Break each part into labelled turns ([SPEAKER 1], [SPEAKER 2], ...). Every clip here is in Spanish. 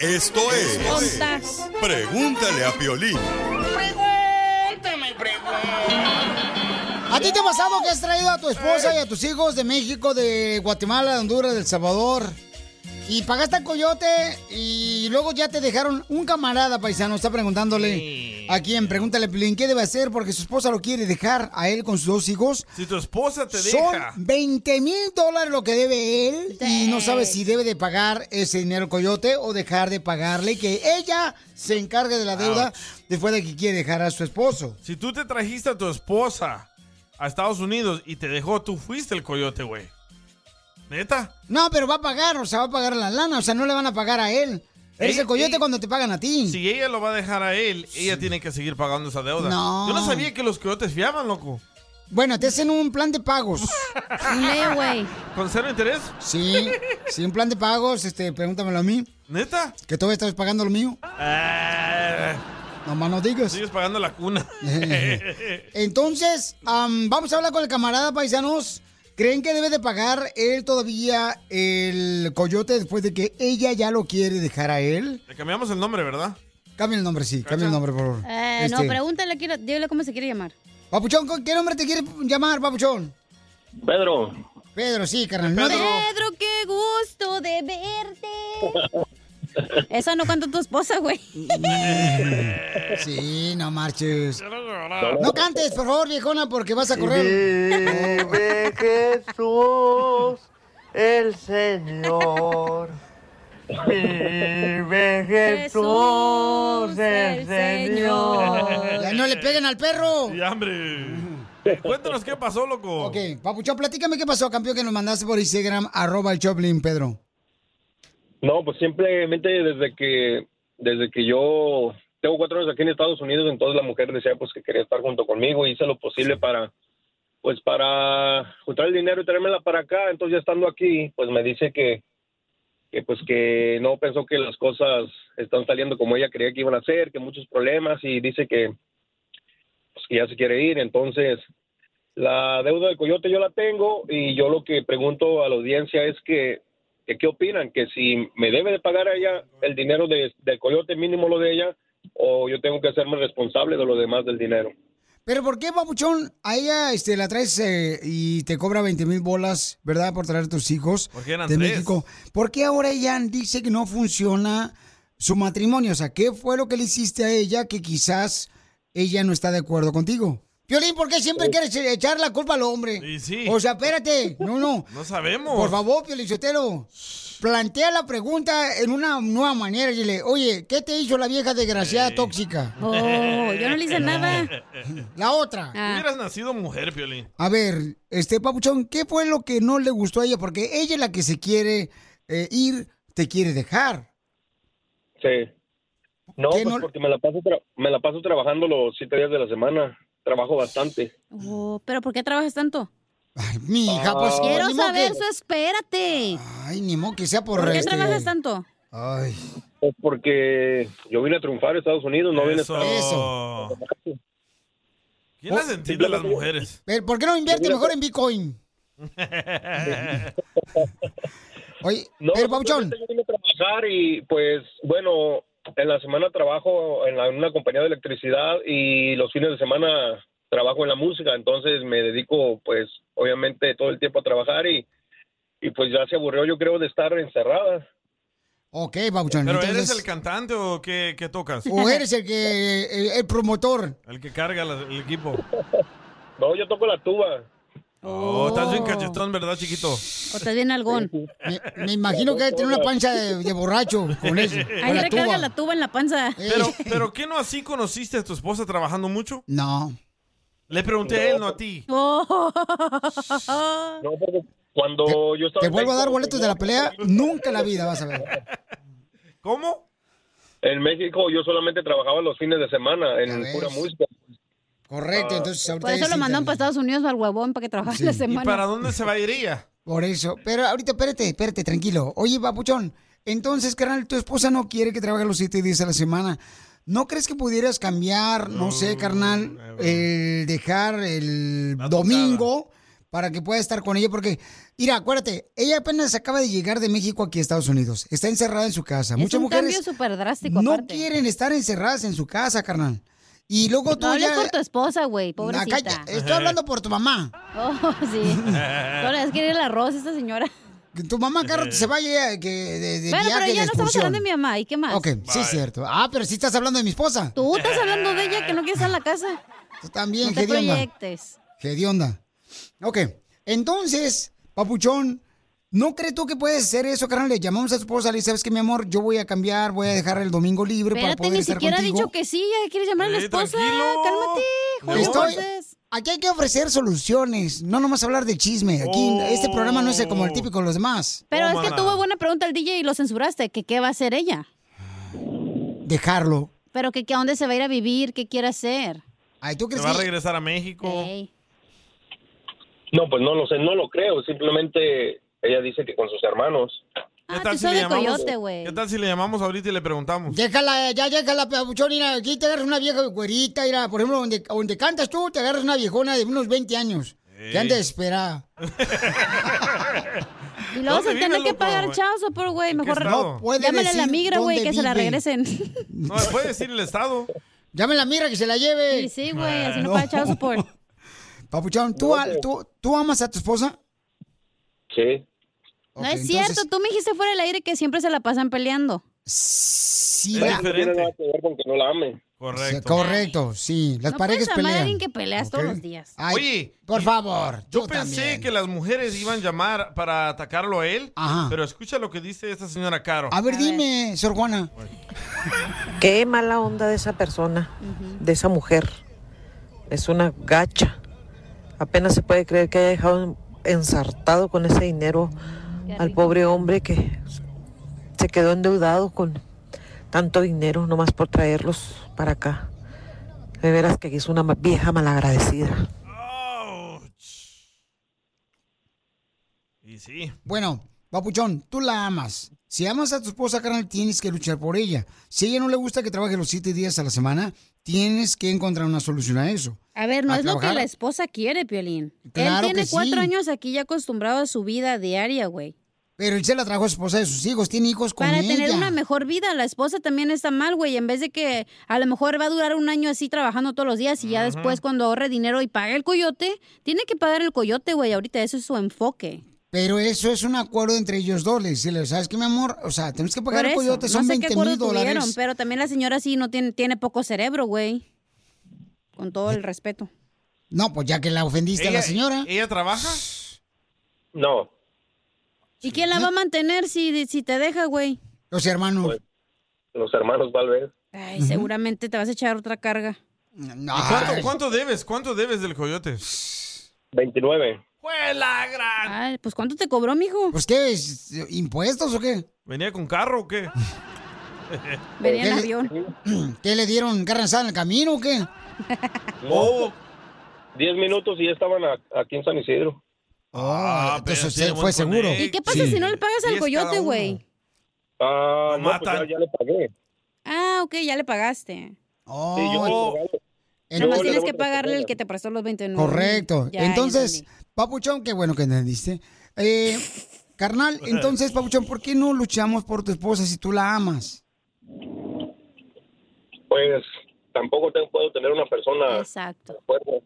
[SPEAKER 1] Esto es.
[SPEAKER 2] Contas.
[SPEAKER 1] Pregúntale a Piolín.
[SPEAKER 2] Pregúntame, pregúntame.
[SPEAKER 3] ¿A ti te ha pasado que has traído a tu esposa y a tus hijos de México, de Guatemala, de Honduras, de El Salvador? Y pagaste al coyote y luego ya te dejaron un camarada paisano. Está preguntándole a quién, pregúntale a Piolín, ¿qué debe hacer? Porque su esposa lo quiere dejar a él con sus dos hijos.
[SPEAKER 4] Si tu esposa te
[SPEAKER 3] Son
[SPEAKER 4] deja.
[SPEAKER 3] 20 mil dólares lo que debe él y no sabe si debe de pagar ese dinero al coyote o dejar de pagarle que ella se encargue de la deuda después de que quiere dejar a su esposo.
[SPEAKER 4] Si tú te trajiste a tu esposa a Estados Unidos y te dejó, tú fuiste el coyote, güey. ¿Neta?
[SPEAKER 3] No, pero va a pagar, o sea, va a pagar la lana, o sea, no le van a pagar a él. Eres
[SPEAKER 4] Ey,
[SPEAKER 3] el coyote cuando te pagan a ti.
[SPEAKER 4] Si ella lo va a dejar a él, ella tiene que seguir pagando esa deuda.
[SPEAKER 3] No.
[SPEAKER 4] Yo no sabía que los coyotes fiaban, loco.
[SPEAKER 3] Bueno, te hacen un plan de pagos.
[SPEAKER 4] ¿Con cero interés?
[SPEAKER 3] Sí, sí, un plan de pagos, este, pregúntamelo a mí.
[SPEAKER 4] ¿Neta? Ah.
[SPEAKER 3] Que todavía estás pagando lo mío. No más no digas.
[SPEAKER 4] Sigues pagando la cuna.
[SPEAKER 3] Eh. Entonces, am, vamos a hablar con el camarada, paisanos. ¿Creen que debe de pagar él todavía el coyote después de que ella ya lo quiere dejar a él?
[SPEAKER 4] Le cambiamos el nombre, ¿verdad?
[SPEAKER 3] Cambia el nombre, sí, cambia el nombre, por favor.
[SPEAKER 5] Eh, No,
[SPEAKER 3] Este,
[SPEAKER 5] pregúntale, quiero- dile cómo se quiere llamar.
[SPEAKER 3] Papuchón, ¿con ¿qué nombre te quiere llamar, Papuchón?
[SPEAKER 6] Pedro.
[SPEAKER 3] Pedro, sí, carnal. no-
[SPEAKER 5] Pedro, qué gusto de verte. Esa no canta tu esposa, güey.
[SPEAKER 3] Sí, no marches. No cantes, por favor, viejona, porque vas a correr.
[SPEAKER 7] Vive Jesús, el Señor. Vive Jesús, el Señor.
[SPEAKER 3] Ya no le peguen al perro.
[SPEAKER 4] Y hambre. Cuéntanos qué pasó, loco.
[SPEAKER 3] Ok, Papuchón, platícame qué pasó, campeón, que nos mandaste por Instagram, arroba el Choplin, Pedro.
[SPEAKER 6] No, pues simplemente desde que, desde que yo tengo cuatro años aquí en Estados Unidos, entonces la mujer decía pues que quería estar junto conmigo y hice lo posible para, pues para juntar el dinero y traérmela para acá. Entonces ya estando aquí, pues me dice que, que pues que no pensó que las cosas están saliendo como ella creía que iban a ser, que muchos problemas y dice que, pues que ya se quiere ir. Entonces la deuda del coyote yo la tengo y yo lo que pregunto a la audiencia es que que qué opinan, que si me debe de pagar a ella el dinero de- del coyote mínimo lo de ella o yo tengo que hacerme responsable de lo demás del dinero.
[SPEAKER 3] Pero ¿por qué, Papuchón, a ella este, la traes eh, y te cobra 20 mil bolas, ¿verdad? Por traer a tus hijos
[SPEAKER 4] Porque eran
[SPEAKER 3] de
[SPEAKER 4] tres.
[SPEAKER 3] México. ¿Por qué ahora ella dice que no funciona su matrimonio? O sea, ¿qué fue lo que le hiciste a ella que quizás ella no está de acuerdo contigo? Violín, ¿por qué siempre quieres echar la culpa al hombre?
[SPEAKER 4] sí.
[SPEAKER 3] O sea, espérate, no, no.
[SPEAKER 4] No sabemos.
[SPEAKER 3] Por favor, Piolichotelo, plantea la pregunta en una nueva manera. Dile, oye, ¿qué te hizo la vieja desgraciada tóxica?
[SPEAKER 4] Oh,
[SPEAKER 3] Oh, La otra.
[SPEAKER 4] Tú Hubieras nacido mujer, Piolín.
[SPEAKER 3] A ver, este Papuchón, ¿qué fue lo que no le gustó a ella? Porque ella es la que se quiere eh, ir, te quiere dejar.
[SPEAKER 6] Sí. No, pues porque me la paso tra- me la paso trabajando los siete días de la semana. Trabajo bastante.
[SPEAKER 5] Oh, pero ¿por qué trabajas tanto? Ah.
[SPEAKER 3] Mi hija, pues
[SPEAKER 5] Quiero
[SPEAKER 3] ni modo
[SPEAKER 5] saber
[SPEAKER 3] que-
[SPEAKER 5] eso, espérate.
[SPEAKER 3] Ay, ni modo que sea por,
[SPEAKER 5] ¿Por qué
[SPEAKER 3] este,
[SPEAKER 5] trabajas tanto?
[SPEAKER 3] Ay.
[SPEAKER 6] Pues porque yo vine a triunfar a Estados Unidos, no vine a
[SPEAKER 4] Eso.
[SPEAKER 6] estar-
[SPEAKER 4] ¿Quién las entiende a las mujeres?
[SPEAKER 3] Oh, Pero, ¿Por qué no invierte mejor en Bitcoin? Oye,
[SPEAKER 6] No,
[SPEAKER 3] pero
[SPEAKER 6] simplemente
[SPEAKER 3] Papuchón,
[SPEAKER 6] yo vine a trabajar y pues bueno, en la semana trabajo en la- en una compañía de electricidad y los fines de semana trabajo en la música, entonces me dedico pues obviamente todo el tiempo a trabajar y, y pues ya se aburrió yo creo de estar encerrada.
[SPEAKER 3] Ok, Pabuchón.
[SPEAKER 4] ¿Pero
[SPEAKER 3] entonces-
[SPEAKER 4] eres el cantante o qué, qué tocas?
[SPEAKER 3] O eres el que el, el promotor.
[SPEAKER 4] El que carga la- el equipo.
[SPEAKER 6] No, yo toco la tuba.
[SPEAKER 4] Oh, estás bien cachetón, ¿verdad, chiquito?
[SPEAKER 5] O estás bien algón.
[SPEAKER 3] Me imagino que tiene una pancha de, de borracho con eso.
[SPEAKER 5] Ahí
[SPEAKER 3] con la
[SPEAKER 5] recarga
[SPEAKER 3] tuba.
[SPEAKER 5] la tuba en la panza.
[SPEAKER 4] Pero, ¿Pero qué no así conociste a tu esposa trabajando mucho?
[SPEAKER 3] No.
[SPEAKER 4] Le pregunté a él, no a ti.
[SPEAKER 6] No, porque cuando yo estaba...
[SPEAKER 3] Te
[SPEAKER 6] en
[SPEAKER 3] vuelvo a dar
[SPEAKER 6] México,
[SPEAKER 3] boletos de la pelea, nunca en la vida vas a ver.
[SPEAKER 4] ¿Cómo?
[SPEAKER 6] En México yo solamente trabajaba los fines de semana en
[SPEAKER 3] ves.
[SPEAKER 6] pura música.
[SPEAKER 3] Correcto, entonces ahorita
[SPEAKER 5] Por eso
[SPEAKER 3] ya
[SPEAKER 5] lo
[SPEAKER 3] sí
[SPEAKER 5] mandan
[SPEAKER 3] también.
[SPEAKER 5] para Estados Unidos al huevón para que trabaje la
[SPEAKER 4] ¿Y
[SPEAKER 5] semana.
[SPEAKER 4] para dónde se va a ir ella?
[SPEAKER 3] Por eso, pero ahorita espérate, espérate, tranquilo. Oye, papuchón, entonces, carnal, tu esposa no quiere que trabaje los siete días a la semana. ¿No crees que pudieras cambiar, no sé, carnal, el dejar el domingo para que pueda estar con ella? Porque, mira, acuérdate, ella apenas acaba de llegar de México aquí a Estados Unidos. Está encerrada en su casa.
[SPEAKER 5] es
[SPEAKER 3] Muchas
[SPEAKER 5] un
[SPEAKER 3] mujeres
[SPEAKER 5] cambio súper drástico
[SPEAKER 3] no
[SPEAKER 5] aparte.
[SPEAKER 3] quieren estar encerradas en su casa, carnal. Y luego tú
[SPEAKER 5] No hables
[SPEAKER 3] ya...
[SPEAKER 5] por tu esposa, güey,
[SPEAKER 3] Nah,
[SPEAKER 5] pobrecita.
[SPEAKER 3] calla, estoy hablando por tu mamá.
[SPEAKER 5] Oh, sí. Ahora es que el arroz esta señora.
[SPEAKER 3] Que tu mamá, Carlos, se vaya eh, que de, de
[SPEAKER 5] Bueno,
[SPEAKER 3] viaje,
[SPEAKER 5] pero
[SPEAKER 3] de
[SPEAKER 5] ya no estamos
[SPEAKER 3] excursión.
[SPEAKER 5] hablando de mi mamá, ¿y qué más?
[SPEAKER 3] Ok, sí es cierto. Ah, pero sí estás hablando de mi esposa.
[SPEAKER 5] Tú estás hablando de ella que no quiere estar en la casa.
[SPEAKER 3] Tú también,
[SPEAKER 5] no
[SPEAKER 3] qué
[SPEAKER 5] te
[SPEAKER 3] hedionda.
[SPEAKER 5] proyectes.
[SPEAKER 3] Hedionda. Ok, entonces, papuchón, ¿no crees tú que puedes hacer eso, carnal? Le llamamos a tu esposa, le dices, ¿sabes qué, mi amor? Yo voy a cambiar, voy a dejar el domingo libre para
[SPEAKER 5] Espérate,
[SPEAKER 3] poder
[SPEAKER 5] ni
[SPEAKER 3] estar
[SPEAKER 5] siquiera ha
[SPEAKER 3] contigo.
[SPEAKER 5] dicho que sí, ya quieres llamar a la
[SPEAKER 4] Eh,
[SPEAKER 5] esposa.
[SPEAKER 4] tranquilo.
[SPEAKER 5] Cálmate,
[SPEAKER 4] Me
[SPEAKER 5] Julio
[SPEAKER 3] voy.
[SPEAKER 5] Cortés.
[SPEAKER 3] Aquí hay que ofrecer soluciones, no nomás hablar de chisme. Aquí,
[SPEAKER 4] Oh.
[SPEAKER 3] este programa no es como el típico de los demás.
[SPEAKER 5] Pero es
[SPEAKER 4] Tómala.
[SPEAKER 5] que tuvo buena pregunta el DJ y lo censuraste, que qué va a hacer ella.
[SPEAKER 3] Dejarlo.
[SPEAKER 5] Pero que, que a dónde se va a ir a vivir, qué quiere hacer.
[SPEAKER 3] Ay, ¿tú
[SPEAKER 4] ¿Se
[SPEAKER 3] crees
[SPEAKER 4] va a
[SPEAKER 3] que...?
[SPEAKER 4] regresar a México?
[SPEAKER 5] Ey.
[SPEAKER 6] No, pues no lo sé, no lo creo. Simplemente ella dice que con sus hermanos.
[SPEAKER 5] Ah, tú sos de coyote, güey.
[SPEAKER 4] ¿Qué tal si le llamamos ahorita y le preguntamos?
[SPEAKER 3] Déjala, ya déjala, papuchón, mira, aquí te agarras una vieja güerita, mira, por ejemplo, donde, donde cantas tú, te agarras una viejona de unos 20 años,
[SPEAKER 4] Ey.
[SPEAKER 3] que anda desesperada.
[SPEAKER 5] Y luego
[SPEAKER 4] ¿Dónde
[SPEAKER 5] se tener
[SPEAKER 4] vive,
[SPEAKER 5] que
[SPEAKER 4] loco,
[SPEAKER 5] pagar
[SPEAKER 4] güey?
[SPEAKER 5] chazo, por güey.
[SPEAKER 4] ¿En qué
[SPEAKER 5] Mejor
[SPEAKER 4] estado?
[SPEAKER 3] No puede
[SPEAKER 5] llámale a la
[SPEAKER 3] decir
[SPEAKER 5] migra, güey,
[SPEAKER 3] dónde
[SPEAKER 5] que se la
[SPEAKER 3] vive.
[SPEAKER 5] regresen.
[SPEAKER 4] No, puede decir el estado.
[SPEAKER 3] Llámela, mira, que se la lleve.
[SPEAKER 5] Sí, sí, güey, así no,
[SPEAKER 3] No.
[SPEAKER 5] paga chazo por.
[SPEAKER 3] Papuchón, ¿tú,
[SPEAKER 6] No,
[SPEAKER 3] al-
[SPEAKER 6] pero-
[SPEAKER 3] tú, tú amas a tu esposa?
[SPEAKER 6] Sí.
[SPEAKER 5] No
[SPEAKER 3] Ok,
[SPEAKER 5] es
[SPEAKER 3] entonces,
[SPEAKER 5] cierto, tú me dijiste fuera del aire que siempre se la pasan peleando.
[SPEAKER 3] Sí,
[SPEAKER 4] Es
[SPEAKER 3] la-
[SPEAKER 6] No Ah, tiene nada
[SPEAKER 4] diferente.
[SPEAKER 6] que ver con que no la ame.
[SPEAKER 3] correcto.
[SPEAKER 4] Correcto.
[SPEAKER 3] sí, las
[SPEAKER 5] no
[SPEAKER 3] parejas
[SPEAKER 5] puedes amar
[SPEAKER 3] pelean.
[SPEAKER 5] a alguien que peleas todos
[SPEAKER 3] Ok.
[SPEAKER 5] los días.
[SPEAKER 3] Ay,
[SPEAKER 4] Oye,
[SPEAKER 3] por
[SPEAKER 4] y-
[SPEAKER 3] favor,
[SPEAKER 4] Yo pensé
[SPEAKER 3] también.
[SPEAKER 4] que las mujeres iban a llamar para atacarlo a él,
[SPEAKER 3] Ajá.
[SPEAKER 4] pero escucha lo que dice esta señora Caro.
[SPEAKER 3] A ver, dime, Sor Juana.
[SPEAKER 8] Qué mala onda de esa persona, de esa mujer. Es una gacha. Apenas se puede creer que haya dejado ensartado con ese dinero
[SPEAKER 5] Qué
[SPEAKER 8] al
[SPEAKER 5] rico.
[SPEAKER 8] pobre hombre que se quedó endeudado con tanto dinero nomás por traerlos para acá. De veras que es una ma- vieja malagradecida.
[SPEAKER 4] Ouch. Y sí.
[SPEAKER 3] Bueno, Papuchón, tú la amas. Si amas a tu esposa, carnal, tienes que luchar por ella. Si a ella no le gusta que trabaje los siete días a la semana, tienes que encontrar una solución a eso.
[SPEAKER 5] A ver, no
[SPEAKER 3] a
[SPEAKER 5] es lo que
[SPEAKER 3] trabajar.
[SPEAKER 5] la esposa quiere, Piolín.
[SPEAKER 3] Claro
[SPEAKER 5] Él tiene
[SPEAKER 3] que
[SPEAKER 5] cuatro
[SPEAKER 3] sí.
[SPEAKER 5] años aquí ya acostumbrado a su vida diaria, güey.
[SPEAKER 3] Pero él se la trajo a su esposa de sus hijos, tiene hijos con
[SPEAKER 5] Para
[SPEAKER 3] ella.
[SPEAKER 5] tener una mejor vida, la esposa también está mal, güey. En vez de que a lo mejor va a durar un año así trabajando todos los días y ya después cuando ahorre dinero y pague el coyote, tiene que pagar el coyote, güey. Ahorita eso es su enfoque.
[SPEAKER 3] Pero eso es un acuerdo entre ellos dos. Le decirle, ¿sabes qué, mi amor? O sea, tenemos que pagar
[SPEAKER 5] Por
[SPEAKER 3] el
[SPEAKER 5] eso,
[SPEAKER 3] coyote, pues, son
[SPEAKER 5] no sé qué
[SPEAKER 3] 20
[SPEAKER 5] acuerdo
[SPEAKER 3] mil
[SPEAKER 5] tuvieron,
[SPEAKER 3] dólares.
[SPEAKER 5] pero también la señora sí no tiene, tiene poco cerebro, güey. Con todo el respeto.
[SPEAKER 3] No, pues ya que la ofendiste a la señora.
[SPEAKER 4] ¿Ella trabaja?
[SPEAKER 6] No.
[SPEAKER 5] ¿Y quién la va a mantener si, si te deja, güey?
[SPEAKER 3] Los hermanos.
[SPEAKER 6] Pues- Los hermanos tal vez.
[SPEAKER 5] Ay, seguramente te vas a echar otra carga.
[SPEAKER 3] No,
[SPEAKER 4] ¿Y cuánto,
[SPEAKER 3] ay,
[SPEAKER 4] cuánto debes? ¿Cuánto debes del coyote?
[SPEAKER 6] 29.
[SPEAKER 4] ¡Fue la gran!
[SPEAKER 5] Ay, pues ¿cuánto te cobró, mijo?
[SPEAKER 3] Pues qué, es, impuestos o qué?
[SPEAKER 4] ¿Venía con carro o qué?
[SPEAKER 5] Venía en
[SPEAKER 3] ¿qué?
[SPEAKER 5] avión.
[SPEAKER 3] ¿Qué le dieron carne asada en el camino o qué?
[SPEAKER 4] Oh,
[SPEAKER 6] 10 minutos y ya estaban a- aquí en San Isidro.
[SPEAKER 3] Ah, entonces
[SPEAKER 4] pero
[SPEAKER 3] usted
[SPEAKER 4] tiene buen
[SPEAKER 3] fue seguro.
[SPEAKER 4] conecte.
[SPEAKER 5] ¿Y qué pasa
[SPEAKER 3] Sí.
[SPEAKER 5] si no le pagas al
[SPEAKER 4] Diez
[SPEAKER 5] coyote,
[SPEAKER 4] cada uno.
[SPEAKER 5] güey?
[SPEAKER 6] Ah,
[SPEAKER 4] Lo
[SPEAKER 6] no, pues ya,
[SPEAKER 4] matan.
[SPEAKER 6] ya le pagué.
[SPEAKER 5] Ah, ok, ya le pagaste.
[SPEAKER 3] Oh,
[SPEAKER 6] Sí, yo
[SPEAKER 4] Oh.
[SPEAKER 3] en-
[SPEAKER 5] Nomás
[SPEAKER 6] le
[SPEAKER 5] tienes
[SPEAKER 6] debo
[SPEAKER 5] que
[SPEAKER 6] tres
[SPEAKER 5] pagarle el
[SPEAKER 6] dólares.
[SPEAKER 5] que te prestó los 29.
[SPEAKER 3] Correcto.
[SPEAKER 5] Ya, ya
[SPEAKER 3] entonces,
[SPEAKER 5] entendí.
[SPEAKER 3] Papuchón, qué bueno que entendiste. Eh, carnal, entonces, Papuchón, ¿por qué no luchamos por tu esposa si tú la amas?
[SPEAKER 6] Pues tampoco te puedo tener una persona
[SPEAKER 5] Exacto.
[SPEAKER 6] fuerte.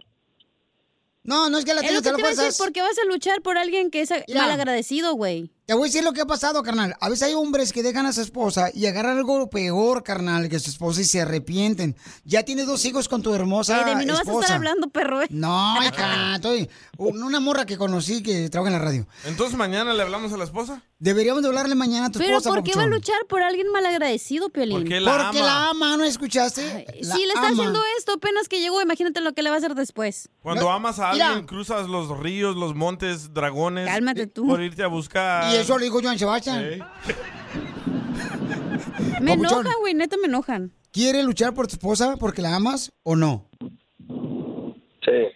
[SPEAKER 3] No, no es que la
[SPEAKER 5] Es
[SPEAKER 3] tengas
[SPEAKER 5] lo que
[SPEAKER 3] a la
[SPEAKER 5] te iba a decir,
[SPEAKER 3] fuerzas.
[SPEAKER 5] ¿por qué vas a luchar por alguien que es
[SPEAKER 3] Mira.
[SPEAKER 5] malagradecido, güey?
[SPEAKER 3] Te Te voy a decir lo que ha pasado, carnal. A veces hay hombres que dejan a su esposa y agarran algo peor, carnal, que su esposa y se arrepienten. Ya tienes dos hijos con tu hermosa
[SPEAKER 5] Ay, de mí no vas a estar hablando, perro. eh.
[SPEAKER 3] No, hija, estoy... Una morra que conocí que trabaja en la radio.
[SPEAKER 4] Entonces mañana le hablamos a la esposa.
[SPEAKER 3] Deberíamos de hablarle mañana a tu
[SPEAKER 5] Pero
[SPEAKER 3] esposa,
[SPEAKER 5] ¿por qué va a
[SPEAKER 3] papuchón.
[SPEAKER 5] luchar por alguien malagradecido, Piolín?
[SPEAKER 3] Porque la Porque ama. la ama, ¿no escuchaste?
[SPEAKER 5] si le está haciendo esto apenas que llegó, imagínate lo que le va a hacer después.
[SPEAKER 4] Cuando amas a alguien,
[SPEAKER 5] Mira.
[SPEAKER 4] cruzas los ríos, los montes, dragones.
[SPEAKER 5] Cálmate tú.
[SPEAKER 4] Por irte a buscar.
[SPEAKER 3] Y eso lo digo yo a Sebastián.
[SPEAKER 4] ¿Eh?
[SPEAKER 5] Me
[SPEAKER 3] Papuchón.
[SPEAKER 5] enojan, güey, neta me enojan.
[SPEAKER 3] ¿Quieres luchar por tu esposa porque la amas o no?
[SPEAKER 6] Sí.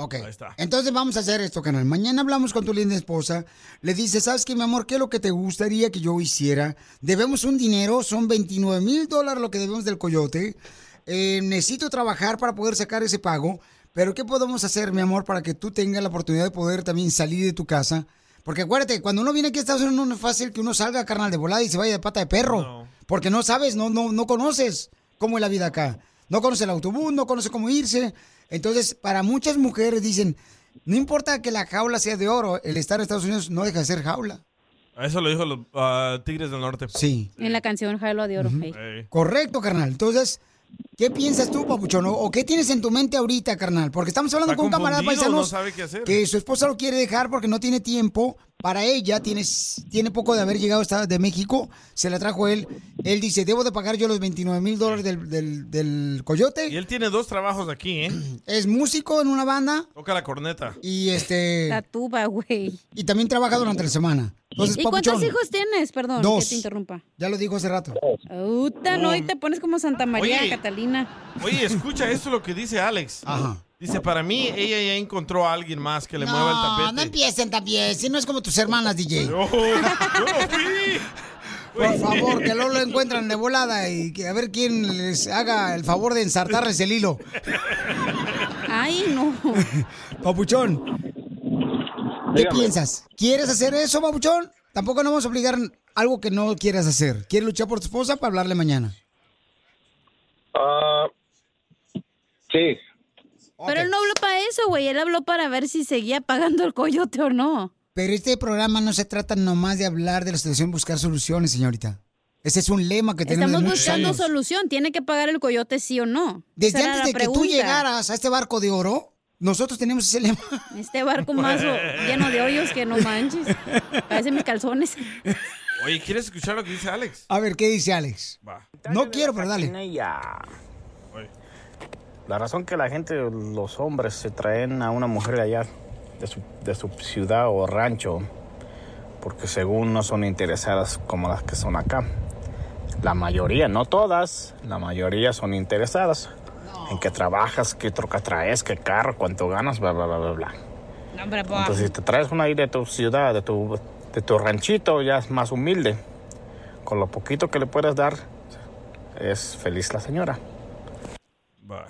[SPEAKER 3] Ok. Entonces vamos a hacer esto, canal. Mañana hablamos con tu linda esposa. Le dices, ¿sabes qué, mi amor? ¿Qué es lo que te gustaría que yo hiciera? Debemos un dinero, son 29 mil dólares lo que debemos del coyote. Eh, necesito trabajar para poder sacar ese pago. Pero ¿qué podemos hacer, mi amor, para que tú tengas la oportunidad de poder también salir de tu casa? Porque acuérdate, cuando uno viene aquí a Estados Unidos no es fácil que uno salga carnal de volada y se vaya de pata de perro. Porque no sabes, no, no, no conoces cómo es la vida acá. No conoces el autobús, no conoces cómo irse. Entonces, para muchas mujeres dicen, no importa que la jaula sea de oro, el estar en Estados Unidos no deja de ser jaula.
[SPEAKER 4] Eso lo dijo los ah, Tigres del Norte.
[SPEAKER 3] Sí.
[SPEAKER 5] En la canción Jailo de Oro. hey.
[SPEAKER 3] Correcto, carnal. Entonces, ¿qué piensas tú, papuchón? ¿O- ¿O qué tienes en tu mente ahorita, carnal? Porque estamos hablando
[SPEAKER 4] Está
[SPEAKER 3] con un camarada
[SPEAKER 4] confundido,
[SPEAKER 3] paisano
[SPEAKER 4] no sabe qué hacer.
[SPEAKER 3] que su esposa lo quiere dejar porque no tiene tiempo. Para ella, tienes, tiene poco de haber llegado hasta de México. Se la trajo él. Él dice, debo de pagar yo los 29 mil dólares del, del- del coyote.
[SPEAKER 4] Y él tiene dos trabajos aquí, ¿eh?
[SPEAKER 3] Es músico en una banda
[SPEAKER 4] Toca la corneta.
[SPEAKER 3] y este...
[SPEAKER 5] La tuba, güey.
[SPEAKER 3] Y también trabaja durante la semana. Entonces,
[SPEAKER 5] ¿Y
[SPEAKER 3] papuchón,
[SPEAKER 5] cuántos hijos tienes? Perdón,
[SPEAKER 3] Dos.
[SPEAKER 5] que te interrumpa.
[SPEAKER 3] Ya lo dijo hace rato.
[SPEAKER 5] Uta, no, y te pones como Santa María,
[SPEAKER 4] Oye.
[SPEAKER 5] Catalina.
[SPEAKER 4] Oye, escucha esto lo que dice Alex.
[SPEAKER 3] Ajá.
[SPEAKER 4] Dice, para mí, ella ya encontró a alguien más que le mueva el
[SPEAKER 3] No,
[SPEAKER 4] tapete.
[SPEAKER 3] no empiecen también. Si no es como tus hermanas, DJ. Por
[SPEAKER 4] Pues-
[SPEAKER 3] favor, que luego lo encuentran de volada y que a ver quién les haga el favor de ensartarles el hilo.
[SPEAKER 5] Ay, no.
[SPEAKER 3] Papuchón, ¿qué
[SPEAKER 5] Dígame.
[SPEAKER 3] piensas? ¿Quieres hacer eso, Papuchón? Tampoco no vamos a obligar algo que no quieras hacer. ¿Quieres luchar por tu esposa para hablarle mañana?
[SPEAKER 6] Ah, sí.
[SPEAKER 5] Pero él no habló para eso, güey. Él habló para ver si seguía pagando el coyote o no.
[SPEAKER 3] Pero este programa no se trata nomás de hablar de la situación, buscar soluciones, señorita. Ese es un lema que tenemos
[SPEAKER 5] Estamos
[SPEAKER 3] de muchos
[SPEAKER 5] buscando
[SPEAKER 3] años.
[SPEAKER 5] solución. ¿Tiene que pagar el coyote sí o no?
[SPEAKER 3] Desde
[SPEAKER 5] Esa era
[SPEAKER 3] antes de
[SPEAKER 5] la
[SPEAKER 3] que tú
[SPEAKER 5] pregunta.
[SPEAKER 3] llegaras a este barco de oro, nosotros teníamos ese lema.
[SPEAKER 5] Este barco más o- lleno de hoyos que no manches. Parecen mis calzones.
[SPEAKER 4] Oye, ¿quieres escuchar lo que dice Alex?
[SPEAKER 3] A ver, ¿qué dice Alex?
[SPEAKER 4] Va.
[SPEAKER 3] No quiero, pero dale.
[SPEAKER 9] La razón que la gente, los hombres, se traen a una mujer de allá, de su, de su ciudad o rancho, porque según no son interesadas como las que son acá. La mayoría, no todas, la mayoría son interesadas en que trabajas, qué troca traes, qué carro, cuánto ganas, bla, bla, bla, bla, bla.
[SPEAKER 5] No, hombre,
[SPEAKER 4] pues.
[SPEAKER 5] pa.
[SPEAKER 9] Entonces, si te traes una ahí de tu ciudad, de tu, de tu ranchito, ya es más humilde. Con lo poquito que le puedas dar, es feliz la señora.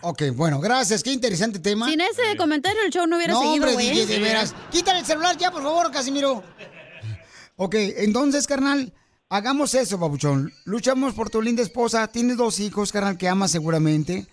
[SPEAKER 3] Ok, bueno, gracias. Qué interesante tema.
[SPEAKER 5] Sin ese comentario el show no hubiera
[SPEAKER 3] No,
[SPEAKER 5] seguido, ¿eh?
[SPEAKER 3] hombre,
[SPEAKER 5] güey.
[SPEAKER 3] DJ, de veras. Quítale el celular ya, por favor, Casimiro. Ok, entonces, carnal, hagamos eso, babuchón. Luchamos por tu linda esposa. Tienes dos hijos, carnal, que amas seguramente.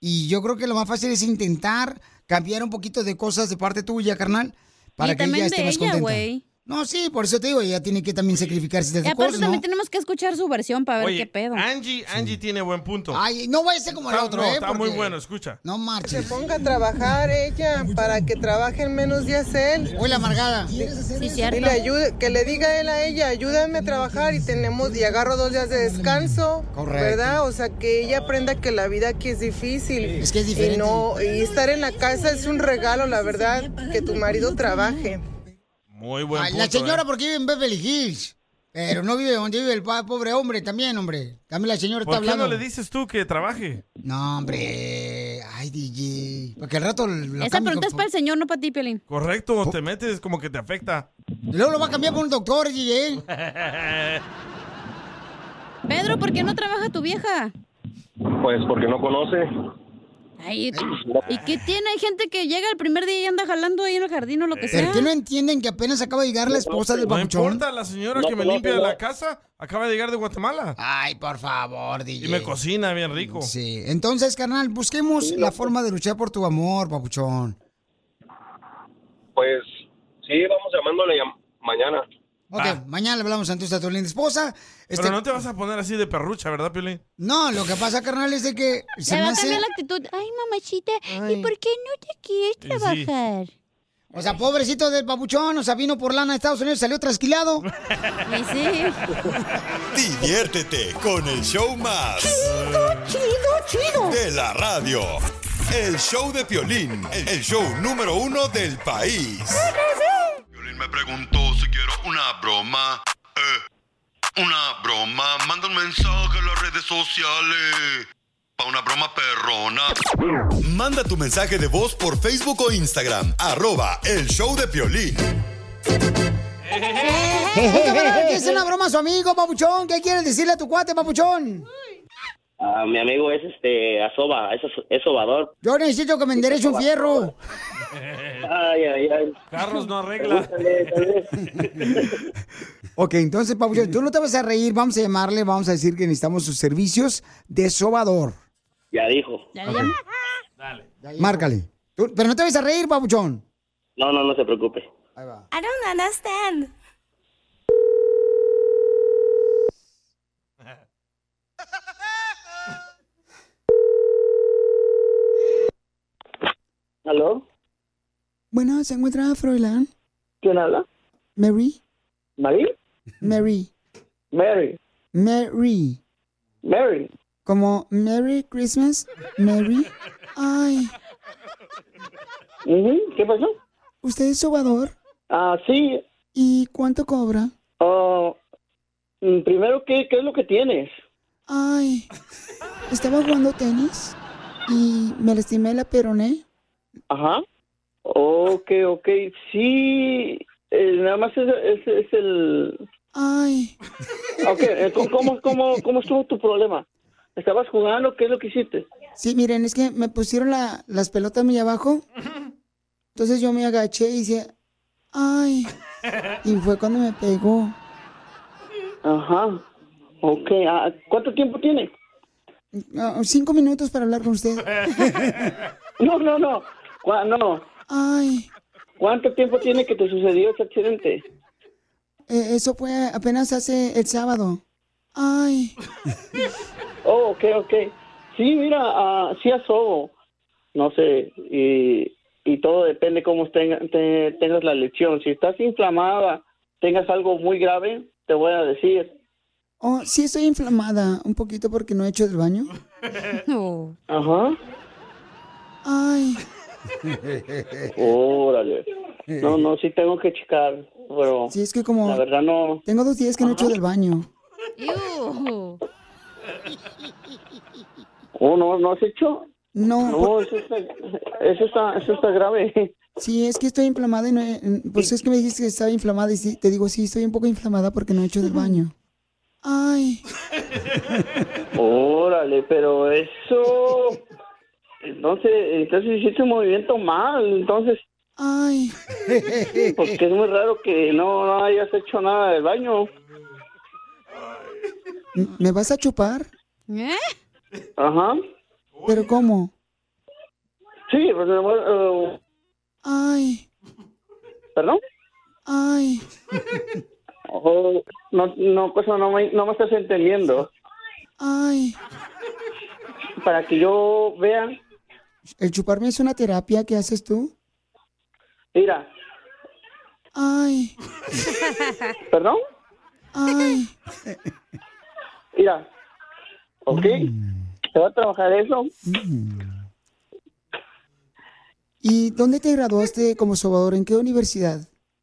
[SPEAKER 3] Y yo creo que lo más fácil es intentar cambiar un poquito de cosas de parte tuya, carnal, para
[SPEAKER 5] Y
[SPEAKER 3] que ella
[SPEAKER 5] también
[SPEAKER 3] esté
[SPEAKER 5] de
[SPEAKER 3] más
[SPEAKER 5] ella,
[SPEAKER 3] contenta.
[SPEAKER 5] güey.
[SPEAKER 3] No, sí, por eso te digo, ella tiene que también sacrificarse
[SPEAKER 5] Y
[SPEAKER 3] de
[SPEAKER 5] aparte
[SPEAKER 3] cosas,
[SPEAKER 5] también
[SPEAKER 3] ¿no?
[SPEAKER 5] tenemos que escuchar su versión para ver
[SPEAKER 4] Oye,
[SPEAKER 5] qué pedo.
[SPEAKER 4] Angie, Angie tiene buen punto.
[SPEAKER 3] Ay, no vaya a ser como el
[SPEAKER 4] Está-
[SPEAKER 3] otro,
[SPEAKER 4] no,
[SPEAKER 3] ¿eh?
[SPEAKER 4] Está
[SPEAKER 3] Porque-
[SPEAKER 4] muy bueno, escucha.
[SPEAKER 3] No marches.
[SPEAKER 10] Se ponga a trabajar ella para que trabaje en menos días él.
[SPEAKER 3] Hola, amargada.
[SPEAKER 10] Sí,
[SPEAKER 5] cierto.
[SPEAKER 10] Dile, ayude- que le diga él a ella, ayúdame a trabajar y tenemos y agarro dos días de descanso.
[SPEAKER 3] Correcto.
[SPEAKER 10] ¿Verdad? O sea, que ella aprenda que la vida aquí es difícil.
[SPEAKER 3] Es que es diferente.
[SPEAKER 10] Y, no, y estar en la casa es un regalo, la verdad, que tu marido trabaje.
[SPEAKER 4] Muy buen
[SPEAKER 3] Ay,
[SPEAKER 4] punto.
[SPEAKER 3] la señora
[SPEAKER 4] ¿eh?
[SPEAKER 3] porque vive en Beverly Hills. Pero no vive donde vive el pa- pobre hombre también, hombre. También la señora
[SPEAKER 4] ¿Por
[SPEAKER 3] está
[SPEAKER 4] qué
[SPEAKER 3] hablando.
[SPEAKER 4] no le dices tú que trabaje?
[SPEAKER 3] No, hombre. Ay, DJ. Porque al rato lo
[SPEAKER 5] Esa
[SPEAKER 3] cambio
[SPEAKER 5] pregunta es
[SPEAKER 3] con-
[SPEAKER 5] para el señor, no para ti, Piolín.
[SPEAKER 4] Correcto, te metes como que te afecta.
[SPEAKER 3] Luego lo va a cambiar por un doctor, DJ.
[SPEAKER 5] Pedro, ¿por qué no trabaja tu vieja?
[SPEAKER 6] Pues porque no conoce.
[SPEAKER 5] Ay, ¿y qué tiene? Hay gente que llega el primer día y anda jalando ahí en el jardín o lo que sea.
[SPEAKER 3] ¿Por qué no entienden que apenas acaba de llegar la esposa del
[SPEAKER 4] No
[SPEAKER 3] babuchón?
[SPEAKER 4] importa, la señora
[SPEAKER 3] No,
[SPEAKER 4] que me
[SPEAKER 3] no,
[SPEAKER 4] limpia
[SPEAKER 3] no.
[SPEAKER 4] la casa acaba de llegar de Guatemala.
[SPEAKER 3] Ay, por favor, DJ.
[SPEAKER 4] Y me cocina bien rico.
[SPEAKER 3] Sí. Entonces, carnal, busquemos la forma de luchar por tu amor, babuchón.
[SPEAKER 6] Pues sí, vamos llamándole ya- mañana.
[SPEAKER 3] Ok,
[SPEAKER 4] Ah.
[SPEAKER 3] mañana le hablamos entonces a tu linda esposa. Este-
[SPEAKER 4] Pero no te vas a poner así de perrucha, ¿verdad, Piolín?
[SPEAKER 3] No, lo que pasa, carnal, es de que se
[SPEAKER 5] Le
[SPEAKER 3] me
[SPEAKER 5] va a
[SPEAKER 3] hace...
[SPEAKER 5] cambiar la actitud. Ay, mamachita, ¿y por qué no te quieres
[SPEAKER 3] sí.
[SPEAKER 5] trabajar?
[SPEAKER 3] O sea, pobrecito del papuchón, o sea, vino por lana a Estados Unidos, salió trasquilado.
[SPEAKER 1] Diviértete con el show más.
[SPEAKER 3] Chido, chido.
[SPEAKER 1] De la radio. El show de Piolín. El show número uno del país. Piolín me preguntó si quiero una broma. Eh, una broma. Manda un mensaje a las redes sociales. Pa' una broma perrona. Manda tu mensaje de voz por Facebook o Instagram. Arroba el show de Piolín.
[SPEAKER 3] ¿Qué es una broma a su amigo, papuchón? ¿Qué quieres decirle a tu cuate, papuchón?
[SPEAKER 11] Ah, mi amigo es este asoba, es, es sobador.
[SPEAKER 3] Yo necesito que me endereche un fierro.
[SPEAKER 11] Ay, ay, ay.
[SPEAKER 4] Carros no arregla.
[SPEAKER 3] Ok, entonces, papuchón, tú no te vas a reír, vamos a llamarle, vamos a decir que necesitamos sus servicios de sobador.
[SPEAKER 11] Ya dijo.
[SPEAKER 3] Márcale. Tú- pero no te vas a reír, papuchón.
[SPEAKER 11] No, no, no se preocupe.
[SPEAKER 12] I don't understand.
[SPEAKER 13] ¿Aló?
[SPEAKER 3] Bueno, ¿se encuentra Froilán?
[SPEAKER 13] ¿Quién habla?
[SPEAKER 3] Mary.
[SPEAKER 13] ¿Mari?
[SPEAKER 3] Mary.
[SPEAKER 13] Mary.
[SPEAKER 3] Mary.
[SPEAKER 13] Mary.
[SPEAKER 3] Como Merry Christmas, Mary. Ay.
[SPEAKER 13] ¿Qué pasó?
[SPEAKER 3] ¿Usted es sobador?
[SPEAKER 13] Ah, sí.
[SPEAKER 3] ¿Y cuánto cobra?
[SPEAKER 13] Ah, mm, primero, ¿qué, ¿qué es lo que tienes?
[SPEAKER 3] Ay, estaba jugando tenis y me lastimé la peroné.
[SPEAKER 13] Ajá. Ok, ok. Sí. eh, nada más es, es- es el...
[SPEAKER 3] Ay,
[SPEAKER 13] Ok, eh, ¿cómo- ¿cómo, cómo, ¿cómo estuvo tu problema? ¿Estabas jugando? ¿Qué es lo que hiciste?
[SPEAKER 3] sí, miren, es que me pusieron la- las pelotas muy abajo. Entonces yo me agaché y hice, ay, y fue cuando me pegó.
[SPEAKER 13] Ajá. Ok. ah, ¿Cuánto tiempo tienes?
[SPEAKER 3] Ah, Cinco minutos para hablar con usted.
[SPEAKER 13] No, no, no. Cua- No.
[SPEAKER 3] Ay,
[SPEAKER 13] ¿Cuánto tiempo tiene que te sucedió ese accidente?
[SPEAKER 3] eh, eso fue apenas hace el sábado. Ay,
[SPEAKER 13] Oh, ok, ok. Sí, mira, ah, sí asobo. No sé, y, y todo depende cómo tenga- te- tengas la lesión. Si estás inflamada, tengas algo muy grave, te voy a decir.
[SPEAKER 3] oh, sí estoy inflamada un poquito porque no he hecho del baño.
[SPEAKER 13] Ajá.
[SPEAKER 3] Ay,
[SPEAKER 13] Órale. No, no, sí tengo que checar, pero
[SPEAKER 3] sí es que como
[SPEAKER 13] la verdad no,
[SPEAKER 3] tengo dos días que no he hecho del baño.
[SPEAKER 13] Oh, no, no has hecho.
[SPEAKER 3] No,
[SPEAKER 13] No, eso está, eso está, eso está grave.
[SPEAKER 3] Sí, es que estoy inflamada y no he- Pues es que me dijiste que estaba inflamada y sí, te digo, sí, estoy un poco inflamada porque no he hecho del baño. Ay,
[SPEAKER 13] Órale, pero eso. Entonces, entonces hiciste un movimiento mal, entonces.
[SPEAKER 3] ay.
[SPEAKER 13] Porque es muy raro que no, no hayas hecho nada del baño.
[SPEAKER 3] M- ¿Me vas a chupar?
[SPEAKER 13] Ajá.
[SPEAKER 3] ¿Pero cómo?
[SPEAKER 13] Sí, pues, eh,
[SPEAKER 3] Ay,
[SPEAKER 13] perdón.
[SPEAKER 3] ay.
[SPEAKER 13] Oh, no, no, cosa, no me, no me estás entendiendo.
[SPEAKER 3] Ay.
[SPEAKER 13] Para que yo vea,
[SPEAKER 3] ¿El chuparme es una terapia que haces tú?
[SPEAKER 13] mira,
[SPEAKER 3] Ay,
[SPEAKER 13] perdón,
[SPEAKER 3] ay.
[SPEAKER 13] mira. ¿Ok? ¿Te va a trabajar eso?
[SPEAKER 3] ¿Y dónde te graduaste como sobador? ¿En qué universidad?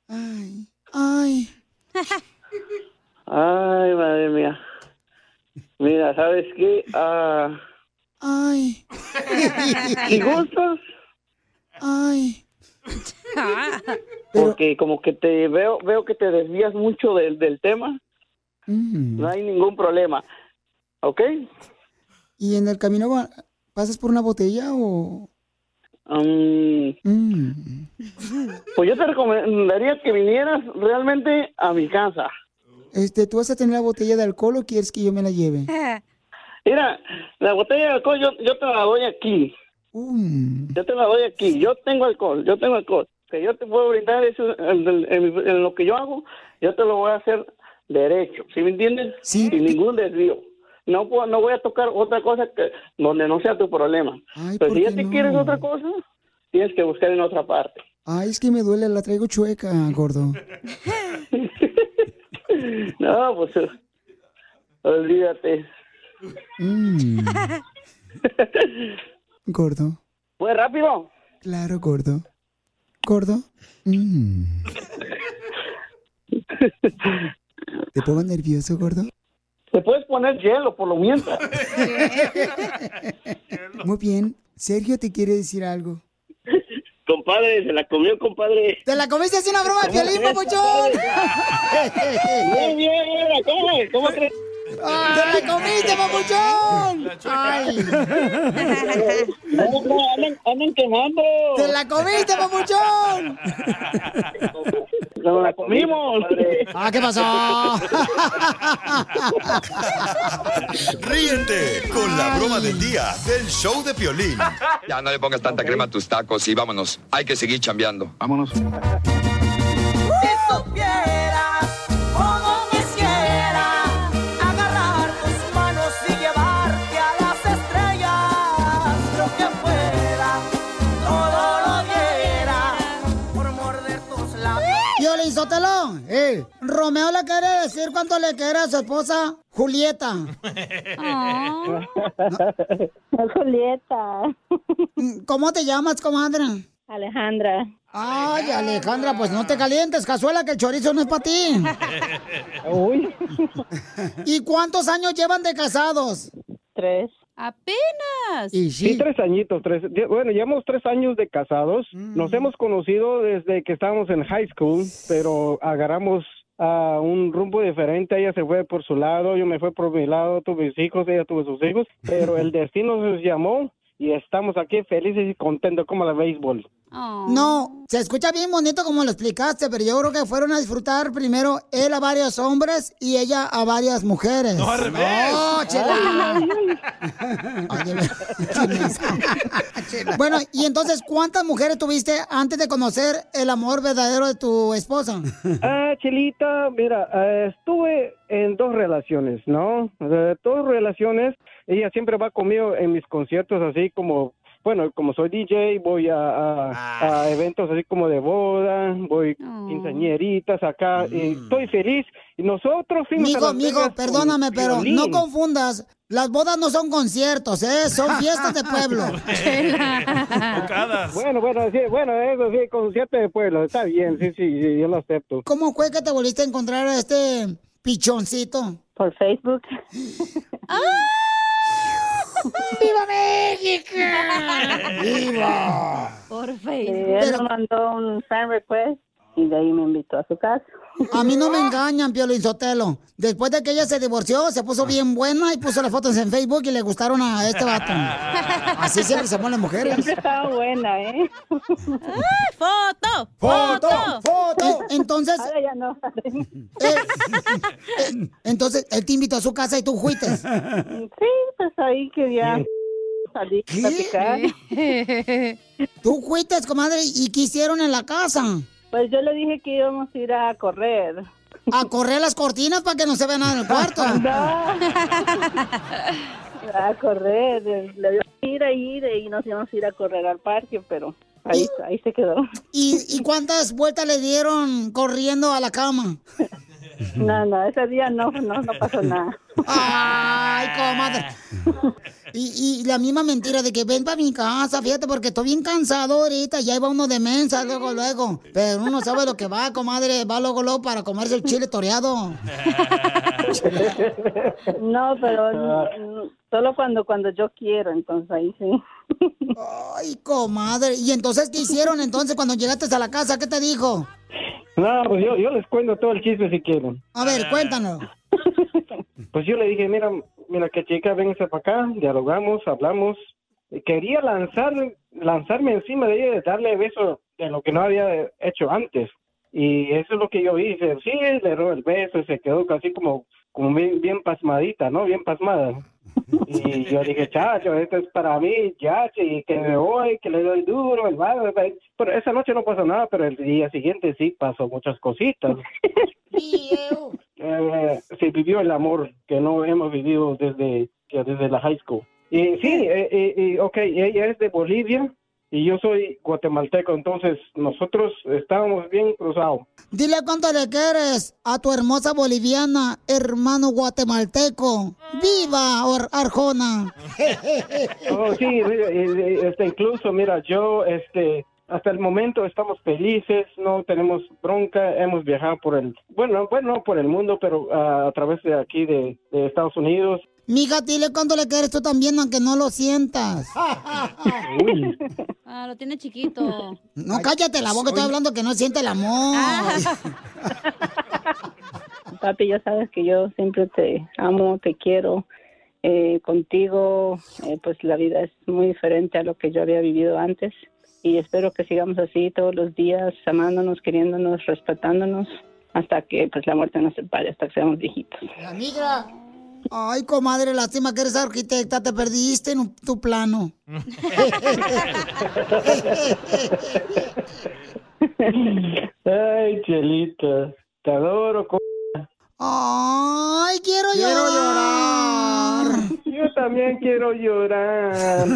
[SPEAKER 3] Mm. Ay, ay.
[SPEAKER 13] Ay, madre mía. Mira, ¿sabes qué? Ah,
[SPEAKER 3] Ay.
[SPEAKER 13] ¿Y gustas?
[SPEAKER 3] Ay.
[SPEAKER 13] porque como que te veo veo que te desvías mucho del, del tema.
[SPEAKER 3] Mm.
[SPEAKER 13] No hay ningún problema. ¿Ok?
[SPEAKER 3] ¿Y en el camino va- pasas por una botella o...?
[SPEAKER 13] Mm,
[SPEAKER 3] Mm.
[SPEAKER 13] pues yo te recomendaría que vinieras realmente a mi casa.
[SPEAKER 3] Este, ¿tú vas a tener la botella de alcohol o quieres que yo me la lleve?
[SPEAKER 13] Mira, la botella de alcohol yo, yo te la doy aquí.
[SPEAKER 3] Mm.
[SPEAKER 13] Yo te la doy aquí. Yo tengo alcohol, yo tengo alcohol. que yo te puedo brindar es un- en, en- en lo que yo hago, yo te lo voy a hacer derecho, ¿sí me entiendes? Sin ningún desvío. No puedo- no voy a tocar otra cosa que donde no sea tu problema. Pero si ya te quieres otra cosa, tienes que buscar en otra parte.
[SPEAKER 3] Ay, es que me duele, la traigo chueca, gordo.
[SPEAKER 13] No, pues eh, olvídate.
[SPEAKER 3] Mm, gordo.
[SPEAKER 13] ¿Fue Pues, rápido?
[SPEAKER 3] Claro, gordo. Gordo. Mm. ¿Te pongo nervioso, gordo?
[SPEAKER 13] Te puedes poner hielo por lo mientras.
[SPEAKER 3] Muy bien. Sergio te quiere decir algo.
[SPEAKER 11] Compadre, se la comió, compadre.
[SPEAKER 3] ¡Te la comiste es una broma de Piolín, papuchón!
[SPEAKER 11] Muy bien, bien, la come, ¿cómo crees?
[SPEAKER 3] ¡Te la comiste, papuchón! ¡Ay!
[SPEAKER 13] andan, andan quemando.
[SPEAKER 3] ¡Te la comiste, papuchón!
[SPEAKER 13] Nos la comimos.
[SPEAKER 3] Ah, ¿qué pasó?
[SPEAKER 1] Ríete con la broma del día del show de Piolín.
[SPEAKER 14] Ya no le pongas tanta crema a tus tacos y vámonos. Hay que seguir chambeando. Vámonos.
[SPEAKER 7] Si supieras cómo quisiera agarrar tus manos y llevarte a las estrellas, lo que fuera, todo lo diera por morder tus labios.
[SPEAKER 3] Piolín Sotelo, eh, Romeo le quiere decir cuánto le quiere a su esposa Julieta. Ah. Julieta. Mm, ¿Cómo te llamas, comadre? Alejandra. Ay, Alejandra, pues no te calientes, cazuela, que el chorizo no es para ti. Uy. ¿Y cuántos años llevan de casados? Tres.
[SPEAKER 5] Apenas.
[SPEAKER 15] Sí, tres añitos, tres. Bueno, llevamos tres años de casados. Nos hemos conocido desde que estábamos en high school, pero agarramos a un rumbo diferente. Ella se fue por su lado, yo me fui por mi lado, tuve mis hijos, ella tuvo sus hijos, pero el destino nos llamó y estamos aquí felices y contentos como la béisbol.
[SPEAKER 3] No, se escucha bien bonito como lo explicaste, pero yo creo que fueron a disfrutar primero él a varios hombres y ella a varias mujeres. No,
[SPEAKER 7] al revés.
[SPEAKER 3] chela. Oye, chela. Bueno, y entonces, ¿cuántas mujeres tuviste antes de conocer el amor verdadero de tu esposa?
[SPEAKER 15] Ah, Chelita, mira, eh, estuve en dos relaciones, ¿no? Eh, dos relaciones. Ella siempre va conmigo en mis conciertos, así como, bueno, como soy DJ, voy a, a- a eventos así como de boda, voy quinceañeritas acá, y estoy feliz. Y nosotros fuimos a
[SPEAKER 3] Migo,
[SPEAKER 15] Las
[SPEAKER 3] migo,
[SPEAKER 15] Vegas con
[SPEAKER 3] perdóname, pero
[SPEAKER 15] Piolín.
[SPEAKER 3] no confundas. Las bodas no son conciertos, ¿eh? Son fiestas de pueblo.
[SPEAKER 15] Bueno, bueno, sí, bueno, eso sí, concierto de pueblo, está bien, sí, sí, sí, yo lo acepto.
[SPEAKER 3] ¿Cómo fue que te volviste a encontrar a este pichoncito? Por Facebook. ¡Ah! ¡Viva México!
[SPEAKER 7] ¡Viva!
[SPEAKER 5] Por
[SPEAKER 16] Eh, él me mandó un friend request y de ahí me invitó a su casa.
[SPEAKER 3] A mí no me engañan, Piolín Sotelo. Después de que ella se divorció, se
[SPEAKER 16] Ah.
[SPEAKER 3] puso bien buena y puso las fotos en Facebook y le gustaron a este vato. Así siempre se ponen las mujeres.
[SPEAKER 16] Siempre estaba buena, ¿eh?
[SPEAKER 5] ¡Foto!
[SPEAKER 3] ¡Foto! ¡Foto! Entonces... Ahora
[SPEAKER 16] ya no.
[SPEAKER 3] entonces, él te invitó a su casa y tú fuiste. Sí,
[SPEAKER 16] pues ahí quería salir a platicar.
[SPEAKER 3] Tú fuiste, comadre, y qué hicieron en la casa.
[SPEAKER 16] Pues yo le dije que íbamos a ir a correr.
[SPEAKER 3] A correr las cortinas para que no se vea nada en el cuarto.
[SPEAKER 16] A correr. Le iba a ir a ir y nos íbamos a ir a correr al parque, pero ahí, ahí se quedó.
[SPEAKER 3] ¿Y, y cuántas vueltas le dieron corriendo a la cama?
[SPEAKER 16] No, no, ese día no, no, no pasó nada.
[SPEAKER 3] Ay, comadre. Y, y la misma mentira de que ven para mi casa, fíjate, porque estoy bien cansado ahorita, ya iba uno de mensa, luego, luego. Pero uno sabe lo que va, comadre, va luego, luego para comerse el chile toreado.
[SPEAKER 16] No, pero mm, solo cuando cuando yo quiero, entonces ahí sí.
[SPEAKER 3] Ay, comadre. ¿Y entonces qué hicieron entonces cuando llegaste a la casa? ¿Qué te dijo?
[SPEAKER 15] No, pues yo, yo les cuento todo el chisme si quieren.
[SPEAKER 3] A ver, cuéntanos.
[SPEAKER 15] Pues yo le dije, mira, mira que chica, véngase para acá, dialogamos, hablamos. Y Quería lanzar, lanzarme encima de ella, darle beso de lo que no había hecho antes. Y eso es lo que yo hice. Sí, le robé el beso y se quedó casi como, como bien, bien pasmadita, ¿no? Bien pasmada. Y yo dije, chacho, esto es para mí, chacho, y que me voy, que le doy duro, hermano. Pero esa noche no pasó nada, pero el día siguiente sí pasó muchas cositas. Eh, se vivió el amor que no hemos vivido desde, que desde la high school. Y sí, eh, eh, y, ok, ella es de Bolivia y yo soy guatemalteco, entonces nosotros estábamos bien cruzados.
[SPEAKER 3] Dile cuánto le quieres a tu hermosa boliviana, hermano guatemalteco. ¡Viva Or- Arjona!
[SPEAKER 15] Oh, sí, mira, eh, eh, este, incluso, mira, yo, este, hasta el momento estamos felices, no tenemos bronca, hemos viajado por el, bueno, bueno, no por el mundo, pero ah, a través de aquí, de, de Estados Unidos.
[SPEAKER 3] Mija, dile cuánto le quieres tú también, aunque no lo sientas.
[SPEAKER 15] Uy,
[SPEAKER 5] Ah, lo tiene chiquito.
[SPEAKER 3] No, cállate la boca, estoy hablando que no siente el amor. Ah.
[SPEAKER 16] Papi, ya sabes que yo siempre te amo, te quiero. Eh, contigo, eh, pues la vida es muy diferente a lo que yo había vivido antes. Y espero que sigamos así todos los días, amándonos, queriéndonos, respetándonos, hasta que pues la muerte nos separe, hasta que seamos viejitos.
[SPEAKER 3] La migra. Ay, comadre, lástima que eres arquitecta, te perdiste en un- tu plano.
[SPEAKER 15] Ay, Chelita, te adoro. co-
[SPEAKER 7] Ah,
[SPEAKER 3] Ay, quiero llorar.
[SPEAKER 15] Quiero Yo también quiero llorar.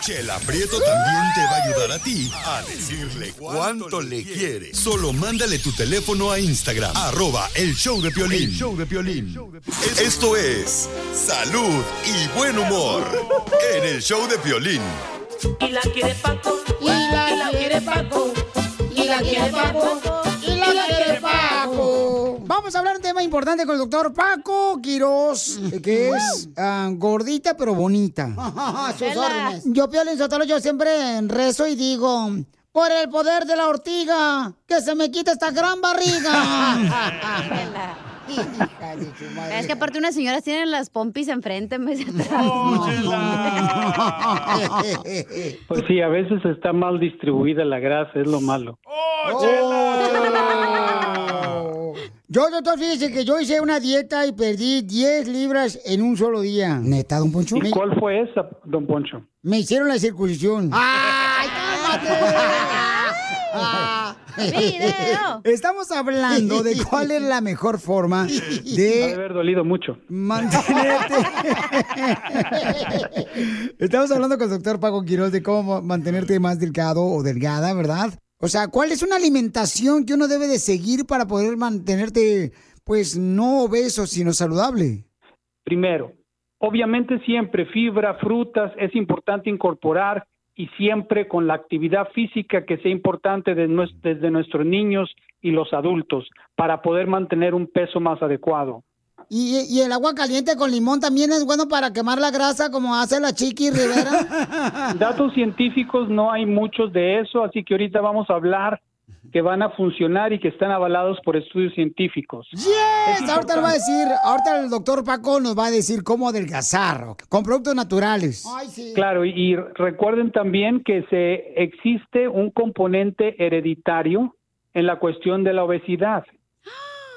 [SPEAKER 1] Chela Prieto también te va a ayudar a ti a decirle cuánto le quiere. Solo mándale tu teléfono a Instagram, arroba el show de Piolín.
[SPEAKER 17] El
[SPEAKER 1] show de Esto es salud y buen humor en el show de Piolín.
[SPEAKER 7] Y la quiere Paco. Y la quiere Paco.
[SPEAKER 3] Y la quiere Paco. Y la quiere Paco. Vamos a hablar de un tema importante con el doctor Paco Quiroz, que es ah, gordita pero bonita.
[SPEAKER 7] Sus órdenes.
[SPEAKER 3] Yo, Piolín Sotelo, yo siempre rezo y digo, por el poder de la ortiga, que se me quite esta gran barriga.
[SPEAKER 5] Es que aparte unas señoras tienen las pompis enfrente en vez de atrás.
[SPEAKER 18] Pues sí, a veces está mal distribuida la grasa, es lo malo.
[SPEAKER 3] Yo, doctor, fíjese que yo hice una dieta y perdí 10 libras en un solo día. ¿Neta, don Poncho?
[SPEAKER 18] ¿Y cuál fue esa, don Poncho?
[SPEAKER 3] Me hicieron la circuncisión.
[SPEAKER 7] ¡Ay,
[SPEAKER 3] ¡Video! Ah. Estamos hablando de cuál es la mejor forma
[SPEAKER 18] Ha de
[SPEAKER 3] de
[SPEAKER 18] haber dolido mucho.
[SPEAKER 3] mantenerte. Estamos hablando con el doctor Paco Quiroz de cómo mantenerte más delgado o delgada, ¿verdad? O sea, ¿cuál es una alimentación que uno debe de seguir para poder mantenerte, pues, no obeso, sino saludable?
[SPEAKER 18] Primero, obviamente siempre fibra, frutas, es importante incorporar y siempre con la actividad física que sea importante de nues- desde nuestros niños y los adultos para poder mantener un peso más adecuado.
[SPEAKER 3] ¿Y, y el agua caliente con limón también es bueno para quemar la grasa como hace la Chiqui Rivera?
[SPEAKER 18] Datos científicos no hay muchos de eso, así que ahorita vamos a hablar que van a funcionar y que están avalados por estudios científicos.
[SPEAKER 3] Yes, ahorita lo va a decir, ahorita el doctor Paco nos va a decir cómo adelgazar ok, con productos naturales.
[SPEAKER 18] Claro, y, y recuerden también que se existe un componente hereditario en la cuestión de la obesidad.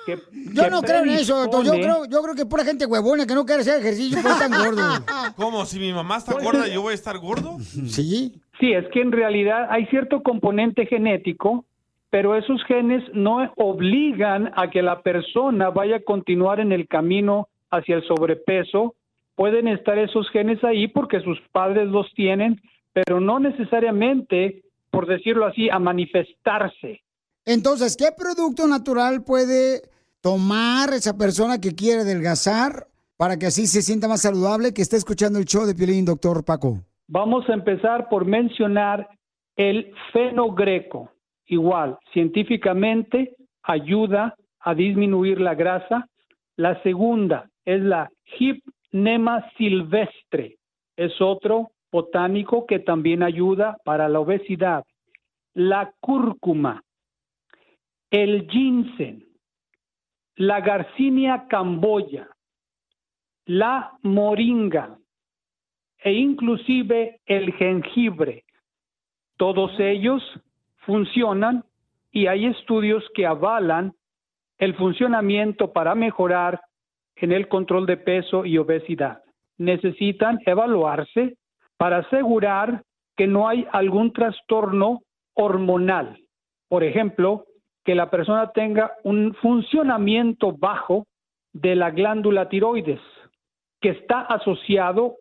[SPEAKER 18] que-
[SPEAKER 3] ¡Ah! Yo
[SPEAKER 18] que
[SPEAKER 3] no creo en eso, doctor. Yo
[SPEAKER 18] predispone-
[SPEAKER 3] creo, yo creo que pura gente huevona que no quiere hacer ejercicio por tan gordo.
[SPEAKER 4] ¿Cómo? Si mi mamá está gorda, ¿yo voy a estar gordo?
[SPEAKER 3] Sí.
[SPEAKER 18] Sí, es que en realidad hay cierto componente genético, pero esos genes no obligan a que la persona vaya a continuar en el camino hacia el sobrepeso. Pueden estar esos genes ahí porque sus padres los tienen, pero no necesariamente, por decirlo así, a manifestarse.
[SPEAKER 3] Entonces, ¿qué producto natural puede tomar esa persona que quiere adelgazar para que así se sienta más saludable que esté escuchando el show de Piolín, doctor Paco?
[SPEAKER 18] Vamos a empezar por mencionar el fenogreco. Igual, científicamente ayuda a disminuir la grasa. La segunda es la hipnema silvestre. Es otro botánico que también ayuda para la obesidad. La cúrcuma, el ginseng, la garcinia camboya, la moringa, e inclusive el jengibre. Todos ellos funcionan y hay estudios que avalan el funcionamiento para mejorar en el control de peso y obesidad. Necesitan evaluarse para asegurar que no hay algún trastorno hormonal. Por ejemplo, que la persona tenga un funcionamiento bajo de la glándula tiroides, que está asociado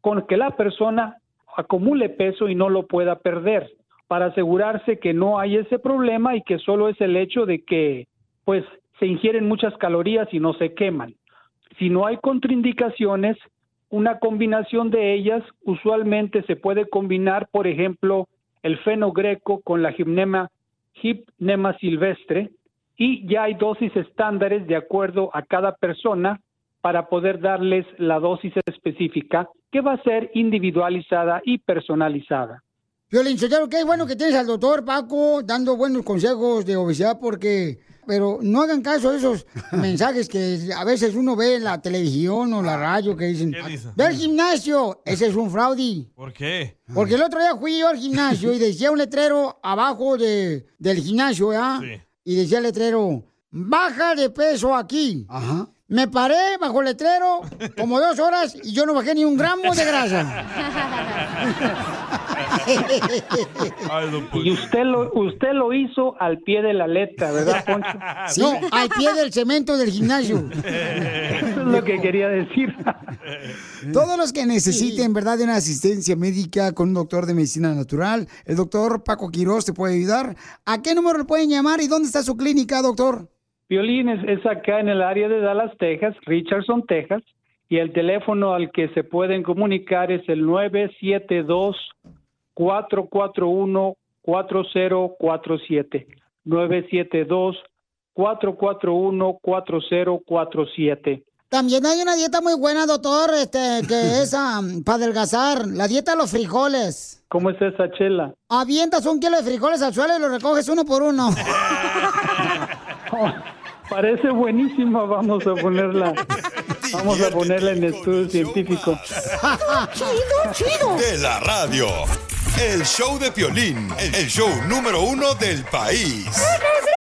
[SPEAKER 18] con que la persona acumule peso y no lo pueda perder, para asegurarse que no hay ese problema y que solo es el hecho de que pues se ingieren muchas calorías y no se queman. Si no hay contraindicaciones, una combinación de ellas usualmente se puede combinar, por ejemplo, el fenogreco con la gimnema, gimnema silvestre y ya hay dosis estándares de acuerdo a cada persona para poder darles la dosis específica que va a ser individualizada y personalizada.
[SPEAKER 3] Violín, Sotelo, qué bueno que tienes al doctor Paco dando buenos consejos de obesidad porque... Pero no hagan caso a esos mensajes que a veces uno ve en la televisión o la radio que dicen...
[SPEAKER 4] ¿Qué dice?
[SPEAKER 3] ¡Ve al gimnasio! Ese es un fraude.
[SPEAKER 4] ¿Por qué?
[SPEAKER 3] Porque el otro día fui yo al gimnasio y decía un letrero abajo de, del gimnasio, ¿verdad?
[SPEAKER 4] Sí.
[SPEAKER 3] Y decía el letrero, baja de peso aquí. Ajá. Me paré bajo el letrero como dos horas y yo no bajé ni un gramo de grasa.
[SPEAKER 18] Y usted lo, usted lo hizo al pie de la letra, ¿verdad, Poncho?
[SPEAKER 3] No, al pie del cemento del gimnasio.
[SPEAKER 18] Eso es lo que quería decir.
[SPEAKER 3] Todos los que necesiten, ¿verdad?, de una asistencia médica con un doctor de medicina natural, el doctor Paco Quiroz te puede ayudar. ¿A qué número le pueden llamar y dónde está su clínica, doctor?
[SPEAKER 18] Violín es, es acá en el área de Dallas, Texas, Richardson, Texas, y el teléfono al que se pueden comunicar es el 972-441-4047. 972-441-4047.
[SPEAKER 3] También hay una dieta muy buena, doctor, este, que es am, para adelgazar, la dieta de los frijoles.
[SPEAKER 18] ¿Cómo es esa chela?
[SPEAKER 3] Avientas un kilo de frijoles al suelo y los recoges uno por uno.
[SPEAKER 18] Parece buenísima, vamos a ponerla. Vamos a ponerla en estudio científico.
[SPEAKER 3] chido, chido.
[SPEAKER 1] De la radio. El show de Piolín, el show número uno del país.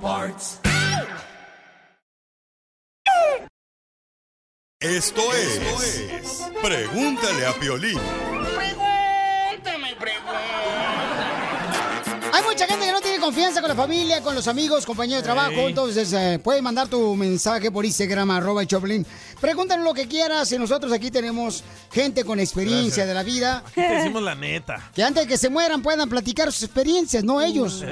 [SPEAKER 7] Parts.
[SPEAKER 1] Esto es, Pregúntale a Piolín.
[SPEAKER 3] Hay mucha gente que no tiene confianza con la familia, con los amigos, compañeros de trabajo.
[SPEAKER 7] Ey.
[SPEAKER 3] Entonces, eh, puedes mandar tu mensaje por Instagram, arroba el Choplin. Pregúntanos lo que quieras y nosotros aquí tenemos gente con experiencia
[SPEAKER 4] Gracias.
[SPEAKER 3] de la vida.
[SPEAKER 4] Aquí te decimos la neta.
[SPEAKER 3] Que antes de que se mueran puedan platicar sus experiencias,
[SPEAKER 4] Uh,
[SPEAKER 3] no ellos.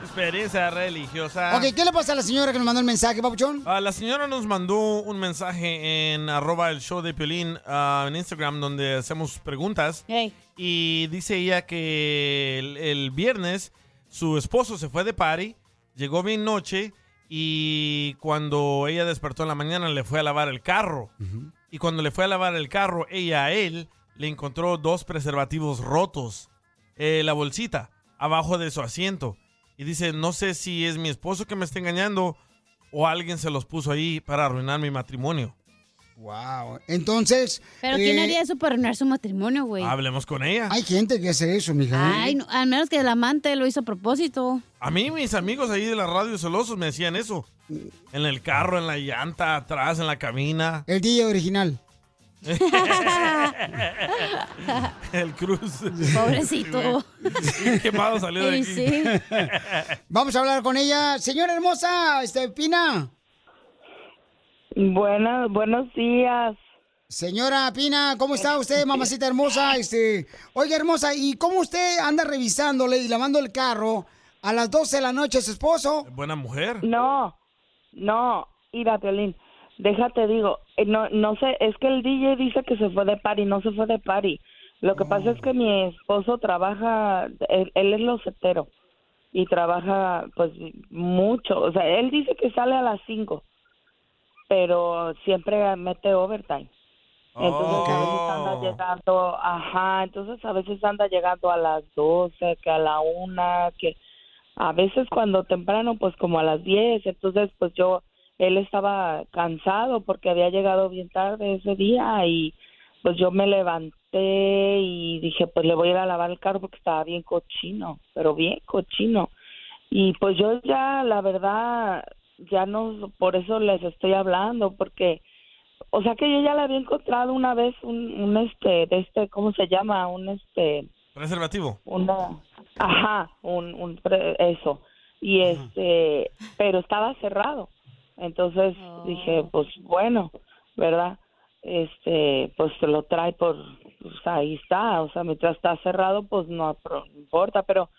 [SPEAKER 4] Experiencia religiosa.
[SPEAKER 3] Ok, ¿qué le pasa a la señora que nos mandó el mensaje, papuchón?
[SPEAKER 4] Ah, la señora nos mandó un mensaje en arroba el show de Piolín ah, en Instagram donde hacemos preguntas. Y dice ella que el, el viernes su esposo se fue de party, llegó bien noche y cuando ella despertó en la mañana le fue a lavar el carro. Y cuando le fue a lavar el carro, ella a él le encontró dos preservativos rotos. eh, la bolsita, abajo de su asiento. Y dice, no sé si es mi esposo que me está engañando o alguien se los puso ahí para arruinar mi matrimonio.
[SPEAKER 3] Wow. Entonces. eh,
[SPEAKER 5] Pero ¿quién haría eso para arruinar su matrimonio, güey?
[SPEAKER 4] Hablemos con ella.
[SPEAKER 3] Hay gente que hace eso, mija. ¿eh?
[SPEAKER 5] Ay, no, al menos que el amante lo hizo a propósito.
[SPEAKER 4] A mí mis amigos ahí de la radio celosos me decían eso. En el carro, en la llanta, atrás, en la cabina.
[SPEAKER 3] El DJ original.
[SPEAKER 4] el cruz.
[SPEAKER 3] Pobrecito.
[SPEAKER 4] Qué quemado salió de
[SPEAKER 3] Y
[SPEAKER 4] aquí.
[SPEAKER 3] sí. Vamos a hablar con ella. Señora hermosa, este, Pina.
[SPEAKER 19] Buenas, buenos días.
[SPEAKER 3] Señora Pina, ¿cómo está usted, mamacita hermosa? Este, oiga, hermosa, ¿y cómo usted anda revisándole y lavando el carro a las 12 de la noche a su esposo?
[SPEAKER 4] Buena mujer.
[SPEAKER 19] No, no, mira, Piolín, déjate digo, eh, no, no sé, es que el DJ dice que se fue de party, no se fue de party. Lo que pasa es que mi esposo trabaja, él, él es losetero y trabaja pues mucho, o sea, él dice que sale a las 5, pero siempre mete overtime. Entonces a veces anda llegando, ajá, entonces a veces anda llegando a las 12, que a la 1, que a veces cuando temprano, pues como a las 10, entonces pues yo, él estaba cansado porque había llegado bien tarde ese día y pues yo me levanté y dije, pues le voy a ir a lavar el carro porque estaba bien cochino, pero bien cochino. Y pues yo ya, la verdad, ya no, por eso les estoy hablando, porque, o sea que yo ya le había encontrado una vez un, un este, de este, ¿cómo se llama? Un este,
[SPEAKER 4] Preservativo.
[SPEAKER 19] una, ajá, un, un, pre- eso. Y este, pero estaba cerrado. Entonces dije, pues bueno, ¿verdad? Este, pues se lo trae por, pues ahí está, o sea, mientras está cerrado, pues no pro- importa, pero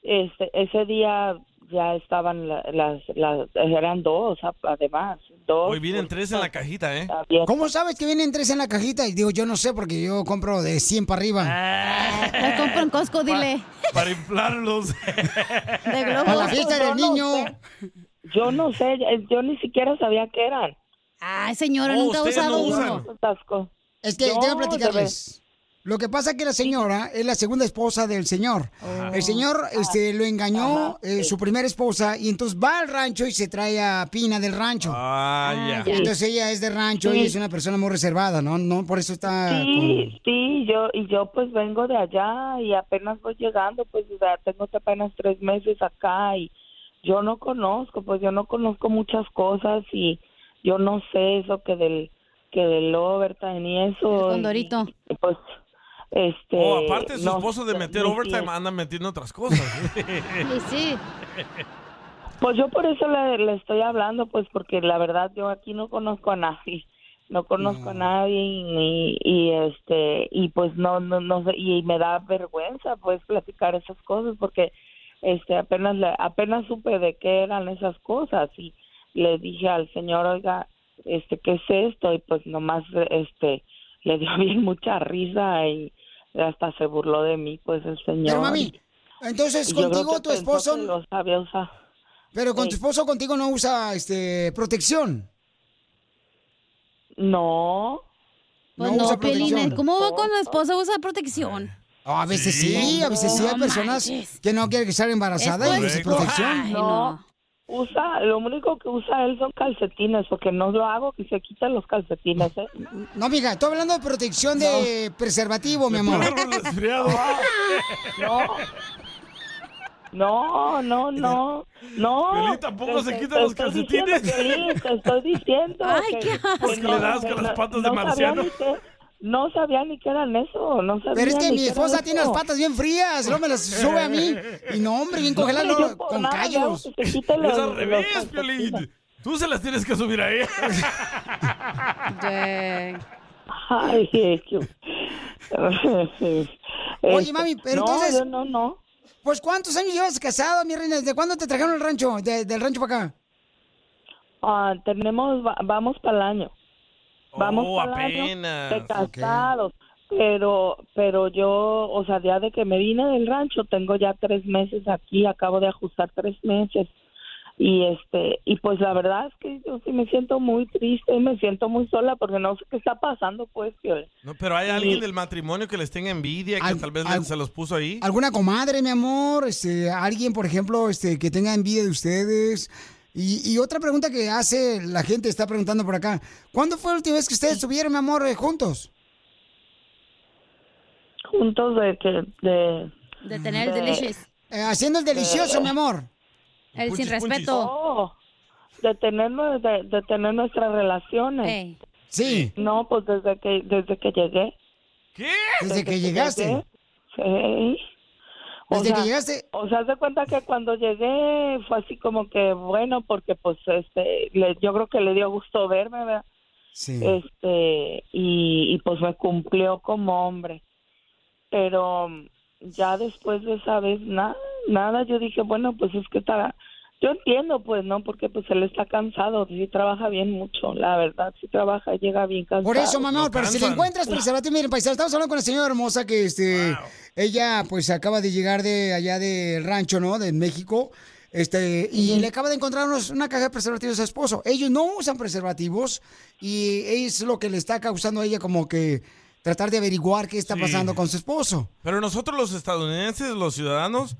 [SPEAKER 19] este, ese día ya estaban la- las, las, eran dos, a- además, dos. Ah.
[SPEAKER 4] Hoy vienen tres en la cajita, ¿eh?
[SPEAKER 3] ¿Cómo sabes que vienen tres en la cajita? Y digo, yo no sé porque yo compro de 100 para arriba.
[SPEAKER 5] Las Ah, compro en Costco, dile.
[SPEAKER 4] Para inflarlos.
[SPEAKER 5] De
[SPEAKER 3] globos. Para la fiesta del niño.
[SPEAKER 19] Yo no sé, eh, yo ni siquiera sabía que eran.
[SPEAKER 5] Ay, señora,
[SPEAKER 3] nunca ha usado uno. Es que
[SPEAKER 19] No,
[SPEAKER 3] déjame
[SPEAKER 19] de
[SPEAKER 3] platicarles. Lo que pasa es que la señora es la segunda esposa del señor. El
[SPEAKER 19] Ah.
[SPEAKER 3] señor este, lo engañó, eh, su primera esposa, y entonces va al rancho y se trae a Pina del rancho.
[SPEAKER 4] Ah, ya.
[SPEAKER 3] Entonces ella es de rancho y
[SPEAKER 19] Sí.
[SPEAKER 3] es una persona muy reservada, ¿no? no por eso está...
[SPEAKER 19] Sí, sí, yo, y yo pues vengo de allá y apenas voy llegando, pues o sea, tengo apenas tres meses acá y yo no conozco, pues yo no conozco muchas cosas y yo no sé eso que del, que del overtime y eso.
[SPEAKER 5] Condorito.
[SPEAKER 19] y, pues, este.
[SPEAKER 4] O Oh, aparte, su
[SPEAKER 19] no
[SPEAKER 4] esposo de
[SPEAKER 19] sé,
[SPEAKER 4] meter
[SPEAKER 19] ni
[SPEAKER 4] overtime
[SPEAKER 19] siquiera-
[SPEAKER 4] anda metiendo otras cosas.
[SPEAKER 5] sí.
[SPEAKER 19] Pues yo por eso le, le estoy hablando, pues porque la verdad yo aquí no conozco a nadie, no conozco a nadie y, ni- y este y pues no no no sé y me da vergüenza pues platicar esas cosas porque este apenas le- apenas supe de qué eran esas cosas y le dije al señor oiga este qué es esto y pues nomás este le dio bien mucha risa y hasta se burló de mí pues el señor.
[SPEAKER 3] Pero mami, entonces
[SPEAKER 19] Y yo creo
[SPEAKER 3] contigo
[SPEAKER 19] que
[SPEAKER 3] tu
[SPEAKER 19] pensó
[SPEAKER 3] esposo...
[SPEAKER 19] que lo sabía usar.
[SPEAKER 3] Pero con
[SPEAKER 19] Ey.
[SPEAKER 3] tu esposo contigo no usa este protección.
[SPEAKER 19] No.
[SPEAKER 5] Pues
[SPEAKER 3] No
[SPEAKER 5] no,
[SPEAKER 3] usa
[SPEAKER 5] Piolín,
[SPEAKER 3] protección.
[SPEAKER 5] ¿Cómo va con la esposa? Usa protección.
[SPEAKER 3] a veces sí, a veces sí hay
[SPEAKER 5] No
[SPEAKER 3] personas
[SPEAKER 5] manches.
[SPEAKER 3] que no quieren que salga embarazada y usa protección.
[SPEAKER 19] no. Usa, lo único que usa él son calcetines, porque no lo hago que se quitan los calcetines, ¿eh?
[SPEAKER 3] No, mija, estoy hablando de protección de preservativo, mi amor.
[SPEAKER 4] ah.
[SPEAKER 19] No. No, no, no. No.
[SPEAKER 4] Piolín, tampoco
[SPEAKER 19] Te-
[SPEAKER 4] se
[SPEAKER 19] te-
[SPEAKER 4] quitan
[SPEAKER 19] te
[SPEAKER 4] los
[SPEAKER 19] estoy diciendo,
[SPEAKER 4] calcetines.
[SPEAKER 19] Piolín, te estoy diciendo.
[SPEAKER 4] Ay, qué asco.
[SPEAKER 19] que
[SPEAKER 4] Que le das con las patas de
[SPEAKER 19] sabía
[SPEAKER 4] marciano.
[SPEAKER 19] ni qué- no sabía ni que eran eso. No sabía
[SPEAKER 3] Pero es que
[SPEAKER 19] ni
[SPEAKER 3] mi
[SPEAKER 19] qué
[SPEAKER 3] esposa
[SPEAKER 19] era
[SPEAKER 3] tiene las
[SPEAKER 19] eso.
[SPEAKER 3] patas bien frías, no me las sube a mí. Y no, hombre, bien congeladas,
[SPEAKER 19] No,
[SPEAKER 3] no,
[SPEAKER 19] yo por
[SPEAKER 3] con
[SPEAKER 19] nada le hago
[SPEAKER 3] callos.
[SPEAKER 19] que se quite los-
[SPEAKER 4] es al revés,
[SPEAKER 19] los
[SPEAKER 4] Piolín. Tú se las tienes que subir a ella.
[SPEAKER 19] Ay, es que-
[SPEAKER 3] Oye,
[SPEAKER 19] Este,
[SPEAKER 3] mami, pero
[SPEAKER 19] no,
[SPEAKER 3] entonces...
[SPEAKER 19] yo no, no.
[SPEAKER 3] Pues, ¿cuántos años llevas casado, mi reina? ¿Desde cuándo te trajeron al rancho? De- del rancho para acá.
[SPEAKER 19] Ah, tenemos, va- vamos para el año. Vamos
[SPEAKER 4] Oh,
[SPEAKER 19] para el año de
[SPEAKER 3] Ah,
[SPEAKER 4] apenas.
[SPEAKER 19] casados. Pero, pero yo, o sea, ya de que me vine del rancho, tengo ya tres meses aquí, acabo de ajustar tres meses. Y este, y pues la verdad es que yo sí me siento muy triste, me siento muy sola porque no sé qué está pasando, pues, Piolín.
[SPEAKER 4] No, pero hay alguien del matrimonio que les tenga envidia, que tal vez se los puso ahí.
[SPEAKER 3] ¿Alguna comadre, mi amor? Este, alguien, por ejemplo, este, que tenga envidia de ustedes. Y, y otra pregunta que hace la gente, está preguntando por acá. ¿Cuándo fue la última vez que ustedes estuvieron, mi amor, eh, juntos?
[SPEAKER 19] juntos de que de
[SPEAKER 5] De tener el delicious.
[SPEAKER 3] Eh, haciendo el delicioso, mi amor.
[SPEAKER 5] El sin
[SPEAKER 3] Punchis, punchis.
[SPEAKER 5] respeto.
[SPEAKER 19] Oh, de tener nue- de, de tener nuestras relaciones.
[SPEAKER 3] Sí.
[SPEAKER 19] No, pues desde que desde que llegué.
[SPEAKER 4] ¿Qué?
[SPEAKER 3] Desde que llegaste.
[SPEAKER 19] Sí.
[SPEAKER 3] Desde que llegaste.
[SPEAKER 19] O sea, haz de cuenta que cuando llegué fue así como que bueno, porque pues este, le- yo creo que le dio gusto verme, ¿verdad?
[SPEAKER 3] Sí.
[SPEAKER 19] Este, y, y pues me cumplió como hombre. Pero ya después de esa vez, nada, nada, yo dije, bueno, pues es que está. Yo entiendo, pues, ¿no? Porque pues él está cansado, sí trabaja bien mucho, la verdad, sí trabaja, llega bien cansado.
[SPEAKER 4] Ah,
[SPEAKER 3] Por eso, mamá, pero si le encuentras preservativo, miren, paisano, estamos hablando con la señora hermosa que este, ella pues acaba de llegar de allá del rancho, ¿no? De México. Este, y le acaba de encontrar unos- una caja de preservativos a su esposo. Ellos no usan preservativos y es lo que le está causando a ella como que tratar de averiguar qué está
[SPEAKER 4] Sí.
[SPEAKER 3] pasando con su esposo.
[SPEAKER 4] Pero nosotros los estadounidenses, los ciudadanos,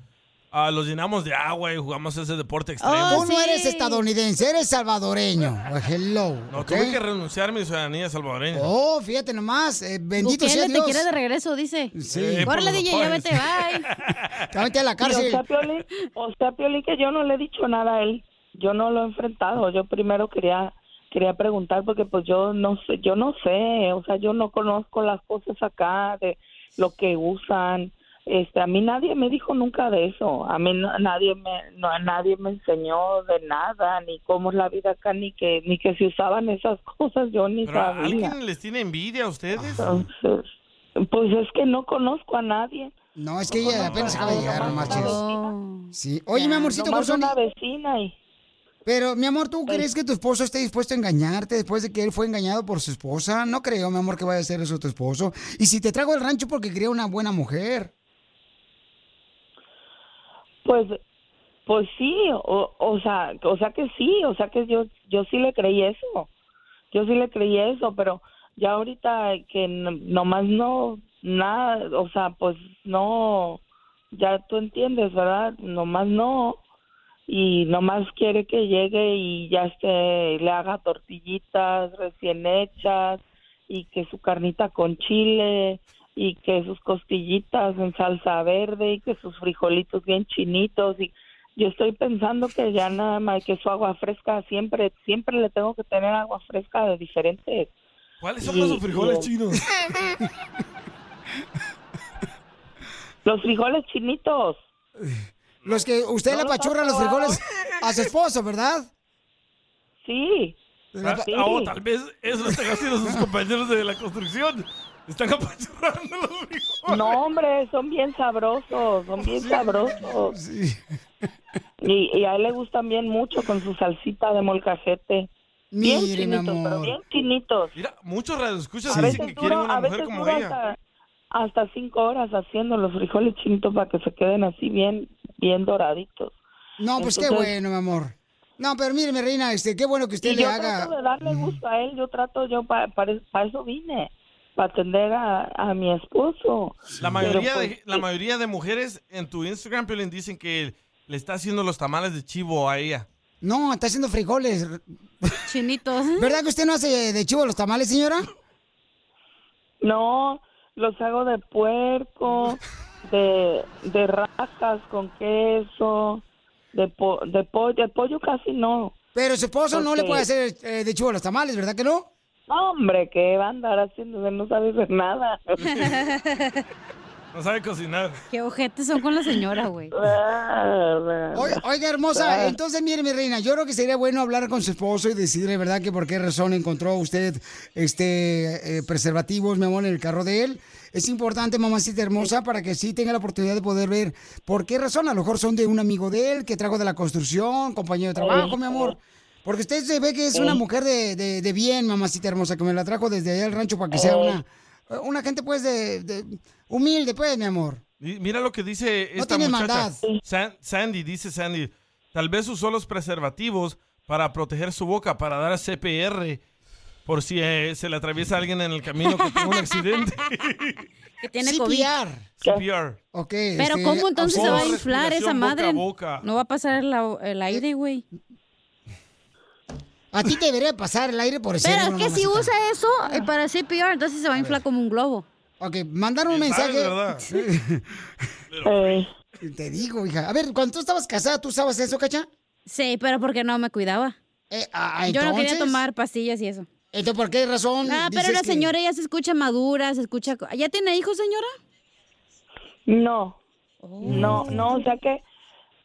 [SPEAKER 4] ah, los llenamos de agua y jugamos ese deporte extremo.
[SPEAKER 3] Tú no eres estadounidense, eres salvadoreño. Oh, Hello.
[SPEAKER 4] No,
[SPEAKER 3] ¿ok?
[SPEAKER 4] tuve que renunciar a mi ciudadanía salvadoreña.
[SPEAKER 3] Oh, fíjate nomás, eh, bendito sea
[SPEAKER 5] te
[SPEAKER 3] Dios.
[SPEAKER 5] quiere de regreso, dice.
[SPEAKER 3] Sí.
[SPEAKER 4] Eh,
[SPEAKER 5] Sí. Órale,
[SPEAKER 19] por los
[SPEAKER 5] DJ, ya
[SPEAKER 19] jóvenes.
[SPEAKER 5] vete, bye.
[SPEAKER 3] Te va a meter a la
[SPEAKER 19] Y, o sea, Piolín, o sea, Piolín, que yo no le he dicho nada a él. Yo no lo he enfrentado. Yo primero quería quería preguntar porque pues yo no sé, yo no sé, o sea, yo no conozco las cosas acá de lo que usan. Este, a mí nadie me dijo nunca de eso. A mí no- nadie me no, nadie me enseñó de nada ni cómo es la vida acá ni que ni que se usaban esas cosas, yo ni
[SPEAKER 4] Pero ¿a
[SPEAKER 19] sabía.
[SPEAKER 4] alguien les tiene envidia a ustedes.
[SPEAKER 19] Entonces, pues es que no conozco a nadie.
[SPEAKER 3] No, es que ella apenas acaba de llegar, no marches. Sí. Oye,
[SPEAKER 19] Ya,
[SPEAKER 3] mi amorcito
[SPEAKER 19] nomás
[SPEAKER 3] corazón.
[SPEAKER 19] una vecina y... Pues
[SPEAKER 3] Pero, mi amor, ¿tú crees que tu esposo esté dispuesto a engañarte después de que él fue engañado por su esposa? No creo, mi amor, que vaya a hacer eso tu esposo. Y si te trago el rancho porque quería una buena mujer.
[SPEAKER 19] Pues, pues sí, o, o sea, o sea que sí, o sea que yo, yo sí le creí eso, yo sí le creí eso, pero ya ahorita que no- nomás no, nada, o sea, pues no, ya tú entiendes, ¿verdad? Nomás no, y nomás quiere que llegue y ya esté, le haga tortillitas recién hechas y que su carnita con chile y que sus costillitas en salsa verde y que sus frijolitos bien chinitos y yo estoy pensando que ya nada más que su agua fresca siempre siempre le tengo que tener agua fresca de diferentes
[SPEAKER 4] ¿Cuáles
[SPEAKER 7] son los frijoles
[SPEAKER 4] chinos?
[SPEAKER 19] los frijoles chinitos
[SPEAKER 3] Los que usted le apachurra los frijoles a su esposo, ¿verdad?
[SPEAKER 19] Sí.
[SPEAKER 4] Ah, ah, o tal vez eso están haciendo sus compañeros de la construcción. Están apachurrando los frijoles.
[SPEAKER 19] No, hombre, son bien sabrosos, son bien
[SPEAKER 4] Sí.
[SPEAKER 19] sabrosos. Y, y a él le gustan bien mucho con su salsita de molcajete. Bien
[SPEAKER 4] Miren,
[SPEAKER 19] chinitos, pero
[SPEAKER 4] amor.
[SPEAKER 19] bien chinitos.
[SPEAKER 4] Mira, muchos radioescuchas
[SPEAKER 19] a
[SPEAKER 4] dicen
[SPEAKER 19] veces
[SPEAKER 4] que quieren
[SPEAKER 19] duro,
[SPEAKER 4] una
[SPEAKER 19] a
[SPEAKER 4] mujer
[SPEAKER 19] veces
[SPEAKER 4] como
[SPEAKER 19] duro
[SPEAKER 4] ella.
[SPEAKER 19] hasta, hasta cinco horas haciendo los frijoles chinitos para que se queden así bien, bien doraditos.
[SPEAKER 3] No, pues qué
[SPEAKER 19] Entonces,
[SPEAKER 3] bueno, mi amor. No, pero mire, mi reina, este, qué bueno que usted
[SPEAKER 19] y
[SPEAKER 3] le
[SPEAKER 19] yo
[SPEAKER 3] haga.
[SPEAKER 19] trato de darle gusto a él, yo trato, yo pa- para, para eso vine, para atender a, a mi esposo.
[SPEAKER 4] La mayoría,
[SPEAKER 19] Pero, pues
[SPEAKER 4] de, la mayoría de mujeres en tu Instagram, Piolín, dicen que le está haciendo los tamales de chivo a ella.
[SPEAKER 3] No, está haciendo frijoles.
[SPEAKER 5] Chinitos.
[SPEAKER 3] ¿Verdad que usted no hace de chivo los tamales, señora?
[SPEAKER 19] No, los hago de puerco, de, de rajas con queso, de, po- de pollo, de pollo casi no.
[SPEAKER 3] Pero su esposo no le
[SPEAKER 19] Porque-
[SPEAKER 3] puede hacer eh, de chivo los tamales, ¿verdad que no?
[SPEAKER 19] No, hombre, que va a andar haciendo, no sabe hacer nada.
[SPEAKER 4] No sabe cocinar.
[SPEAKER 5] Qué ojetes son con la señora, güey.
[SPEAKER 3] Oi- Oiga, hermosa, entonces mire, mi reina, yo creo que sería bueno hablar con su esposo y decirle, ¿verdad?, que por qué razón encontró usted este eh, preservativos, mi amor, en el carro de él. Es importante, mamacita hermosa, para que sí tenga la oportunidad de poder ver por qué razón. A lo mejor son de un amigo de él que trajo de la construcción, compañero de trabajo,
[SPEAKER 19] Ey.
[SPEAKER 3] mi amor. Porque usted se ve que es una
[SPEAKER 19] Ey.
[SPEAKER 3] mujer de, de- de bien, mamacita hermosa, que me la trajo desde allá al rancho para que sea una, una gente, pues, de, de- humilde, pues, mi amor.
[SPEAKER 4] Y Mira lo que dice
[SPEAKER 3] No
[SPEAKER 4] esta
[SPEAKER 3] tiene
[SPEAKER 4] muchacha.
[SPEAKER 3] maldad.
[SPEAKER 4] San- Sandy, dice Sandy, tal vez usó los preservativos para proteger su boca, para dar CPR, por si eh, se le atraviesa alguien en el camino que tenga un accidente.
[SPEAKER 5] Que tiene
[SPEAKER 3] Sí,
[SPEAKER 5] COVID.
[SPEAKER 3] piar.
[SPEAKER 4] CPR.
[SPEAKER 5] Pero ¿cómo entonces se va a inflar esa
[SPEAKER 4] Respiración
[SPEAKER 5] madre?
[SPEAKER 4] boca a boca.
[SPEAKER 5] No va a pasar el, au- el aire, güey.
[SPEAKER 3] Eh. A ti te debería pasar el aire por
[SPEAKER 5] Pero
[SPEAKER 3] cerebro,
[SPEAKER 5] es que si
[SPEAKER 3] mamacita.
[SPEAKER 5] usa eso eh, para CPR, entonces se va a inflar como un globo.
[SPEAKER 3] Ok, mandar un mensaje. Te digo, hija. A ver, cuando tú estabas casada, ¿tú usabas eso, cacha?
[SPEAKER 5] Sí, pero porque no me cuidaba. Yo no quería
[SPEAKER 3] Eh, Ah, entonces.
[SPEAKER 5] tomar pastillas y eso.
[SPEAKER 3] Entonces, ¿por qué razón?
[SPEAKER 5] Ah, pero
[SPEAKER 3] dices
[SPEAKER 5] la
[SPEAKER 3] que-
[SPEAKER 5] señora ya se escucha madura, se escucha... co- ¿Ya tiene hijos, señora?
[SPEAKER 19] No.
[SPEAKER 3] Oh.
[SPEAKER 19] No, no, o sea que,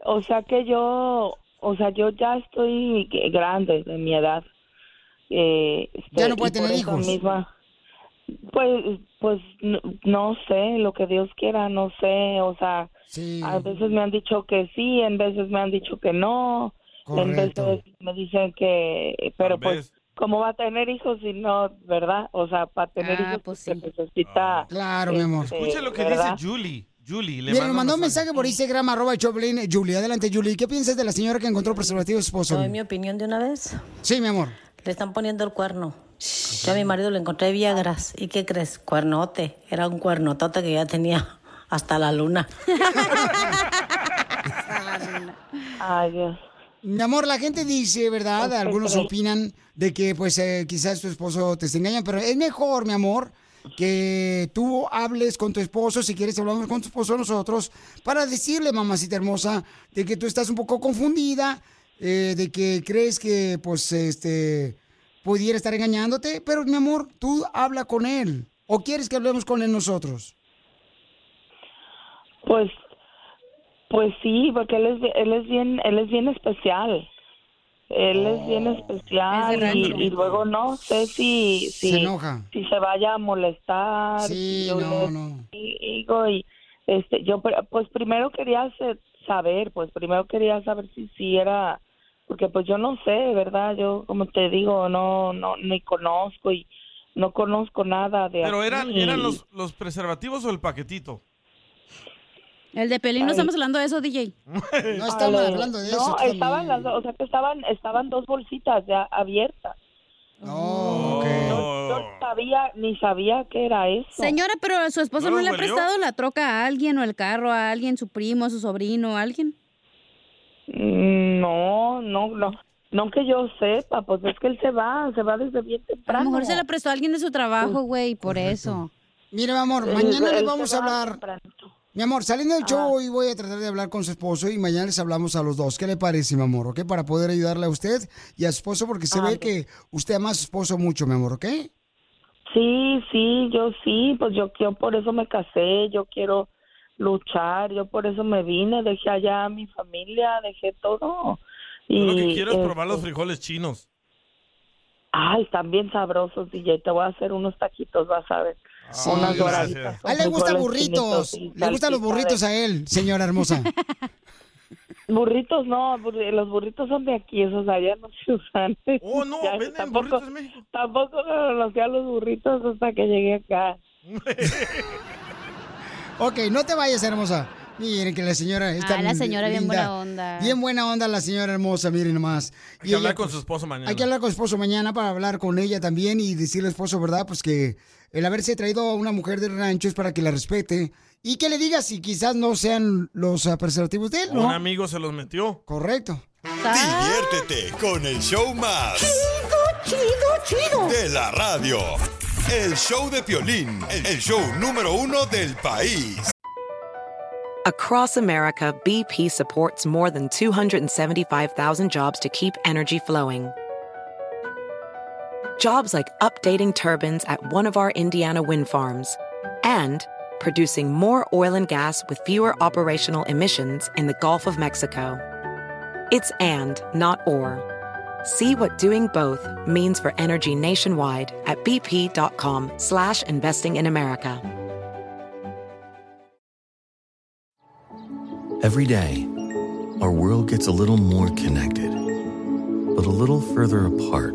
[SPEAKER 19] o sea que yo, o sea, yo ya estoy grande de mi edad. Eh,
[SPEAKER 3] Ya no
[SPEAKER 19] este,
[SPEAKER 3] puede
[SPEAKER 19] y
[SPEAKER 3] tener
[SPEAKER 19] por eso
[SPEAKER 3] hijos.
[SPEAKER 19] misma- pues, pues no, no sé, lo que Dios quiera, no sé, o sea, a veces me han dicho que sí, en veces me han dicho que no, en
[SPEAKER 3] Correcto.
[SPEAKER 19] veces me dicen que, pero
[SPEAKER 3] Tal
[SPEAKER 19] pues, ¿cómo va a tener hijos si no, verdad? O sea, para
[SPEAKER 3] Ah,
[SPEAKER 19] tener hijos se necesita.
[SPEAKER 3] pues
[SPEAKER 19] este,
[SPEAKER 3] Claro, mi amor.
[SPEAKER 4] Escucha lo que
[SPEAKER 19] ¿verdad?
[SPEAKER 4] dice Julie. Julie, le
[SPEAKER 3] Mira, nos mandó
[SPEAKER 4] mando
[SPEAKER 3] un mensaje por Instagram, arroba el Choplin. Julie, adelante, Julie. ¿Qué piensas de la señora que encontró preservativo de su esposo?
[SPEAKER 20] ¿Doy mi opinión de una vez?
[SPEAKER 3] Sí, mi amor.
[SPEAKER 20] Le están poniendo el cuerno. Yo a mi marido le encontré Viagras. ¿Y qué crees? Cuernote. Era un cuernotote que ya tenía hasta la luna.
[SPEAKER 19] Ay, Dios.
[SPEAKER 3] Mi amor, la gente dice, ¿verdad?
[SPEAKER 20] Ok,
[SPEAKER 3] Algunos
[SPEAKER 20] pero-
[SPEAKER 3] opinan de que, pues, eh, quizás tu esposo te esté engañando, pero es mejor, mi amor, que tú hables con tu esposo, si quieres hablamos con tu esposo nosotros, para decirle, mamacita hermosa, de que tú estás un poco confundida, eh, de que crees que, pues, este, pudiera estar engañándote, pero, mi amor, tú habla con él, o quieres que hablemos con él nosotros.
[SPEAKER 19] Pues, pues sí, porque él es, bi- él es bien, él es bien especial. Él
[SPEAKER 5] Oh.
[SPEAKER 19] es bien
[SPEAKER 3] Es de
[SPEAKER 19] especial y,
[SPEAKER 3] rancho.
[SPEAKER 19] y luego no sé si si
[SPEAKER 3] Se enoja.
[SPEAKER 19] si se vaya a molestar.
[SPEAKER 3] Sí,
[SPEAKER 19] si yo
[SPEAKER 3] no,
[SPEAKER 19] le
[SPEAKER 3] no.
[SPEAKER 19] digo y este, yo pr- pues primero quería se- saber, pues primero quería saber si si era porque pues yo no sé, verdad, yo como te digo no no ni conozco y no conozco nada de.
[SPEAKER 4] Pero eran,
[SPEAKER 19] aquí.
[SPEAKER 4] eran los, los preservativos o el paquetito.
[SPEAKER 5] El de Pelín, no
[SPEAKER 19] Ay.
[SPEAKER 5] estamos hablando de eso, DJ.
[SPEAKER 3] No
[SPEAKER 19] Aló. No, estaban las dos, o sea que estaban, estaban dos bolsitas ya abiertas. No, yo no sabía, ni sabía qué era eso.
[SPEAKER 5] Señora, pero a su esposo no,
[SPEAKER 19] ¿No los
[SPEAKER 5] le ha
[SPEAKER 19] huelió?
[SPEAKER 5] prestado la troca a alguien o el carro a alguien, su primo, su sobrino, a alguien.
[SPEAKER 19] Mm, No, no, no. No que yo sepa, pues es que él se va, se va desde bien
[SPEAKER 5] A
[SPEAKER 19] temprano.
[SPEAKER 5] lo mejor se la prestó a alguien de su trabajo, güey, por eso.
[SPEAKER 3] Mira, mi amor,
[SPEAKER 19] Él-
[SPEAKER 3] mañana le
[SPEAKER 19] él
[SPEAKER 3] vamos
[SPEAKER 19] se
[SPEAKER 3] a
[SPEAKER 19] va
[SPEAKER 3] hablar.
[SPEAKER 19] temprano.
[SPEAKER 3] Mi amor, saliendo del show hoy voy a tratar de hablar con su esposo y mañana les hablamos a los dos. ¿Qué le parece, mi amor? ¿Ok? Para poder ayudarle a usted y a su esposo porque se ve que usted ama a su esposo mucho, mi amor, ¿ok?
[SPEAKER 19] Sí, sí, yo sí, pues yo, yo por eso me casé, yo quiero luchar, yo por eso me vine, dejé allá a mi familia, dejé todo. Y,
[SPEAKER 4] Yo lo que quiero es
[SPEAKER 19] este,
[SPEAKER 4] probar los frijoles chinos.
[SPEAKER 19] Ay, están bien sabrosos, DJ. Te voy a hacer unos taquitos, vas a ver.
[SPEAKER 3] Ah,
[SPEAKER 4] Sí,
[SPEAKER 19] Unas
[SPEAKER 4] gracias.
[SPEAKER 19] doraditas. con
[SPEAKER 3] A él Ah, le gustan
[SPEAKER 19] frijoles
[SPEAKER 3] burritos.
[SPEAKER 19] chinitos y
[SPEAKER 3] Le gustan los
[SPEAKER 19] salsita de-
[SPEAKER 3] burritos a él, señora hermosa.
[SPEAKER 19] Burritos no, burri- los burritos son de aquí, esos allá no se usan.
[SPEAKER 4] Oh, no, venden burritos en México.
[SPEAKER 19] Tampoco conocía los burritos hasta Pues que llegué acá.
[SPEAKER 3] ok, no te vayas, hermosa. Miren que la señora está
[SPEAKER 5] Ah, la señora bien
[SPEAKER 3] linda.
[SPEAKER 5] buena onda.
[SPEAKER 3] Bien buena onda la señora hermosa, miren nomás.
[SPEAKER 4] Hay
[SPEAKER 3] Y
[SPEAKER 4] que hablar
[SPEAKER 3] ella,
[SPEAKER 4] con
[SPEAKER 3] pues,
[SPEAKER 4] su esposo mañana.
[SPEAKER 3] Hay que hablar con su esposo mañana para hablar con ella también y decirle al esposo, ¿verdad? Pues que el haberse traído a una mujer del rancho es para que la respete y que le diga si quizás no sean los ah, preservativos de él,
[SPEAKER 4] Un
[SPEAKER 3] ¿no?
[SPEAKER 4] amigo se los metió.
[SPEAKER 3] Correcto.
[SPEAKER 1] Diviértete con el show más.
[SPEAKER 3] Chido, chido, chido.
[SPEAKER 1] De la radio. El show de Piolín, el show número uno del país.
[SPEAKER 21] Across America, BP supports more than 275,000 jobs to keep energy flowing. Jobs like updating turbines at one of our Indiana wind farms and producing more oil and gas with fewer operational emissions in the Gulf of Mexico. It's and, not or. See what doing both means for energy nationwide at bp.com slash investing in America.
[SPEAKER 22] Every day, our world gets a little more connected, but a little further apart.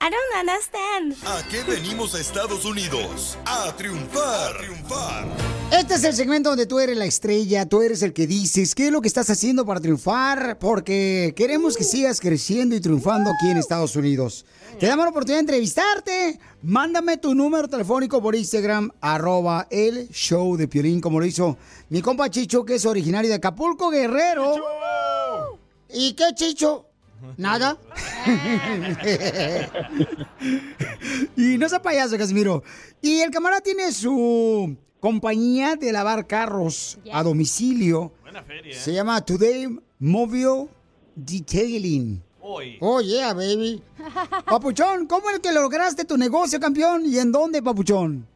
[SPEAKER 12] I don't understand.
[SPEAKER 1] ¿A qué venimos a Estados Unidos? A triunfar. A triunfar.
[SPEAKER 3] Este es el segmento donde tú eres la estrella, tú eres el que dices qué es lo que estás haciendo para triunfar, porque queremos que sigas creciendo y triunfando aquí en Estados Unidos. Te damos la oportunidad de entrevistarte. Mándame tu número telefónico por Instagram, arroba el show de Piolín, como lo hizo mi compa Chicho, que es originario de Acapulco, Guerrero. ¿Y qué, Chicho? ¿Nada? y no sea payaso, Casimiro. Y el camarada tiene su compañía de lavar carros a domicilio.
[SPEAKER 4] Buena feria. ¿eh?
[SPEAKER 3] Se llama Today Mobile Detailing.
[SPEAKER 4] Hoy.
[SPEAKER 3] Oh, yeah, baby. Papuchón, ¿cómo es que lograste tu negocio, campeón? ¿Y en dónde, Papuchón?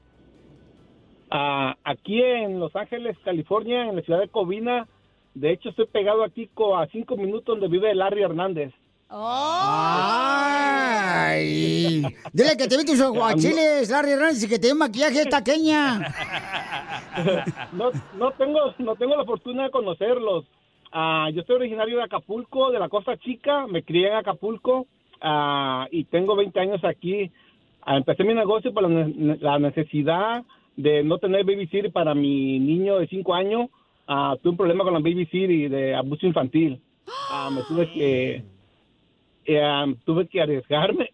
[SPEAKER 11] Ah, aquí en Los Ángeles, California, en la ciudad de Covina. De hecho, estoy pegado aquí co- a cinco minutos donde vive Larry Hernández.
[SPEAKER 3] ¡Ay! Dile que te viste sus guachiles, Larry Hernández, y que te dio maquillaje taqueña.
[SPEAKER 11] no, no tengo no tengo la fortuna de conocerlos. Ah, yo soy originario de Acapulco, de la Costa Chica, me crié en Acapulco ah, y tengo 20 años aquí. Ah, empecé mi negocio por la, ne- la necesidad de no tener babysitter para mi niño de 5 años. Ah, tuve un problema con la babysitter y de abuso infantil. Ah, me tuve que eh, tuve que arriesgarme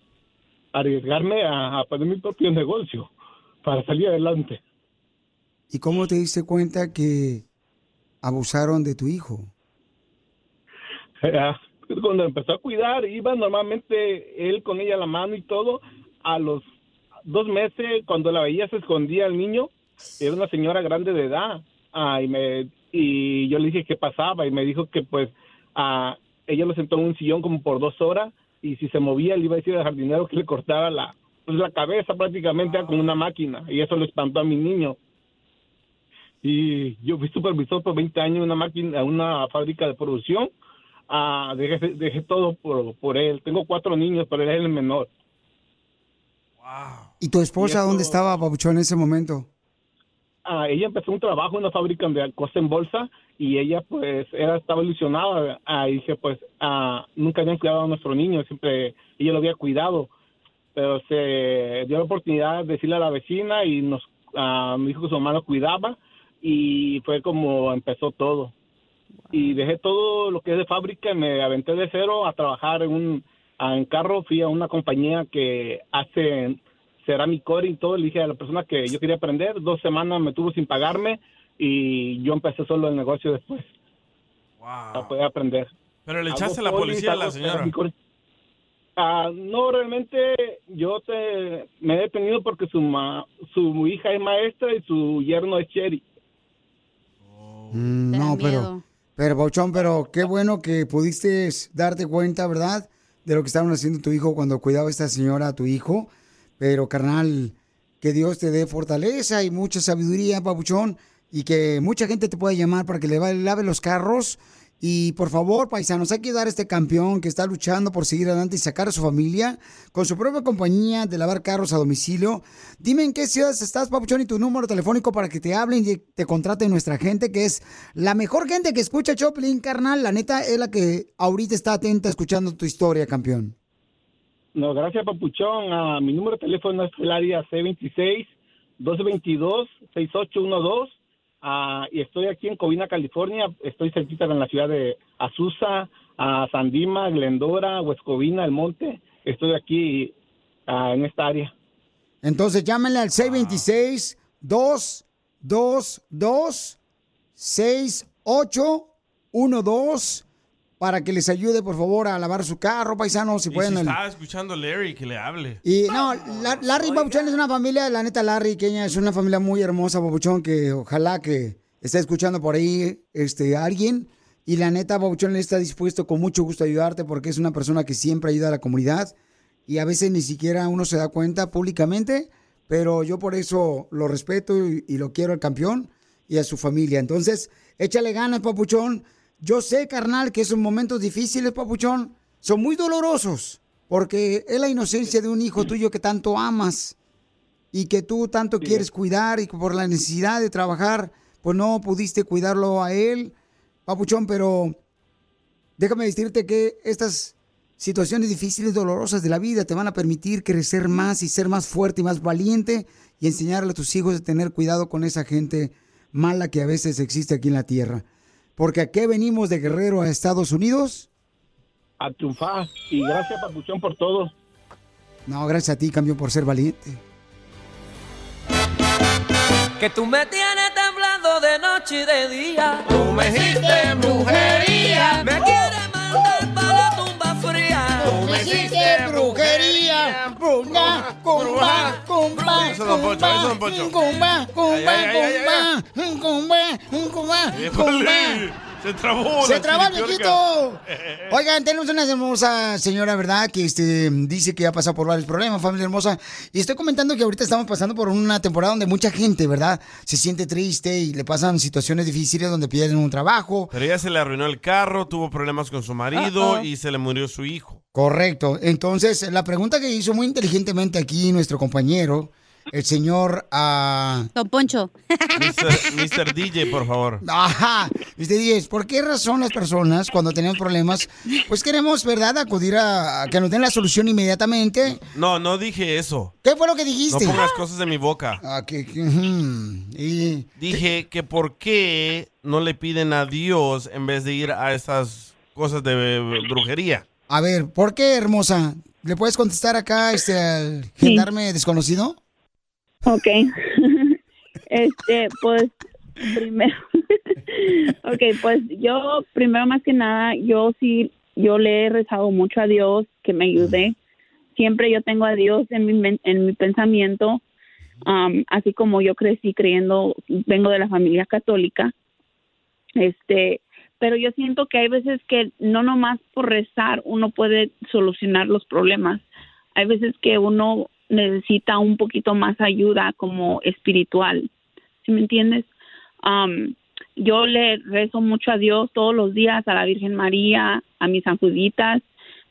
[SPEAKER 11] arriesgarme a, a poner mi propio negocio para salir adelante.
[SPEAKER 3] ¿Y cómo te diste cuenta que abusaron de tu hijo?
[SPEAKER 11] Ah, cuando empezó a cuidar, iba normalmente él con ella a la mano y todo. A los dos meses, cuando la veía, se escondía el niño. Era una señora grande de edad. Ah, y, me, y yo le dije qué pasaba y me dijo que pues ah, ella lo sentó en un sillón como por dos horas y si se movía le iba a decir al jardinero que le cortara la, pues, la cabeza prácticamente ah, con una máquina y eso lo espantó a mi niño. Y yo fui supervisor por 20 años en una máquina, en una fábrica de producción Ah, dejé, dejé todo por, por él. Tengo cuatro niños, pero él es el menor.
[SPEAKER 3] ¿Y tu esposa dónde estaba, Papuchón, en ese momento?
[SPEAKER 11] Ah, ella empezó un trabajo en una fábrica de cosa en bolsa y ella pues era estaba ilusionada. Ah, y dije pues ah, nunca habían cuidado a nuestro niño, siempre ella lo había cuidado. Pero se dio la oportunidad de decirle a la vecina y nos ah, me dijo que su mamá lo cuidaba y fue como empezó todo. y dejé todo lo que es de fábrica y me aventé de cero a trabajar en un a- en carro fui a una compañía que hace cerámica y todo le dije a la persona que yo quería aprender dos semanas me tuvo sin pagarme y yo empecé solo el negocio después para poder aprender
[SPEAKER 4] Ah. Pero le
[SPEAKER 11] Hago
[SPEAKER 4] echaste la
[SPEAKER 11] polis,
[SPEAKER 4] policía a la
[SPEAKER 11] hago
[SPEAKER 4] señora.
[SPEAKER 11] cerámica. Ah, no realmente yo te, me he detenido porque su ma- su hija es maestra y su yerno es cherry
[SPEAKER 3] Mm, no, pero, pero, Papuchón, pero qué bueno que pudiste darte cuenta, ¿verdad? De lo que estaban haciendo tu hijo cuando cuidaba esta señora a tu hijo. Pero, carnal, que Dios te dé fortaleza y mucha sabiduría, Papuchón, y que mucha gente te pueda llamar para que le va- lave los carros. Y por favor, paisanos, hay que dar a este campeón que está luchando por seguir adelante y sacar a su familia con su propia compañía de lavar carros a domicilio. Dime en qué ciudades estás, Papuchón, y tu número telefónico para que te hablen y te contraten nuestra gente, que es la mejor gente que escucha Choplin, carnal. La neta es la que ahorita está atenta escuchando tu historia, campeón.
[SPEAKER 11] No, gracias, Papuchón. Ah, mi número de teléfono es el área C26-222-6812. Ah, y estoy aquí en Covina, California. Estoy cerquita en la ciudad de Azusa, ah, Sandima, Glendora, Huescovina, El Monte. Estoy aquí ah, en esta área.
[SPEAKER 3] Entonces llámenle al 626 222 6812 para que les ayude, por favor, a lavar su carro, paisanos, si
[SPEAKER 4] y
[SPEAKER 3] pueden.
[SPEAKER 4] si
[SPEAKER 3] el-
[SPEAKER 4] estaba escuchando a Larry, que le hable.
[SPEAKER 3] Y no, la- Larry Papuchón es una familia, la neta, Larry Queña es una familia muy hermosa, Papuchón, que ojalá que esté escuchando por ahí este, alguien. Y la neta, Papuchón le está dispuesto con mucho gusto a ayudarte porque es una persona que siempre ayuda a la comunidad. Y a veces ni siquiera uno se da cuenta públicamente, pero yo por eso lo respeto y, y lo quiero al campeón y a su familia. Entonces, échale ganas, Papuchón. Yo sé, carnal, que esos momentos difíciles, Papuchón, son muy dolorosos, porque es la inocencia de un hijo tuyo que tanto amas y que tú tanto quieres cuidar y que por la necesidad de trabajar, pues no pudiste cuidarlo a él, Papuchón, pero déjame decirte que estas situaciones difíciles, dolorosas de la vida te van a permitir crecer más y ser más fuerte y más valiente y enseñarle a tus hijos a tener cuidado con esa gente mala que a veces existe aquí en la tierra. Porque ¿a qué venimos de Guerrero a Estados Unidos?
[SPEAKER 11] A triunfar. Y gracias, Papuchón, por todo.
[SPEAKER 3] No, gracias a ti, cambio por ser valiente.
[SPEAKER 7] Que tú me tienes temblando de noche y de día. Tú me hiciste
[SPEAKER 3] brujería.
[SPEAKER 7] Me quieres mandar para la tumba.
[SPEAKER 4] Poncho, eso, Don Poncho.
[SPEAKER 3] Un cumba, cumba,
[SPEAKER 4] Ay, ay, ay, ay,
[SPEAKER 3] cumba, un cumba, un cumba, un
[SPEAKER 4] Híjole,
[SPEAKER 3] cumba.
[SPEAKER 4] Se trabó.
[SPEAKER 3] Se
[SPEAKER 4] la
[SPEAKER 3] traba el
[SPEAKER 4] chiripiorca.
[SPEAKER 3] viejito. Oigan, tenemos una hermosa señora, ¿verdad? Que este, dice que ha pasado por varios problemas, familia hermosa. Y estoy comentando que ahorita estamos pasando por una temporada donde mucha gente, ¿verdad? Se siente triste y le pasan situaciones difíciles donde pierden un trabajo.
[SPEAKER 4] Pero ella se le arruinó el carro, tuvo problemas con su marido
[SPEAKER 3] Uh-oh.
[SPEAKER 4] y se le murió su hijo.
[SPEAKER 3] Correcto. Entonces, la pregunta que hizo muy inteligentemente aquí nuestro compañero, el señor... ah,
[SPEAKER 5] Don Poncho.
[SPEAKER 4] Mr. Mr. DJ, por favor.
[SPEAKER 3] Ajá. Y usted dice, ¿por qué razón las personas cuando tenemos problemas, pues queremos, ¿verdad?, acudir a, a que nos den la solución inmediatamente?
[SPEAKER 4] No, no dije eso.
[SPEAKER 3] ¿Qué fue lo que
[SPEAKER 4] No
[SPEAKER 3] dijiste? Ah,
[SPEAKER 4] pongas cosas en mi boca.
[SPEAKER 3] mm,
[SPEAKER 4] Dije que por qué no le piden a Dios en vez de ir a estas cosas de eh, brujería.
[SPEAKER 3] A ver, ¿por qué, hermosa? ¿Le puedes contestar acá este, al gendarme desconocido?
[SPEAKER 8] Ok. Este, pues, primero. ok, pues yo, primero más que nada, yo sí, yo le he rezado mucho a Dios que me ayude. Siempre yo tengo a Dios en mi, men- en mi pensamiento. Am, así como yo crecí creyendo, vengo de la familia católica. Este, pero yo siento que hay veces que no nomás por rezar uno puede solucionar los problemas. Hay veces que uno necesita un poquito más ayuda como espiritual. ¿Sí me entiendes? Am, yo le rezo mucho a Dios todos los días, a la Virgen María, a mis anjuditas,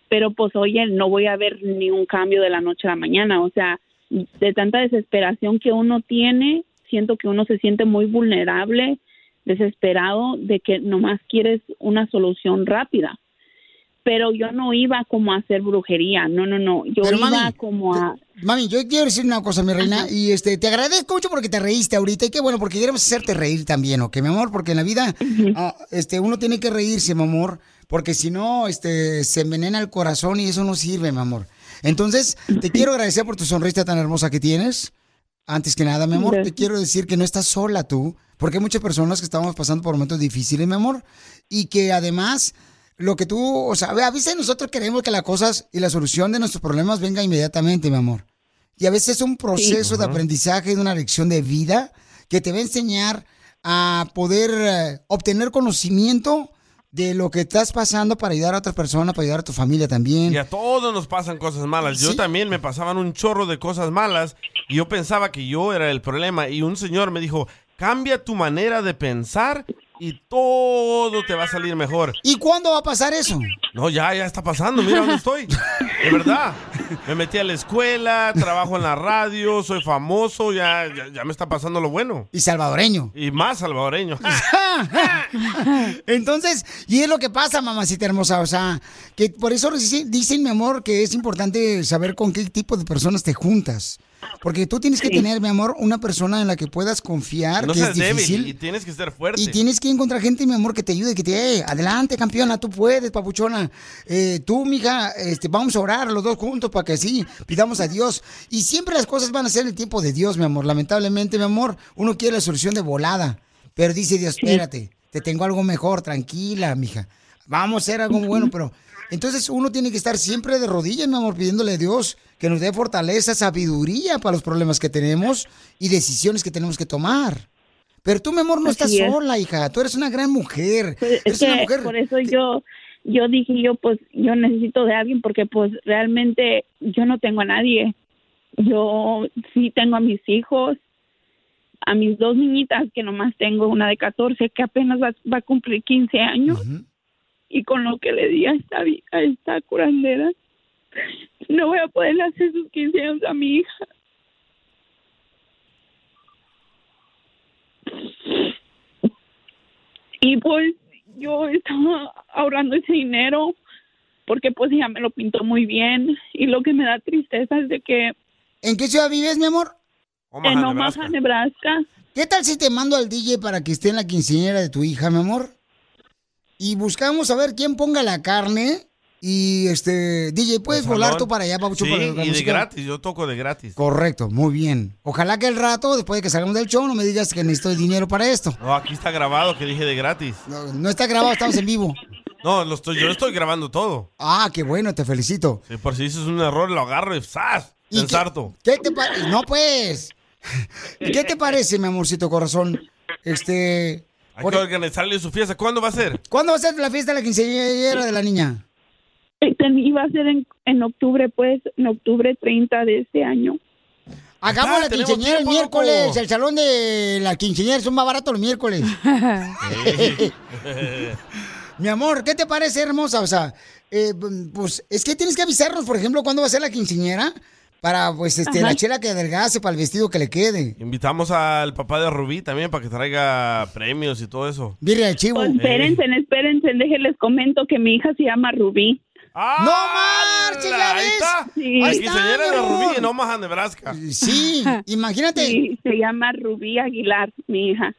[SPEAKER 8] pero pues oye, no voy a ver ningún cambio de la noche a la mañana. O sea, de tanta desesperación que uno tiene, siento que uno se siente muy vulnerable, desesperado, de que nomás quieres una solución rápida. Pero yo no iba como a hacer brujería, no, no, no. Yo
[SPEAKER 3] Pero,
[SPEAKER 8] iba
[SPEAKER 3] mami,
[SPEAKER 8] como a...
[SPEAKER 3] Mami, yo quiero decir una cosa, mi reina, y este, te agradezco mucho porque te reíste ahorita, y qué bueno, porque queremos hacerte reír también, ¿ok, mi amor? Porque en la vida, ah, este, uno tiene que reírse, mi amor, porque si no, este, se envenena el corazón y eso no sirve, mi amor. Entonces, te quiero agradecer por tu sonrisa tan hermosa que tienes. Antes que nada, mi amor, te
[SPEAKER 9] Gracias.
[SPEAKER 3] quiero decir que no estás sola tú, porque hay muchas personas que estamos pasando por momentos difíciles, mi amor, y que además lo que tú, o sea, a veces nosotros queremos que las cosas y la solución de nuestros problemas venga inmediatamente, mi amor. Y a veces es un proceso de
[SPEAKER 10] Ujú.
[SPEAKER 3] aprendizaje, de una lección de vida que te va a enseñar a poder eh, obtener conocimiento de lo que estás pasando para ayudar a otras personas, para ayudar a tu familia también.
[SPEAKER 4] Y a todos nos pasan cosas malas. Yo también me pasaban un chorro de cosas malas y yo pensaba que yo era el problema. Y un señor me dijo, cambia tu manera de pensar y todo te va a salir mejor.
[SPEAKER 3] ¿Y cuándo va a pasar eso?
[SPEAKER 4] No, ya, ya está pasando. Mira dónde estoy. De verdad. Me metí a la escuela, trabajo en la radio, soy famoso, ya, ya, ya me está pasando lo bueno.
[SPEAKER 3] Y salvadoreño.
[SPEAKER 4] Y más salvadoreño.
[SPEAKER 3] Entonces, y es lo que pasa, mamacita hermosa, o sea, que por eso dice- dicen, mi amor, que es importante saber con qué tipo de personas te juntas. Porque tú tienes que tener, mi amor, una persona en la que puedas confiar,
[SPEAKER 4] No
[SPEAKER 3] que es
[SPEAKER 4] seas
[SPEAKER 3] difícil.
[SPEAKER 4] débil y tienes que ser fuerte.
[SPEAKER 3] Y tienes que encontrar gente, mi amor, que te ayude, que te "Ey, adelante, campeona, tú puedes, papuchona. Eh, tú, mija, este, vamos a orar los dos juntos para que así pidamos a Dios. Y siempre las cosas van a ser el tiempo de Dios, mi amor. Lamentablemente, mi amor, uno quiere la solución de volada. Pero dice Dios, espérate, te tengo algo mejor, tranquila, mija. Vamos a hacer algo bueno, pero... Entonces uno tiene que estar siempre de rodillas, mi amor, pidiéndole a Dios que nos dé fortaleza, sabiduría para los problemas que tenemos y decisiones que tenemos que tomar. Pero tú, mi amor, no
[SPEAKER 8] Así
[SPEAKER 3] estás
[SPEAKER 8] es.
[SPEAKER 3] sola, hija. Tú eres una gran mujer.
[SPEAKER 8] Es
[SPEAKER 3] eres una
[SPEAKER 8] que
[SPEAKER 3] mujer.
[SPEAKER 8] por eso yo yo dije yo pues yo necesito de alguien porque pues realmente yo no tengo a nadie. Yo sí tengo a mis hijos, a mis dos niñitas que nomás tengo una de 14 que apenas va, va a cumplir 15 años y con lo que le di a esta vi- a esta curandera no voy a poder hacer sus 15 años a mi hija. Y pues yo estaba ahorrando ese dinero porque pues ella me lo pintó muy bien y lo que me da tristeza es de que...
[SPEAKER 3] ¿En qué ciudad vives, mi amor?
[SPEAKER 4] Oh,
[SPEAKER 23] Oh,
[SPEAKER 8] en Omaha, Nebraska.
[SPEAKER 3] ¿Qué tal si te mando al DJ para que esté en la quinceañera de tu hija, mi amor? Y buscamos a ver quién ponga la carne. Y este, DJ, puedes volar tú para allá, Pabucho,
[SPEAKER 4] Pues, Sí,
[SPEAKER 3] para la
[SPEAKER 4] y de
[SPEAKER 3] música?
[SPEAKER 4] gratis, yo toco de gratis.
[SPEAKER 3] Correcto, muy bien. Ojalá que el rato, después de que salgamos del show, no me digas que necesito dinero para esto.
[SPEAKER 4] No, aquí está grabado que dije de gratis.
[SPEAKER 3] No está grabado, estamos en vivo.
[SPEAKER 4] No, lo estoy, yo estoy grabando todo.
[SPEAKER 3] Ah, qué bueno, te felicito.
[SPEAKER 4] Sí, por si dices un error, lo agarro y ¡zas! Te ensarto.
[SPEAKER 3] ¿Qué te parece? No, pues. ¿Qué te parece, mi amorcito corazón? Este,
[SPEAKER 4] Hay que organizarle su fiesta. ¿Cuándo va a ser?
[SPEAKER 3] ¿cuándo va a ser la fiesta de la quinceañera de la niña?
[SPEAKER 8] Este, Iba a ser en, en octubre, pues, en octubre 30 de este año.
[SPEAKER 3] Hagamos
[SPEAKER 8] Ah,
[SPEAKER 3] la
[SPEAKER 8] tenemos
[SPEAKER 3] quinceañera el
[SPEAKER 8] tiempo,
[SPEAKER 3] miércoles.
[SPEAKER 8] loco.
[SPEAKER 3] El salón de la quinceañera son más baratos los miércoles. Mi amor, ¿qué te parece, hermosa? O sea, eh, pues es que tienes que avisarnos, por ejemplo, cuándo va a ser la quinceañera para, pues, este,
[SPEAKER 4] Ajá.
[SPEAKER 3] la chela que adelgace, para el vestido que le quede.
[SPEAKER 4] Invitamos al papá de Rubí también para que traiga premios y todo eso.
[SPEAKER 3] Birria de chivo.
[SPEAKER 4] Pues, espérense,
[SPEAKER 8] espérense, déjenles comento que mi hija se llama Rubí.
[SPEAKER 3] Eh.
[SPEAKER 4] ¡No marches, ya ves!
[SPEAKER 8] Sí.
[SPEAKER 4] Ah, La quinceañera de Rubí en Omaha, Nebraska.
[SPEAKER 3] Eh, Sí, imagínate.
[SPEAKER 8] se llama Rubí Aguilar, mi hija.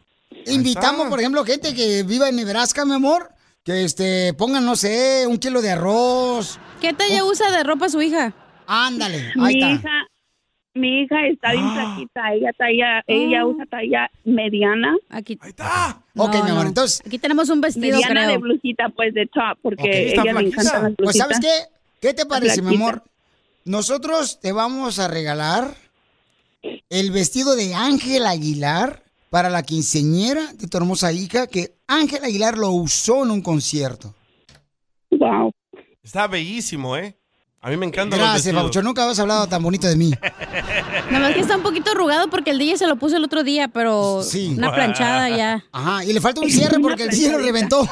[SPEAKER 3] Invitamos, por ejemplo, gente que viva en Nebraska, mi amor, que este, pongan, no sé, un kilo de arroz.
[SPEAKER 5] ¿Qué talla usa de ropa su hija?
[SPEAKER 3] Ándale, Ah.
[SPEAKER 8] Mi hija, mi hija está bien flaquita, ella talla, ella usa talla mediana.
[SPEAKER 5] Ah. Aquí.
[SPEAKER 4] está.
[SPEAKER 3] Ah, Ok, mi amor, entonces.
[SPEAKER 5] Aquí tenemos un vestido,
[SPEAKER 8] Mediana
[SPEAKER 5] creo.
[SPEAKER 8] de blusita, pues, de top, porque
[SPEAKER 3] Ok.
[SPEAKER 8] ella le encanta las
[SPEAKER 3] Pues,
[SPEAKER 8] blusitas.
[SPEAKER 3] ¿sabes qué? ¿Qué te parece, mi
[SPEAKER 8] Flaquita.
[SPEAKER 3] amor? Nosotros te vamos a regalar el vestido de Ángel Aguilar para la quinceñera de tu hermosa hija, que Ángel Aguilar lo usó en un concierto.
[SPEAKER 8] Wow.
[SPEAKER 4] Está bellísimo, ¿eh? A mí me encanta los
[SPEAKER 3] Gracias, Pabucho.
[SPEAKER 4] vestidos.
[SPEAKER 3] Nunca habías hablado tan bonito de mí.
[SPEAKER 5] Nada más que está un poquito arrugado porque el DJ se lo puso el otro día,
[SPEAKER 8] Oh,
[SPEAKER 5] pero
[SPEAKER 3] Sí.
[SPEAKER 5] una planchada ya.
[SPEAKER 3] Ajá, y le falta un cierre porque el DJ lo reventó.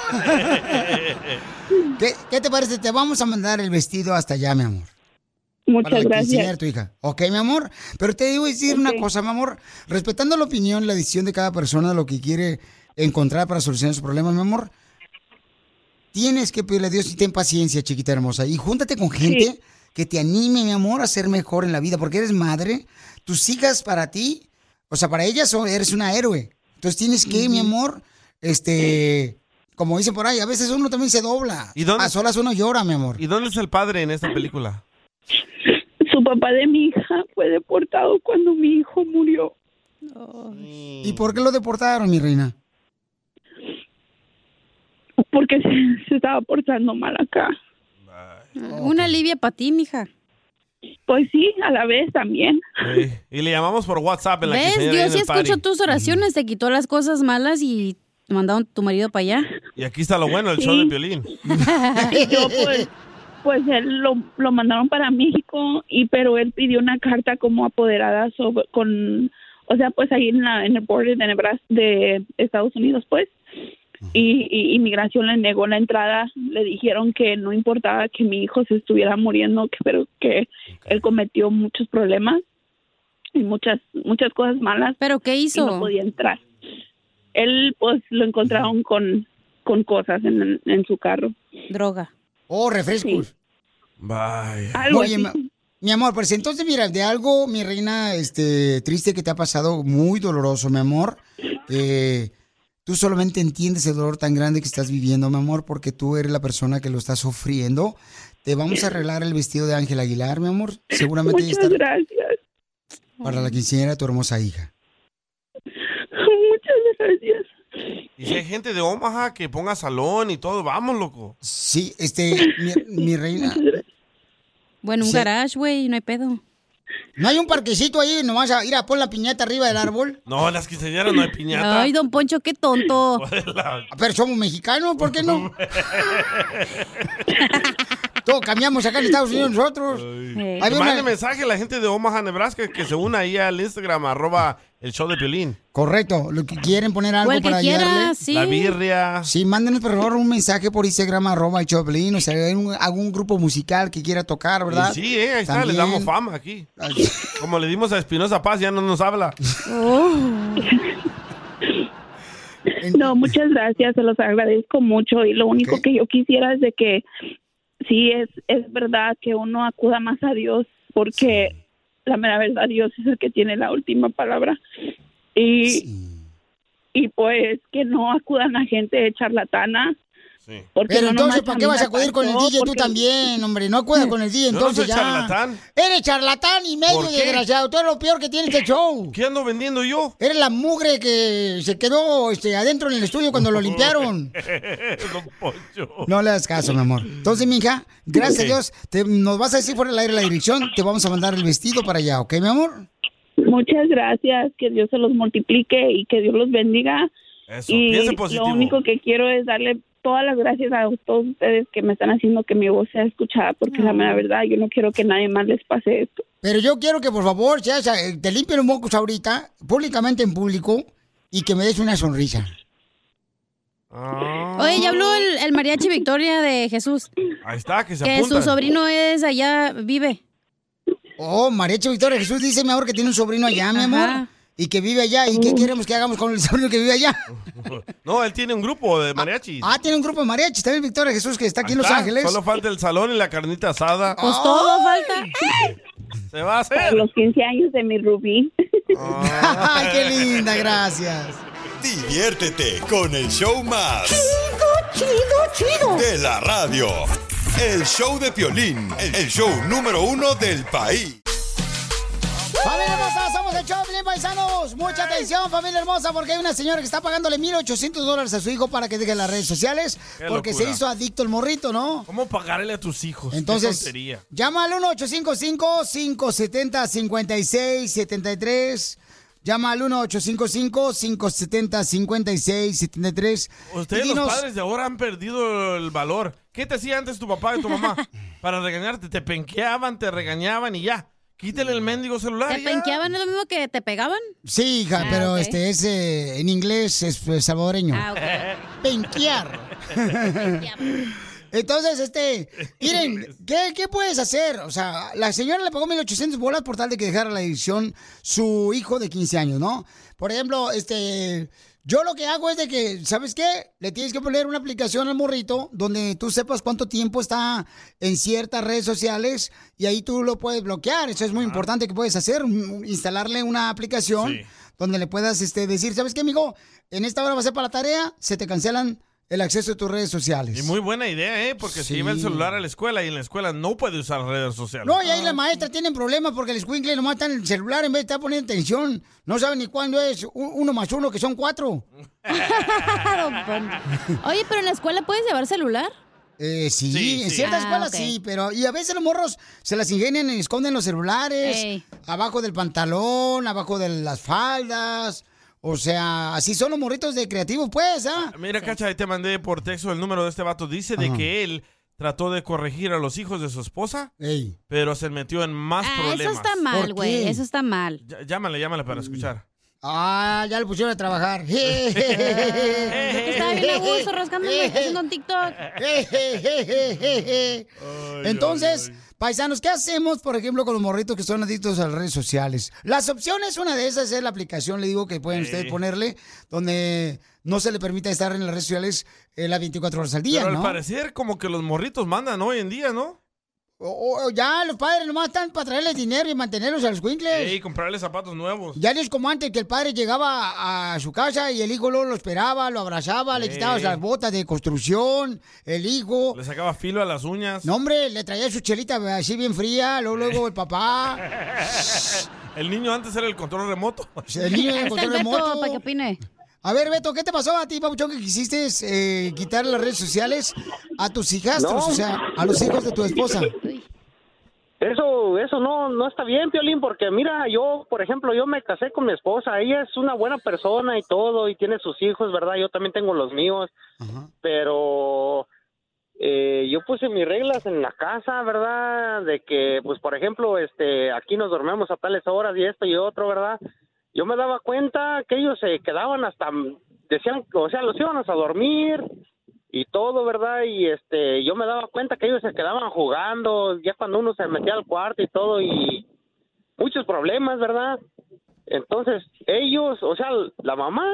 [SPEAKER 3] ¿Qué, qué te parece? Te vamos a mandar el vestido hasta allá, mi amor.
[SPEAKER 8] Muchas
[SPEAKER 3] Para la
[SPEAKER 8] gracias.
[SPEAKER 3] quinceañera de tu hija. Ok, mi amor. Pero te digo decir una cosa, mi amor. Respetando la opinión, la decisión de cada persona, lo que quiere encontrar para solucionar sus problemas, mi amor. Tienes que pedirle a Dios y ten paciencia, chiquita hermosa. Y júntate con gente que te anime, mi amor, a ser mejor en la vida. Porque eres madre. Tus hijas para ti, o sea, para ellas son- eres una héroe. Entonces tienes que, mi amor, este... Como dicen por ahí, a veces uno también se dobla.
[SPEAKER 4] ¿Y dónde-
[SPEAKER 3] A Ah, solas uno llora, mi amor.
[SPEAKER 4] ¿Y dónde es el padre en esta película?
[SPEAKER 8] Su papá de mi hija fue deportado cuando mi hijo murió.
[SPEAKER 5] Oh.
[SPEAKER 3] ¿Y por qué lo deportaron, mi reina?
[SPEAKER 8] Porque se, se estaba portando mal acá.
[SPEAKER 5] Una alivia Ah, para ti, mija.
[SPEAKER 8] Pues sí, a la vez también.
[SPEAKER 4] Sí. Eh, Y le llamamos por WhatsApp en la
[SPEAKER 5] ¿Ves?
[SPEAKER 4] quinceañera y
[SPEAKER 5] Dios
[SPEAKER 4] en
[SPEAKER 5] sí
[SPEAKER 4] el party.
[SPEAKER 5] escuchó tus oraciones, te quitó las cosas malas y mandaron tu marido para allá.
[SPEAKER 4] Y aquí está lo bueno, el show
[SPEAKER 5] Sí.
[SPEAKER 4] de violín.
[SPEAKER 8] Yo pues, pues él lo, lo mandaron para México y pero él pidió una carta como apoderada sobre, con o sea pues ahí en, la, en el border de Nebraska de Estados Unidos pues y, y inmigración le negó la entrada le dijeron que no importaba que mi hijo se estuviera muriendo que, pero que él cometió muchos problemas y muchas muchas cosas malas
[SPEAKER 5] pero qué hizo
[SPEAKER 8] no podía entrar él pues lo encontraron con con cosas en, en su carro
[SPEAKER 5] droga
[SPEAKER 3] Oh, refrescos.
[SPEAKER 4] Vaya.
[SPEAKER 3] Oye, ma- mi amor, pues entonces mira, de algo, mi reina, este, triste que te ha pasado, muy doloroso, mi amor, que tú solamente entiendes el dolor tan grande que estás viviendo, mi amor, porque tú eres la persona que lo está sufriendo. Te vamos a arreglar el vestido de Ángel Aguilar, mi amor. Seguramente
[SPEAKER 8] Muchas
[SPEAKER 3] estará
[SPEAKER 8] gracias.
[SPEAKER 3] para la quinceañera de tu hermosa hija.
[SPEAKER 8] Muchas gracias.
[SPEAKER 4] Y si hay gente de Omaha que ponga salón y todo, vamos, loco.
[SPEAKER 3] Sí, este, mi, mi reina.
[SPEAKER 5] Bueno, un
[SPEAKER 3] Sí.
[SPEAKER 5] garage, güey, no hay pedo.
[SPEAKER 3] ¿No hay un parquecito ahí? Nomás a ir a poner la piñata arriba del árbol.
[SPEAKER 4] No, en las quinceañeras no hay piñata.
[SPEAKER 5] Ay, don Poncho, qué tonto.
[SPEAKER 4] La-
[SPEAKER 3] Pero somos mexicanos, ¿por qué no? Todo cambiamos acá en Estados Unidos nosotros.
[SPEAKER 4] Que
[SPEAKER 3] Había
[SPEAKER 4] mande
[SPEAKER 3] una-
[SPEAKER 4] mensaje a la gente de Omaha, Nebraska, que se una ahí al Instagram, arroba el show de Piolín.
[SPEAKER 3] Correcto, lo que quieren poner algo
[SPEAKER 4] O el que
[SPEAKER 3] para
[SPEAKER 4] quiera,
[SPEAKER 3] ayudarle.
[SPEAKER 4] sí. La birria.
[SPEAKER 3] Sí, mándenos por favor un mensaje por Instagram arroba el Choplin, o sea, hay un- algún grupo musical que quiera tocar, ¿verdad?
[SPEAKER 4] Y sí, eh, ahí está, le
[SPEAKER 3] También.
[SPEAKER 4] damos fama aquí. Como le dimos a Espinosa Paz, ya no nos habla.
[SPEAKER 8] No, muchas gracias, se los agradezco mucho y lo único que yo quisiera es de que sí es es verdad que uno acuda más a Dios porque la mera verdad Dios es el que tiene la última palabra y y pues que no acudan a gente charlatana porque
[SPEAKER 3] Pero
[SPEAKER 8] no
[SPEAKER 3] entonces,
[SPEAKER 8] nomás
[SPEAKER 3] ¿para qué vas a
[SPEAKER 8] mí me
[SPEAKER 3] acudir con el
[SPEAKER 8] pasó,
[SPEAKER 3] DJ tú
[SPEAKER 8] porque-
[SPEAKER 3] también, hombre? No acudas con el DJ,
[SPEAKER 4] Yo no soy
[SPEAKER 3] entonces ya.
[SPEAKER 4] charlatán.
[SPEAKER 3] Eres charlatán y medio
[SPEAKER 4] ¿Por qué?
[SPEAKER 3] desgraciado. Tú eres lo peor que tiene este show.
[SPEAKER 4] ¿Qué ando vendiendo yo?
[SPEAKER 3] Eres la mugre que se quedó este, adentro en el estudio cuando lo limpiaron.
[SPEAKER 4] Don Poncho.
[SPEAKER 3] No le das caso, mi amor. Entonces, mija, gracias
[SPEAKER 4] Ok.
[SPEAKER 3] a Dios, te- nos vas a decir fuera del aire la dirección, te vamos a mandar el vestido para allá, ¿ok, mi amor?
[SPEAKER 8] Muchas gracias, que Dios se los multiplique y que Dios los bendiga.
[SPEAKER 4] Eso,
[SPEAKER 8] y
[SPEAKER 4] piense positivo.
[SPEAKER 8] lo único que quiero es darle todas las gracias a todos ustedes que me están haciendo que mi voz sea escuchada, porque la mera verdad, yo no quiero que nadie más les pase esto.
[SPEAKER 3] Pero yo quiero que por favor seas, eh, te limpien los mocos ahorita, públicamente en público, y que me des una sonrisa.
[SPEAKER 5] Oye, ya habló el, el mariachi Victoria de Jesús.
[SPEAKER 4] Ah, Ahí está, que se
[SPEAKER 5] Que
[SPEAKER 4] apunta.
[SPEAKER 5] su sobrino es allá, vive.
[SPEAKER 3] Oh, Mariachi Victoria Jesús dice, mi amor, que tiene un sobrino allá, mi
[SPEAKER 5] Ajá.
[SPEAKER 3] amor, y que vive allá. ¿Y qué queremos que hagamos con el sobrino que vive allá?
[SPEAKER 4] No, él tiene un grupo de mariachis.
[SPEAKER 3] Ah, tiene un grupo de mariachis, también Victoria Jesús, que está aquí en Los
[SPEAKER 4] Está,
[SPEAKER 3] Ángeles.
[SPEAKER 4] Solo falta el salón y la carnita asada.
[SPEAKER 5] Pues todo falta.
[SPEAKER 4] Se va a hacer.
[SPEAKER 8] Para los 15 años de mi Rubí.
[SPEAKER 3] Ay, qué linda, gracias.
[SPEAKER 1] Diviértete con el show más.
[SPEAKER 3] Chido, chido, chido.
[SPEAKER 1] De la radio. El show de Piolín, el el show número uno del país.
[SPEAKER 3] Familia hermosa, somos el show, Piolín, paisanos. Mucha atención, familia hermosa, porque hay una señora que está pagándole 1.800 dólares a su hijo para que deje las redes sociales,
[SPEAKER 4] Qué
[SPEAKER 3] porque
[SPEAKER 4] locura.
[SPEAKER 3] se hizo adicto el morrito, ¿no?
[SPEAKER 4] ¿Cómo pagarle a tus hijos? Qué
[SPEAKER 3] Entonces,
[SPEAKER 4] tontería.
[SPEAKER 3] llama al 1-855-570-5673. Llama al 1-855-570-5673.
[SPEAKER 4] Ustedes
[SPEAKER 3] Y
[SPEAKER 4] los
[SPEAKER 3] dinos-
[SPEAKER 4] padres de ahora han perdido el valor. ¿Qué te hacía antes tu papá y tu mamá? Para regañarte, te penqueaban, te regañaban y ya. Quítale
[SPEAKER 3] Mm.
[SPEAKER 4] el mendigo celular.
[SPEAKER 5] ¿Te
[SPEAKER 4] ya.
[SPEAKER 5] penqueaban? ¿Es lo mismo que te pegaban?
[SPEAKER 3] Sí, hija,
[SPEAKER 5] Ah,
[SPEAKER 3] pero
[SPEAKER 5] ok.
[SPEAKER 3] este es eh, en inglés, es pues, salvadoreño.
[SPEAKER 5] Ah, ok.
[SPEAKER 3] Penquear. Entonces, este, miren, ¿qué, qué puedes hacer? O sea, la señora le pagó 1.800 bolas por tal de que dejara la edición su hijo de 15 años, ¿no? Por ejemplo, este, yo lo que hago es de que, ¿sabes qué? Le tienes que poner una aplicación al morrito donde tú sepas cuánto tiempo está en ciertas redes sociales y ahí tú lo puedes bloquear. Eso es muy importante que puedes hacer, un- instalarle una aplicación donde le puedas este, decir, ¿sabes qué, amigo? En esta hora va a ser para la tarea, se te cancelan el acceso a tus redes sociales.
[SPEAKER 4] Y muy buena idea, ¿eh? Porque se lleva el
[SPEAKER 3] Sí.
[SPEAKER 4] celular a la escuela y en la escuela no puede usar redes sociales.
[SPEAKER 3] No, y ahí la maestra tienen problemas porque el escuincle nomás está en el celular en vez de estar poniendo atención. No saben ni cuándo es u- uno más uno, que son cuatro.
[SPEAKER 5] Don Poncho. Oye, pero en la escuela puedes llevar celular.
[SPEAKER 3] Eh, sí, en
[SPEAKER 5] sí.
[SPEAKER 3] ciertas
[SPEAKER 5] Ah,
[SPEAKER 3] escuelas
[SPEAKER 5] ok.
[SPEAKER 3] sí, pero... Y a veces los morros se las ingenian y esconden los celulares
[SPEAKER 5] Ey.
[SPEAKER 3] abajo del pantalón, abajo de las faldas. O sea, así son los morritos de creativos, pues, ¿ah?
[SPEAKER 4] Mira, Cacha, ahí te mandé por texto el número de este vato. Dice de
[SPEAKER 3] Ajá.
[SPEAKER 4] que él trató de corregir a los hijos de su esposa,
[SPEAKER 3] Ey.
[SPEAKER 4] pero se metió en más
[SPEAKER 5] Ah, eso
[SPEAKER 4] problemas.
[SPEAKER 5] está mal, güey. Eso está mal.
[SPEAKER 4] Ll- Llámale, llámale
[SPEAKER 3] Mm.
[SPEAKER 4] para escuchar.
[SPEAKER 3] Ah, ya le pusieron a trabajar. Está
[SPEAKER 5] Estaba bien a gusto rascándome, haciendo un TikTok.
[SPEAKER 3] Entonces, paisanos, ¿qué hacemos, por ejemplo, con los morritos que son adictos a las redes sociales? Las opciones, una de esas es la aplicación, le digo que pueden
[SPEAKER 4] Sí.
[SPEAKER 3] ustedes ponerle, donde no se le permite estar en las redes sociales eh, las 24 horas al día,
[SPEAKER 4] Pero al
[SPEAKER 3] ¿no?
[SPEAKER 4] parecer como que los morritos mandan hoy en día, ¿no?
[SPEAKER 3] O- o ya los padres nomás están para traerles dinero y mantenerlos a los cuincles.
[SPEAKER 4] Y comprarle zapatos nuevos.
[SPEAKER 3] Ya no es como antes que el padre llegaba a su casa y el hijo luego lo esperaba, lo abrazaba, le
[SPEAKER 4] Sí.
[SPEAKER 3] quitaba las botas de construcción, el hijo.
[SPEAKER 4] Le sacaba filo a las uñas.
[SPEAKER 3] No, hombre, le traía su chelita así bien fría, luego, luego el papá.
[SPEAKER 4] El niño antes era el control remoto.
[SPEAKER 3] El niño era el control remoto.
[SPEAKER 5] para que opine.
[SPEAKER 3] A ver, Beto, ¿qué te pasó a ti, Pabuchón, que quisiste eh, quitar las redes sociales a tus hijastros,
[SPEAKER 9] No.
[SPEAKER 3] o sea, a los hijos de tu esposa?
[SPEAKER 9] Eso, eso no, no está bien, Piolín, porque mira, yo, por ejemplo, yo me casé con mi esposa, ella es una buena persona y todo, y tiene sus hijos, ¿verdad? Yo también tengo los míos, pero eh, yo puse mis reglas en la casa, ¿verdad? De que, pues, por ejemplo, este, aquí nos dormimos a tales horas y esto y otro, ¿verdad? Yo me daba cuenta que ellos se quedaban hasta, decían, o sea, los íbamos a dormir, y todo, ¿verdad? Y este, yo me daba cuenta que ellos se quedaban jugando, ya cuando uno se metía al cuarto y todo, y muchos problemas, ¿verdad? Entonces, ellos, o sea, la mamá,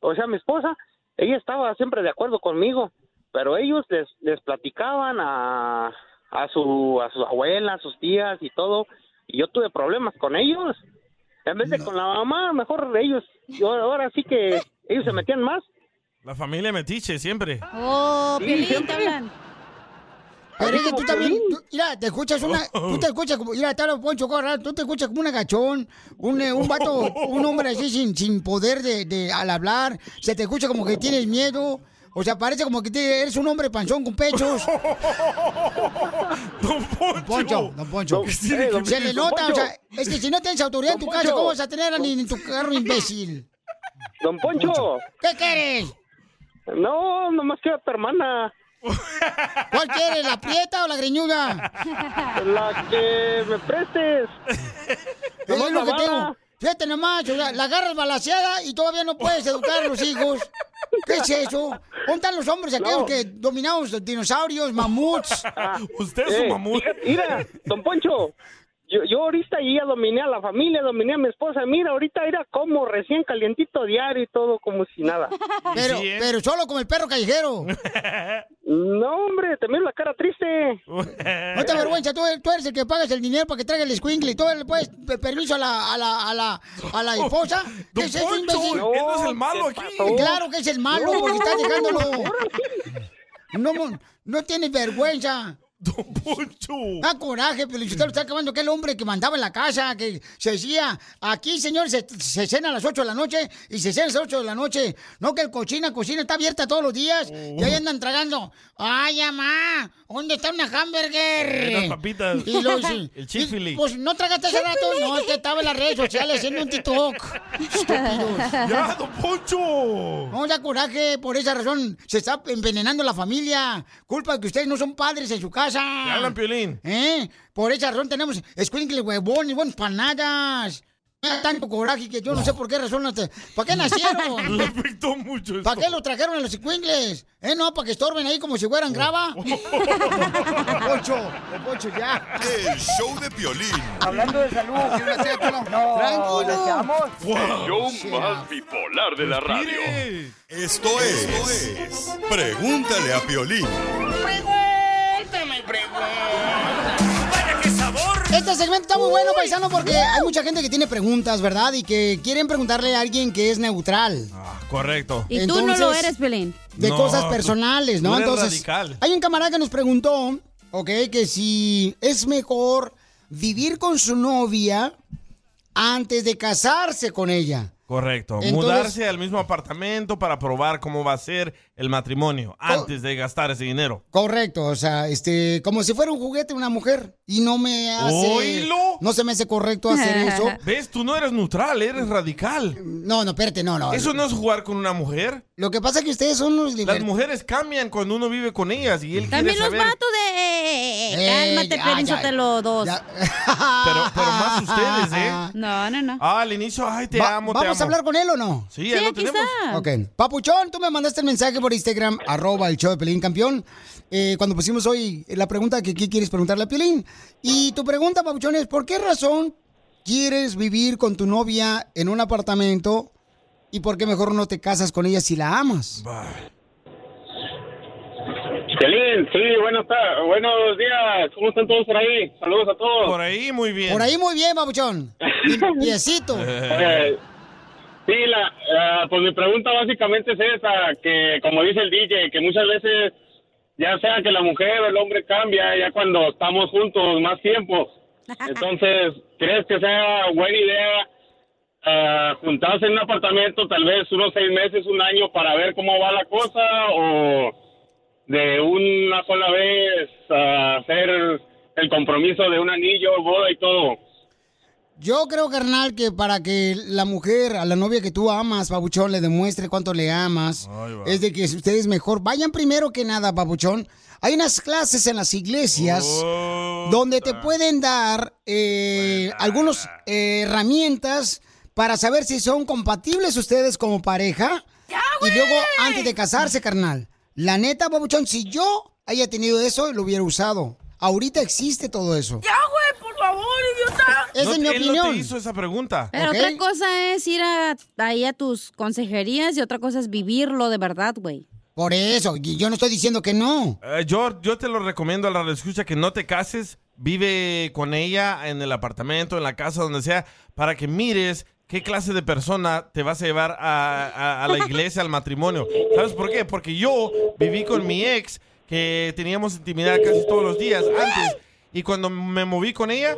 [SPEAKER 9] o sea, mi esposa, ella estaba siempre de acuerdo conmigo, pero ellos les, les platicaban a, a su, a sus abuelas, sus tías y todo, y yo tuve problemas con ellos. En vez de con la mamá, mejor ellos, yo ahora sí que ellos se metían más.
[SPEAKER 4] La familia metiche siempre.
[SPEAKER 5] Oh,
[SPEAKER 9] Sí,
[SPEAKER 5] Piolín, te
[SPEAKER 9] siempre.
[SPEAKER 5] hablan.
[SPEAKER 3] Pero es que tú también, tú- mira, te escuchas una,
[SPEAKER 7] Oh.
[SPEAKER 3] tú te escuchas como, mira, te hablo Poncho Corral, tú te escuchas como un agachón, un, eh, un vato, un hombre así sin, sin poder de, de- al hablar, se te escucha como que tienes miedo, O sea, parece como que te- eres un hombre panzón con pechos.
[SPEAKER 4] don Poncho.
[SPEAKER 3] Poncho, don Poncho.
[SPEAKER 7] Don- Eh, don-
[SPEAKER 3] Se le
[SPEAKER 7] don
[SPEAKER 3] nota, o
[SPEAKER 7] Poncho.
[SPEAKER 3] sea, es que si no tienes autoridad en tu
[SPEAKER 7] Don
[SPEAKER 3] casa,
[SPEAKER 7] Poncho.
[SPEAKER 3] ¿cómo vas a tener ni en tu carro, imbécil?
[SPEAKER 9] Don Poncho.
[SPEAKER 3] ¿Qué quieres?
[SPEAKER 9] No, nomás queda tu hermana.
[SPEAKER 3] ¿Cuál quieres, la prieta o la greñuda?
[SPEAKER 9] La que me prestes.
[SPEAKER 3] Es lo que
[SPEAKER 9] Nomás la
[SPEAKER 3] tengo.
[SPEAKER 9] bala.
[SPEAKER 3] Fíjate nomás, o sea, la agarras balaseada y todavía no puedes educar a los hijos. ¿Qué es eso? ¿Dónde están los hombres aquellos
[SPEAKER 9] No.
[SPEAKER 3] que dominamos los dinosaurios, mamuts?
[SPEAKER 4] Usted
[SPEAKER 3] es un mamut.
[SPEAKER 9] Eh, Mira, don Poncho. Yo, yo ahorita ya dominé a la familia, dominé a mi esposa. Mira, ahorita era como recién calientito diario y todo como si nada.
[SPEAKER 3] Pero, pero solo como el perro callejero.
[SPEAKER 9] No, hombre, te miro la cara triste.
[SPEAKER 3] No te avergüenza, tú, tú eres el que pagas el dinero para que traiga el escuincle y tú le puedes pe- permiso a la, a la, a la, a la esposa. ¿Qué
[SPEAKER 7] Don
[SPEAKER 3] es eso,
[SPEAKER 7] Poncho,
[SPEAKER 3] imbécil?
[SPEAKER 7] él no es el malo aquí.
[SPEAKER 3] Claro que es el malo,
[SPEAKER 7] No.
[SPEAKER 3] porque estás dejándolo. No, mo- no tienes vergüenza. Don Poncho. Da coraje, pero usted lo está acabando aquel hombre que mandaba en la casa, que se decía, aquí señor, se, se cena a las 8 de la noche y se cena a las 8 de la noche. No que el cocina, cocina está abierta todos los días y ahí andan tragando. Ay, mamá, ¿dónde está una hamburger?
[SPEAKER 4] Eh, Las papitas.
[SPEAKER 3] Y luego sí.
[SPEAKER 4] El chifili.
[SPEAKER 3] Pues no tragaste hace rato, no, es que estaba en las redes sociales haciendo un TikTok. Estúpidos.
[SPEAKER 7] Ya, don
[SPEAKER 3] Poncho! No, ya coraje, por esa razón se está envenenando la familia. Culpa de que ustedes no son padres en su casa.
[SPEAKER 4] Te hablan, Piolín.
[SPEAKER 3] ¿Eh? Por esa razón tenemos escuincles huevones, buenos panadas. Me da tanto coraje que yo no, sé por qué razón. hasta- ¿Para qué nacieron?
[SPEAKER 4] Le afectó mucho esto.
[SPEAKER 3] ¿Para qué los trajeron a los escuincles? ¿Eh? No, para que estorben ahí como si fueran grava.
[SPEAKER 4] Oh.
[SPEAKER 3] Pocho, Pocho, ya.
[SPEAKER 1] El show de Piolín.
[SPEAKER 3] Hablando de salud, una No,
[SPEAKER 1] Tranquilo.
[SPEAKER 3] Wow.
[SPEAKER 1] El show más bipolar de la radio. Pues Esto es, Pregúntale a Piolín.
[SPEAKER 7] Pregúntame, pregúntame. Vaya qué sabor.
[SPEAKER 3] Este segmento está muy bueno, paisano, porque hay mucha gente que tiene preguntas, ¿verdad? Y que quieren preguntarle a alguien que es neutral.
[SPEAKER 4] Correcto.
[SPEAKER 5] Y tú no lo
[SPEAKER 3] Entonces,
[SPEAKER 5] eres, Pelín.
[SPEAKER 3] de
[SPEAKER 4] No,
[SPEAKER 3] cosas
[SPEAKER 4] tú-
[SPEAKER 3] personales, ¿no?
[SPEAKER 4] tú eres
[SPEAKER 3] Entonces,
[SPEAKER 4] radical.
[SPEAKER 3] hay un camarada que nos preguntó, ok, que si es mejor vivir con su novia antes de casarse con ella.
[SPEAKER 4] Correcto.
[SPEAKER 3] Entonces-
[SPEAKER 4] Mudarse al mismo apartamento para probar cómo va a ser el matrimonio antes de gastar ese dinero.
[SPEAKER 3] Correcto, o sea, este, como si fuera un juguete una mujer y no me hace,
[SPEAKER 4] ¡Oílo!
[SPEAKER 3] no se me hace correcto hacer eso.
[SPEAKER 4] ¿Ves? Tú no eres neutral, eres radical.
[SPEAKER 3] No, no, espérate, no, no.
[SPEAKER 4] Eso no es jugar con una mujer.
[SPEAKER 3] Lo que pasa es que ustedes son los
[SPEAKER 4] Las mujeres cambian cuando uno vive con ellas y él
[SPEAKER 5] También
[SPEAKER 4] quiere
[SPEAKER 5] los
[SPEAKER 4] saber.
[SPEAKER 5] vatos de... eh, eh, eh,
[SPEAKER 4] Eh,
[SPEAKER 5] cálmate,
[SPEAKER 4] ya,
[SPEAKER 5] Pelín,
[SPEAKER 4] ya.
[SPEAKER 5] sótelo dos.
[SPEAKER 4] Pero, pero más ustedes, ¿eh?
[SPEAKER 5] No, no, no.
[SPEAKER 4] Ah, al inicio, ay, te
[SPEAKER 3] Va-
[SPEAKER 4] amo, te
[SPEAKER 3] ¿Vamos
[SPEAKER 4] amo.
[SPEAKER 3] a hablar con él o no?
[SPEAKER 4] Sí, ahí Sí, lo aquí tenemos. está.
[SPEAKER 3] Ok. Papuchón, tú me mandaste el mensaje por Instagram, arroba el show de Pelín Campeón, eh, cuando pusimos hoy la pregunta que qué quieres preguntarle a Pelín. Y tu pregunta, Papuchón, es ¿por qué razón quieres vivir con tu novia en un apartamento y por qué mejor no te casas con ella si la amas?
[SPEAKER 10] Piolín, sí, buenas ta- buenos días. ¿Cómo están todos por ahí? Saludos a todos.
[SPEAKER 4] Por ahí, muy bien.
[SPEAKER 3] Por ahí muy bien, Papuchón. Piecito.
[SPEAKER 10] Eh, sí, la, ah, pues mi pregunta básicamente es esa, que como dice el DJ, que muchas veces, ya sea que la mujer o el hombre cambia, ya cuando estamos juntos más tiempo. Entonces, ¿crees que sea buena idea ah, juntarse en un apartamento tal vez unos seis meses, un año para ver cómo va la cosa o de una sola vez ah, hacer el compromiso de un anillo, boda y todo?
[SPEAKER 3] Yo creo, carnal, que para que la mujer, a la novia que tú amas, Papuchón, le demuestre cuánto le amas, es de que ustedes mejor vayan primero que nada, Papuchón. Hay unas clases en las iglesias donde te pueden dar eh, algunas eh, herramientas para saber si son compatibles ustedes como pareja. Y luego, antes de casarse, carnal. La neta, Papuchón, si yo haya tenido eso, lo hubiera usado. Ahorita existe todo eso.
[SPEAKER 5] Ya, güey, por favor, idiota.
[SPEAKER 3] Esa es mi
[SPEAKER 4] Él no
[SPEAKER 3] opinión.
[SPEAKER 4] te hizo esa pregunta.
[SPEAKER 5] Pero otra cosa es ir a, ahí a tus consejerías y otra cosa es vivirlo de verdad, güey.
[SPEAKER 3] Por eso, y yo no estoy diciendo que no.
[SPEAKER 4] Eh, yo, yo te lo recomiendo a la escucha que no te cases, vive con ella en el apartamento, en la casa, donde sea, para que mires qué clase de persona te vas a llevar a, a- a la iglesia, al matrimonio. ¿Sabes por qué? Porque yo viví con mi ex, que teníamos intimidad casi todos los días antes, y cuando me moví con ella,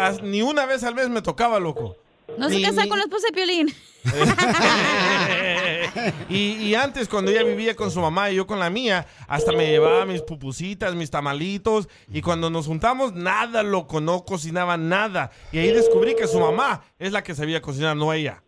[SPEAKER 4] as- ni una vez al mes me tocaba, loco.
[SPEAKER 5] No se
[SPEAKER 4] Ni-
[SPEAKER 5] casa
[SPEAKER 4] ni-
[SPEAKER 5] con la esposa de Piolín.
[SPEAKER 4] Y, y antes, cuando ella vivía con su mamá y yo con la mía, hasta me llevaba mis pupusitas, mis tamalitos. Y cuando nos juntamos, nada loco, no cocinaba nada. Y ahí descubrí que su mamá es la que sabía cocinar, no ella.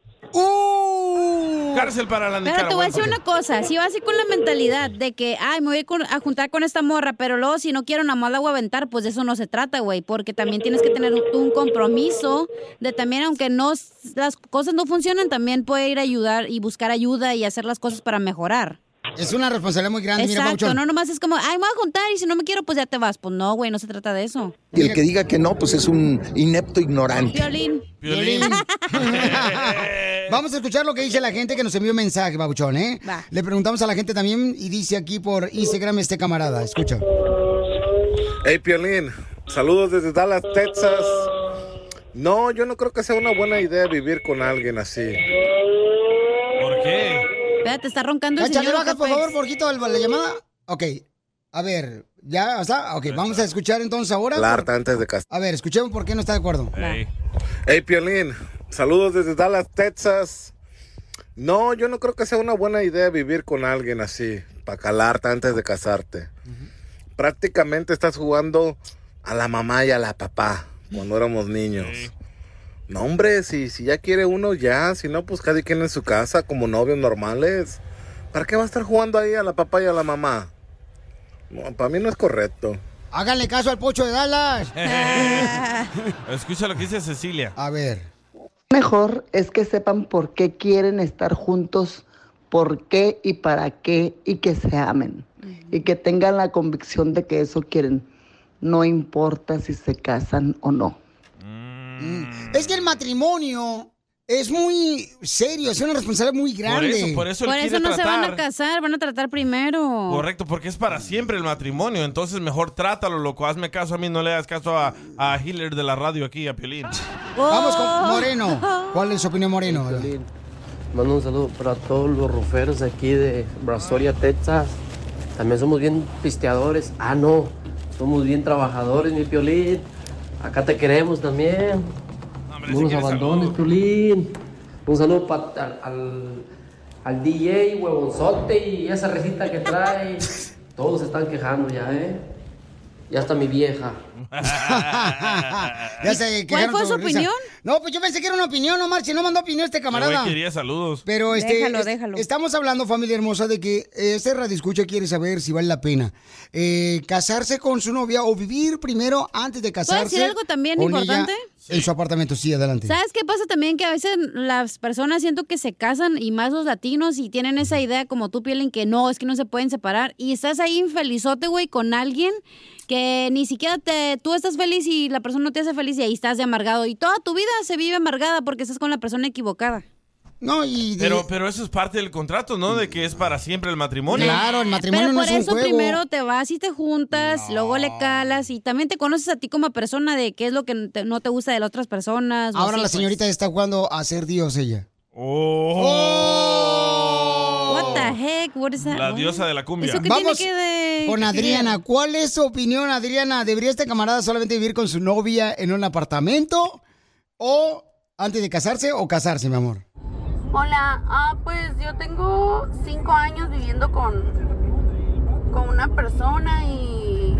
[SPEAKER 3] Uh.
[SPEAKER 4] Cárcel para la
[SPEAKER 5] Pero te voy a decir una cosa, si vas así con la mentalidad de que, ay, me voy a, ir con- a juntar con esta morra, pero luego si no quiero nada más la voy a aventar, pues de eso no se trata, güey, porque también tienes que tener tú un compromiso de también, aunque no s- las cosas no funcionen, también poder ir a ayudar y buscar ayuda y hacer las cosas para mejorar.
[SPEAKER 3] Es una responsabilidad muy grande, mira,
[SPEAKER 5] Exacto,
[SPEAKER 3] Pauchón.
[SPEAKER 5] no nomás es como, ay, me voy a juntar y si no me quiero, pues ya te vas. Pues no, güey, no se trata de eso.
[SPEAKER 1] Y el que diga que no, pues es un inepto
[SPEAKER 4] Mm.
[SPEAKER 1] ignorante.
[SPEAKER 5] Violín.
[SPEAKER 3] Vamos a escuchar lo que dice la gente que nos envió mensaje, Babuchón, ¿eh?
[SPEAKER 5] Va.
[SPEAKER 3] Le preguntamos a la gente también y dice aquí por Instagram este camarada. Escucha.
[SPEAKER 14] Hey Piolín, saludos desde Dallas, Texas. No, yo no creo que sea una buena idea vivir con alguien así.
[SPEAKER 4] ¿Por qué?
[SPEAKER 5] Espérate, está roncando el
[SPEAKER 3] Échale
[SPEAKER 5] señor.
[SPEAKER 3] bajas, por
[SPEAKER 5] López.
[SPEAKER 3] favor, Borjito, el- la llamada. Ok, a ver, ¿ya está? Ok, vamos a escuchar entonces ahora.
[SPEAKER 14] La
[SPEAKER 3] por-
[SPEAKER 14] harta antes de casar.
[SPEAKER 3] A ver, escuchemos por qué no está de acuerdo.
[SPEAKER 14] Hey Piolín, saludos desde Dallas, Texas. No, yo no creo que sea una buena idea vivir con alguien así, para calarte antes de casarte. Prácticamente estás jugando a la mamá y a la papá cuando éramos niños. No, hombre, si, si ya quiere uno, ya. Si no, pues cada quien en su casa, como novios normales. ¿Para qué va a estar jugando ahí a la papá y a la mamá? No, para mí no es correcto.
[SPEAKER 3] Háganle caso al pocho de Dallas.
[SPEAKER 4] Escucha lo que dice Cecilia.
[SPEAKER 3] A ver.
[SPEAKER 7] Mejor es que sepan por qué quieren estar juntos, por qué y para qué, y que se amen. Y que tengan la convicción de que eso quieren. No importa si se casan o no.
[SPEAKER 3] Es que el matrimonio es muy serio, es una responsabilidad muy grande.
[SPEAKER 4] por eso él
[SPEAKER 5] Por
[SPEAKER 4] quiere
[SPEAKER 5] eso no se van a
[SPEAKER 4] tratar.
[SPEAKER 5] casar, van a tratar primero.
[SPEAKER 4] Correcto, porque es para siempre el matrimonio. Entonces, mejor trátalo, loco. Hazme caso a mí, no le hagas caso a, a Hitler de la radio aquí, a Piolín.
[SPEAKER 3] Vamos con
[SPEAKER 24] Oh.
[SPEAKER 3] Moreno. ¿Cuál es su opinión, Moreno?
[SPEAKER 24] Mando un saludo para todos los roferos aquí de Brasoria, Texas. También somos bien pisteadores. Ah, no. Somos bien trabajadores, mi Piolín. Acá te queremos también. No nos abandones, Piolín. Un saludo pa- al, al- al DJ, huevonzote y esa recita que trae. Todos se están quejando ya, ¿eh? Ya está mi vieja.
[SPEAKER 3] Ya se quejaron sobre risa. No, pues yo pensé que era una opinión, no marche, no mandó opinión este
[SPEAKER 4] El
[SPEAKER 3] camarada.
[SPEAKER 4] güey quería pues. saludos.
[SPEAKER 3] Pero este, es- estamos hablando, familia hermosa, de que este radioescucha quiere saber si vale la pena eh, casarse con su novia o vivir primero antes de casarse.
[SPEAKER 5] decir algo también
[SPEAKER 3] con ella
[SPEAKER 5] importante?
[SPEAKER 3] En su apartamento, sí, adelante.
[SPEAKER 5] ¿Sabes qué pasa también? Que a veces las personas siento que se casan y más los latinos y tienen esa idea como tú, Pielen, que no, es que no se pueden separar. Y estás ahí infelizote, güey, con alguien que ni siquiera te, tú estás feliz y la persona no te hace feliz y ahí estás de amargado. Y toda tu vida se vive amargada porque estás con la persona equivocada.
[SPEAKER 3] No, y...
[SPEAKER 4] Pero, pero eso es parte del contrato, ¿no? De que es para siempre el matrimonio.
[SPEAKER 5] Pero por eso primero te vas y te juntas, luego le calas y también te conoces a ti como persona de qué es lo que te- no te gusta de las otras personas. o
[SPEAKER 3] Ahora
[SPEAKER 5] así,
[SPEAKER 3] la
[SPEAKER 5] pues.
[SPEAKER 3] señorita está jugando a ser Dios ella.
[SPEAKER 5] What the heck? What is that?
[SPEAKER 4] La
[SPEAKER 5] What?
[SPEAKER 4] diosa de la cumbia.
[SPEAKER 5] ¿Eso qué
[SPEAKER 3] Vamos
[SPEAKER 5] tiene que de-
[SPEAKER 3] con
[SPEAKER 5] que
[SPEAKER 3] Adriana. ¿Cuál es su opinión, Adriana? ¿Debería este camarada solamente vivir con su novia en un apartamento? ¿O antes de casarse o casarse, mi amor?
[SPEAKER 16] Hola, ah, pues yo tengo cinco años viviendo con, con una persona y...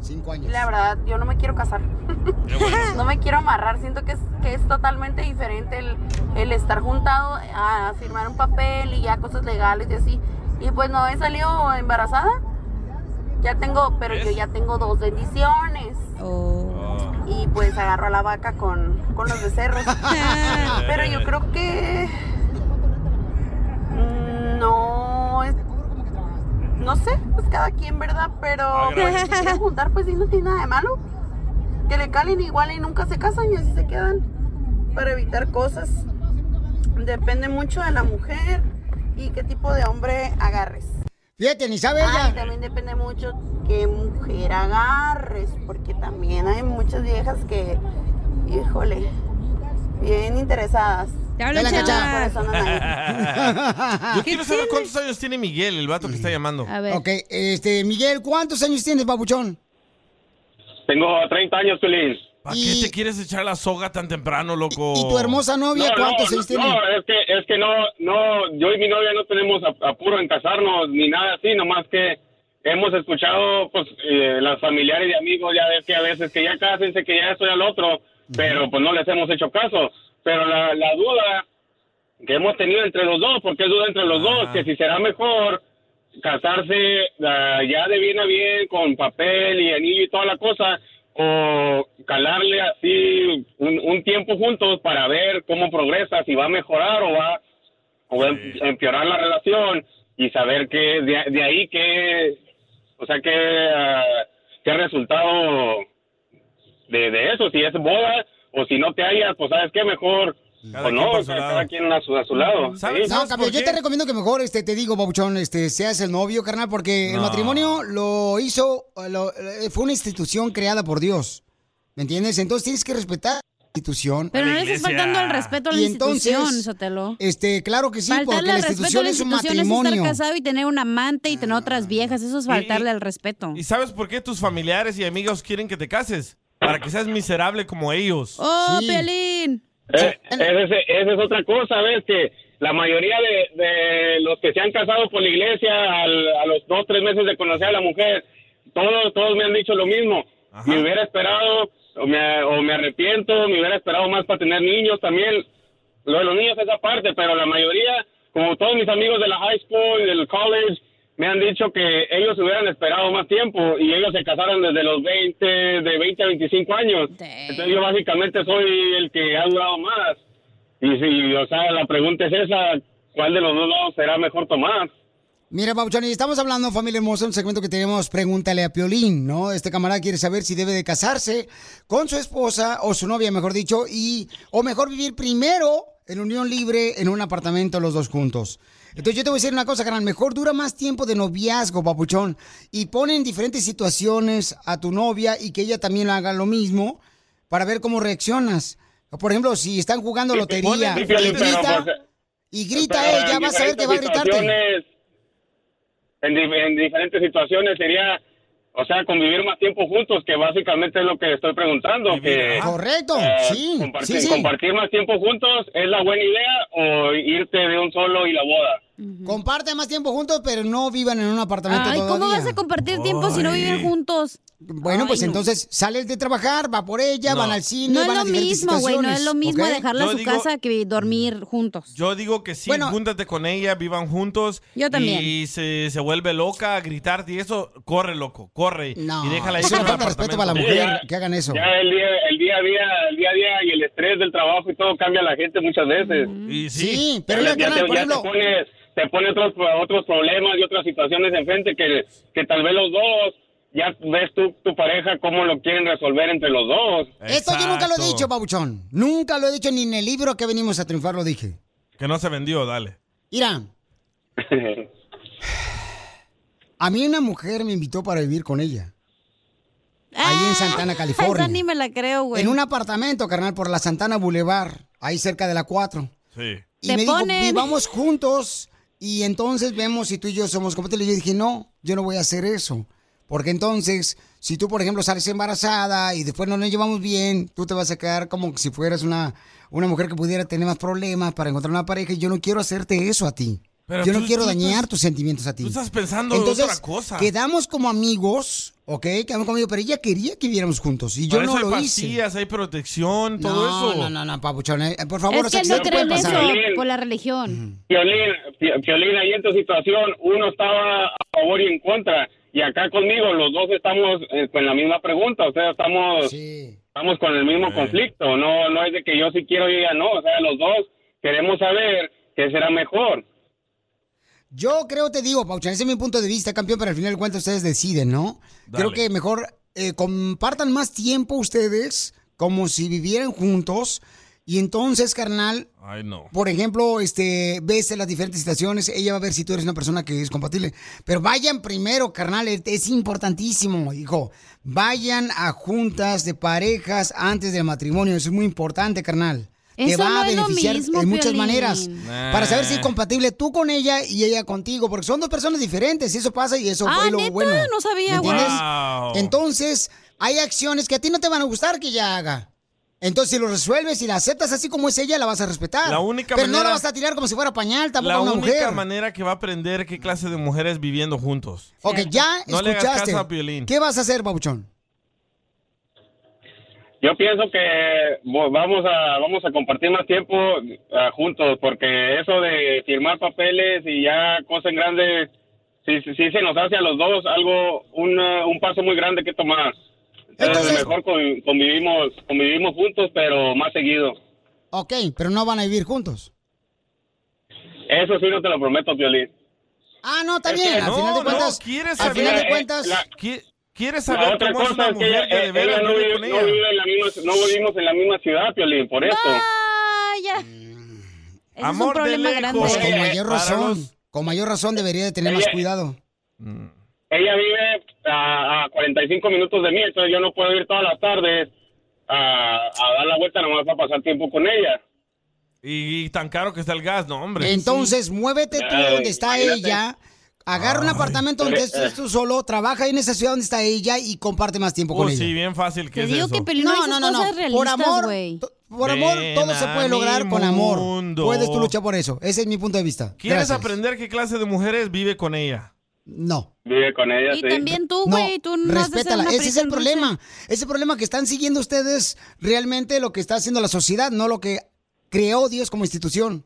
[SPEAKER 3] Cinco años.
[SPEAKER 16] La verdad, yo no me quiero casar. no me quiero amarrar. Siento que es, que es totalmente diferente el, el estar juntado a firmar un papel y ya cosas legales y así. Y pues no he salido embarazada. Ya tengo, pero yo ya tengo dos bendiciones. Y pues agarro a la vaca con, con los becerros. Ah, Pero yo creo que. mm, No. es- No sé, pues cada quien, ¿verdad? Pero.
[SPEAKER 25] Ah, gracias.
[SPEAKER 16] Si se quieren juntar, pues sí, no tiene nada de malo. Que le calen igual y nunca se casan y así se quedan. Para evitar cosas. Depende mucho de la mujer y qué tipo de hombre agarres.
[SPEAKER 3] Fíjate, ni sabe
[SPEAKER 16] Ay,
[SPEAKER 3] ella.
[SPEAKER 16] también depende mucho qué mujer agarres, porque también hay muchas viejas que, híjole, bien interesadas.
[SPEAKER 4] hablan,
[SPEAKER 16] Tienen
[SPEAKER 4] Chela.
[SPEAKER 16] los corazones ahí.
[SPEAKER 4] Yo quiero saber cuántos años tiene Miguel, el vato que está llamando.
[SPEAKER 3] Ok, este, Miguel, ¿cuántos años tienes, papuchón?
[SPEAKER 10] Tengo 30 años, Piolín.
[SPEAKER 4] ¿Para
[SPEAKER 3] Y-
[SPEAKER 4] qué te quieres echar la soga tan temprano, loco?
[SPEAKER 3] ¿Y tu hermosa novia cuántos
[SPEAKER 4] se
[SPEAKER 3] años tiene?
[SPEAKER 10] No, es que, es que no, no, yo y mi novia no tenemos ap- apuro en casarnos ni nada así, nomás que hemos escuchado, pues, eh, las familiares y amigos ya ves que a veces que ya cásense, que ya estoy al otro, pero pues no les hemos hecho caso. Pero la, la duda que hemos tenido entre los dos, porque es duda entre
[SPEAKER 3] Ah.
[SPEAKER 10] los dos, que si será mejor casarse ah, ya de bien a bien, con papel y anillo y toda la cosa, o calarle así un, un tiempo juntos para ver cómo progresa, si va a mejorar o va, o va a em- empeorar la relación y saber que de, de ahí que, o sea, que, ah, qué resultado de, de eso, si es boda o si no te hallas, pues sabes qué, mejor, o no, o sea, cada quien a su, a su lado. Sí.
[SPEAKER 3] No, campeón, yo te recomiendo que mejor, este, te digo, Babuchón, este, seas el novio, carnal, porque el
[SPEAKER 10] No.
[SPEAKER 3] matrimonio lo hizo, lo- eh, fue una institución creada por Dios, ¿me entiendes? Entonces tienes que respetar la institución.
[SPEAKER 5] Pero no le estás faltando el respeto a la
[SPEAKER 3] Y entonces,
[SPEAKER 5] institución, Sotelo.
[SPEAKER 3] Este, claro que sí, porque
[SPEAKER 5] faltarle
[SPEAKER 3] la
[SPEAKER 5] al respeto a
[SPEAKER 3] institución
[SPEAKER 5] la
[SPEAKER 3] es un
[SPEAKER 5] institución es
[SPEAKER 3] matrimonio.
[SPEAKER 5] estar casado y tener un amante y tener otras viejas. Eso es
[SPEAKER 4] Y-
[SPEAKER 5] faltarle al respeto.
[SPEAKER 4] ¿Y sabes por qué tus familiares y amigos quieren que te cases? Para que seas miserable como ellos.
[SPEAKER 5] ¡Oh, Piolín!
[SPEAKER 10] Eh, esa es- esa es otra cosa, ¿ves? Que la mayoría de, de los que se han casado por la iglesia al- a los dos, tres meses de conocer a la mujer, todos, todos me han dicho lo mismo. Me hubiera esperado, o me, o me arrepiento, me hubiera esperado más para tener niños también. Lo de los niños es aparte, pero la mayoría, como todos mis amigos de la high school y del college, me han dicho que ellos hubieran esperado más tiempo y ellos se casaron desde los 20, de 20 a 25 años. Entonces yo básicamente soy el que ha durado más. Y si, o sea, la pregunta es esa, ¿cuál de los dos lados será mejor tomar?
[SPEAKER 3] Mira, Babuchón, y estamos hablando, familia hermosa, un segmento que tenemos, pregúntale a Piolín, ¿no? Este camarada quiere saber si debe de casarse con su esposa o su novia, mejor dicho, y o mejor vivir primero en unión libre en un apartamento los dos juntos. Entonces yo te voy a decir una cosa, carnal, mejor dura más tiempo de noviazgo, Babuchón, y pone en diferentes situaciones a tu novia y que ella también haga lo mismo para ver cómo reaccionas. Por ejemplo, si están jugando lotería,
[SPEAKER 10] Sí, Piolín,
[SPEAKER 3] y
[SPEAKER 10] pero,
[SPEAKER 3] grita,
[SPEAKER 10] pues,
[SPEAKER 3] y grita
[SPEAKER 10] pero
[SPEAKER 3] ella,
[SPEAKER 10] en
[SPEAKER 3] vas a ver que va a
[SPEAKER 10] diferentes
[SPEAKER 3] gritarte.
[SPEAKER 10] situaciones, En, di- en diferentes situaciones sería, o sea, convivir más tiempo juntos, que básicamente es lo que estoy preguntando. Que,
[SPEAKER 3] Correcto,
[SPEAKER 4] Eh,
[SPEAKER 3] sí,
[SPEAKER 10] compartir,
[SPEAKER 3] sí, sí.
[SPEAKER 10] compartir más tiempo juntos es la buena idea o irte de un solo y la boda.
[SPEAKER 3] Comparte más tiempo juntos, pero no vivan en un apartamento
[SPEAKER 5] Ay, ¿cómo
[SPEAKER 3] todavía.
[SPEAKER 5] vas a compartir tiempo si no viven juntos?
[SPEAKER 3] Bueno, pues entonces sales de trabajar, va por ella, van al cine,
[SPEAKER 5] No es
[SPEAKER 3] van a
[SPEAKER 5] lo
[SPEAKER 3] diferentes
[SPEAKER 5] mismo, güey. No es
[SPEAKER 3] situaciones,
[SPEAKER 5] lo mismo
[SPEAKER 3] ¿ok? mm,
[SPEAKER 5] dejarla en
[SPEAKER 4] Yo
[SPEAKER 5] su
[SPEAKER 4] digo-
[SPEAKER 5] casa que dormir juntos.
[SPEAKER 4] Yo digo que sí,
[SPEAKER 5] Bueno.
[SPEAKER 4] júntate con ella, vivan juntos.
[SPEAKER 5] Yo también.
[SPEAKER 4] Y se, se vuelve loca a gritarte y eso, corre, loco, corre.
[SPEAKER 3] No,
[SPEAKER 4] y déjala ahí
[SPEAKER 3] eso es
[SPEAKER 4] con
[SPEAKER 3] una
[SPEAKER 4] el
[SPEAKER 3] falta de respeto para la
[SPEAKER 4] apartamento.
[SPEAKER 3] mujer que hagan eso.
[SPEAKER 10] Ya el día, el día a día, el día a día y el estrés del trabajo y todo cambia a la gente muchas veces.
[SPEAKER 4] Y
[SPEAKER 3] sí. pero mira,
[SPEAKER 10] ya,
[SPEAKER 3] carnal,
[SPEAKER 10] te,
[SPEAKER 3] por
[SPEAKER 10] ya te
[SPEAKER 3] ejemplo-
[SPEAKER 10] pones, te pone otros, otros problemas y otras situaciones enfrente que, que tal vez los dos, ya ves tú, tu pareja cómo lo quieren resolver entre los dos.
[SPEAKER 3] Esto yo nunca lo he dicho, Pabuchón. Nunca lo he dicho ni en el libro que venimos a triunfar lo dije.
[SPEAKER 4] Que no se vendió, dale.
[SPEAKER 3] Mira, a mí una mujer me invitó para vivir con ella. Ahí en
[SPEAKER 5] Ah,
[SPEAKER 3] Santana, California.
[SPEAKER 5] Esa ni me la creo, güey.
[SPEAKER 3] En un apartamento, carnal, por la Santana Boulevard, ahí cerca de la 4.
[SPEAKER 4] Sí.
[SPEAKER 3] Y
[SPEAKER 5] Te
[SPEAKER 3] me
[SPEAKER 5] ponen.
[SPEAKER 3] dijo, vivamos juntos y entonces vemos si tú y yo somos compatibles. Y yo dije, no, yo no voy a hacer eso. Porque entonces, si tú, por ejemplo, sales embarazada y después no nos llevamos bien, tú te vas a quedar como si fueras una, una mujer que pudiera tener más problemas para encontrar una pareja. Y yo no quiero hacerte eso a ti.
[SPEAKER 4] Pero
[SPEAKER 3] yo
[SPEAKER 4] tú-
[SPEAKER 3] no quiero
[SPEAKER 4] tú
[SPEAKER 3] dañar
[SPEAKER 4] estás-
[SPEAKER 3] tus sentimientos a ti.
[SPEAKER 4] tú estás pensando en otra cosa.
[SPEAKER 3] Quedamos como amigos, ¿ok? Quedamos como amigos, pero ella quería que viviéramos juntos y yo
[SPEAKER 4] Para
[SPEAKER 3] no
[SPEAKER 4] eso
[SPEAKER 3] lo
[SPEAKER 4] hay
[SPEAKER 3] hice.
[SPEAKER 4] pastillas, hay protección, todo
[SPEAKER 3] No,
[SPEAKER 4] eso.
[SPEAKER 3] no, no, no, papuchón. eh, Por favor,
[SPEAKER 5] es que él no cree en eso por la
[SPEAKER 3] Mm.
[SPEAKER 5] religión.
[SPEAKER 10] Piolín, Pi- Piolín, ahí en tu situación, uno estaba a favor y en contra. Y acá conmigo, los dos estamos eh, con la misma pregunta, o sea, estamos, estamos con el mismo conflicto. No, no es de que yo sí quiero y ella no, o sea, los dos queremos saber qué será mejor.
[SPEAKER 3] Yo creo, te digo, Pauchan, ese es mi punto de vista, campeón, pero al final de cuentas ustedes deciden, ¿no? Creo que mejor eh, compartan más tiempo ustedes, como si vivieran juntos, y entonces, carnal,
[SPEAKER 4] Ay, no.
[SPEAKER 3] por ejemplo, este, ves las diferentes situaciones, ella va a ver si tú eres una persona que es compatible. Pero vayan primero, carnal, es- es importantísimo, hijo. Vayan a juntas de parejas antes del matrimonio, eso es muy importante, carnal. Te
[SPEAKER 5] Eso
[SPEAKER 3] va a
[SPEAKER 5] no es lo
[SPEAKER 3] beneficiar
[SPEAKER 5] mismo,
[SPEAKER 3] en muchas
[SPEAKER 5] Piolín.
[SPEAKER 3] maneras.
[SPEAKER 5] Nah.
[SPEAKER 3] Para saber si es compatible tú con ella y ella contigo, porque son dos personas diferentes, y eso pasa y eso
[SPEAKER 5] Ah,
[SPEAKER 3] fue lo
[SPEAKER 5] ¿neta?
[SPEAKER 3] bueno.
[SPEAKER 5] No sabía,
[SPEAKER 3] ¿Me entiendes?
[SPEAKER 5] güey. Wow.
[SPEAKER 3] Entonces, hay acciones que a ti no te van a gustar que ella haga. Entonces, si lo resuelves y la aceptas así como es ella, la vas a respetar.
[SPEAKER 4] La única
[SPEAKER 3] Pero no
[SPEAKER 4] manera-
[SPEAKER 3] la vas a tirar como si fuera pañal, tampoco
[SPEAKER 4] La
[SPEAKER 3] a una
[SPEAKER 4] única
[SPEAKER 3] mujer.
[SPEAKER 4] manera que va a aprender qué clase de mujeres viviendo juntos.
[SPEAKER 3] Ok, ya
[SPEAKER 4] No le hagas
[SPEAKER 3] escuchaste.
[SPEAKER 4] caso a Piolín.
[SPEAKER 3] ¿Qué vas a hacer, Pabuchón?
[SPEAKER 10] Yo pienso que bo- vamos a vamos a compartir más tiempo ah, juntos porque eso de firmar papeles y ya cosas grandes si, si, si se nos hace a los dos algo una- un paso muy grande que tomar. Entonces, mejor con- convivimos convivimos juntos pero más seguido.
[SPEAKER 3] Ok, pero no van a vivir juntos.
[SPEAKER 10] Eso sí no te lo prometo, Piolín.
[SPEAKER 3] Ah, no, está bien. Al final de cuentas,
[SPEAKER 4] quieres
[SPEAKER 3] al
[SPEAKER 4] saber.
[SPEAKER 3] final de cuentas,
[SPEAKER 4] qui- ¿Quieres
[SPEAKER 10] eh, La
[SPEAKER 4] saber
[SPEAKER 10] otra
[SPEAKER 4] cómo es
[SPEAKER 10] cosa
[SPEAKER 4] una
[SPEAKER 10] es que
[SPEAKER 4] mujer
[SPEAKER 10] ella-
[SPEAKER 4] que de
[SPEAKER 10] eh,
[SPEAKER 4] veras
[SPEAKER 10] ella no
[SPEAKER 4] vive
[SPEAKER 10] vive-
[SPEAKER 4] con
[SPEAKER 10] no
[SPEAKER 4] ella?
[SPEAKER 10] vive en la misma- no vivimos en la misma ciudad, Piolín, por eso.
[SPEAKER 5] ya.
[SPEAKER 3] es
[SPEAKER 5] un Amor de problema lejos. grande.
[SPEAKER 3] Pues con
[SPEAKER 10] Eh,
[SPEAKER 3] mayor
[SPEAKER 10] para
[SPEAKER 3] razón,
[SPEAKER 10] los-
[SPEAKER 3] con mayor razón debería de tener más
[SPEAKER 10] Ella-
[SPEAKER 3] cuidado.
[SPEAKER 10] Ella vive a, a 45 minutos de mí, entonces yo no puedo ir todas las tardes a, a dar la vuelta nomás para pasar tiempo con ella.
[SPEAKER 4] Y, y tan caro que está el gas, no, hombre.
[SPEAKER 3] Entonces, muévete tú
[SPEAKER 4] Ay,
[SPEAKER 3] donde está
[SPEAKER 4] imagínate.
[SPEAKER 3] ella. Agarra un apartamento donde estés tú solo, trabaja ahí en esa ciudad donde está ella y comparte más tiempo con
[SPEAKER 4] Oh,
[SPEAKER 3] ella.
[SPEAKER 4] sí, bien fácil que
[SPEAKER 3] Te
[SPEAKER 4] es
[SPEAKER 3] digo
[SPEAKER 4] eso.
[SPEAKER 3] que Piolín no No, dice no, no, no. cosas Por realistas, amor, güey. to- Por amor,
[SPEAKER 4] Ven
[SPEAKER 3] todo se
[SPEAKER 4] a
[SPEAKER 3] puede
[SPEAKER 4] mi
[SPEAKER 3] lograr con amor.
[SPEAKER 4] mundo.
[SPEAKER 3] Puedes tú luchar por eso. Ese es mi punto de vista.
[SPEAKER 4] ¿Quieres
[SPEAKER 3] Gracias.
[SPEAKER 4] aprender qué clase de mujeres vive con ella?
[SPEAKER 3] No.
[SPEAKER 10] Vive con ella,
[SPEAKER 5] Y también tú, güey, tú no has de ser
[SPEAKER 3] respétala.
[SPEAKER 5] una
[SPEAKER 3] Ese es el
[SPEAKER 5] princesa.
[SPEAKER 3] problema. Ese problema que están siguiendo ustedes realmente lo que está haciendo la sociedad, no lo que creó Dios como institución.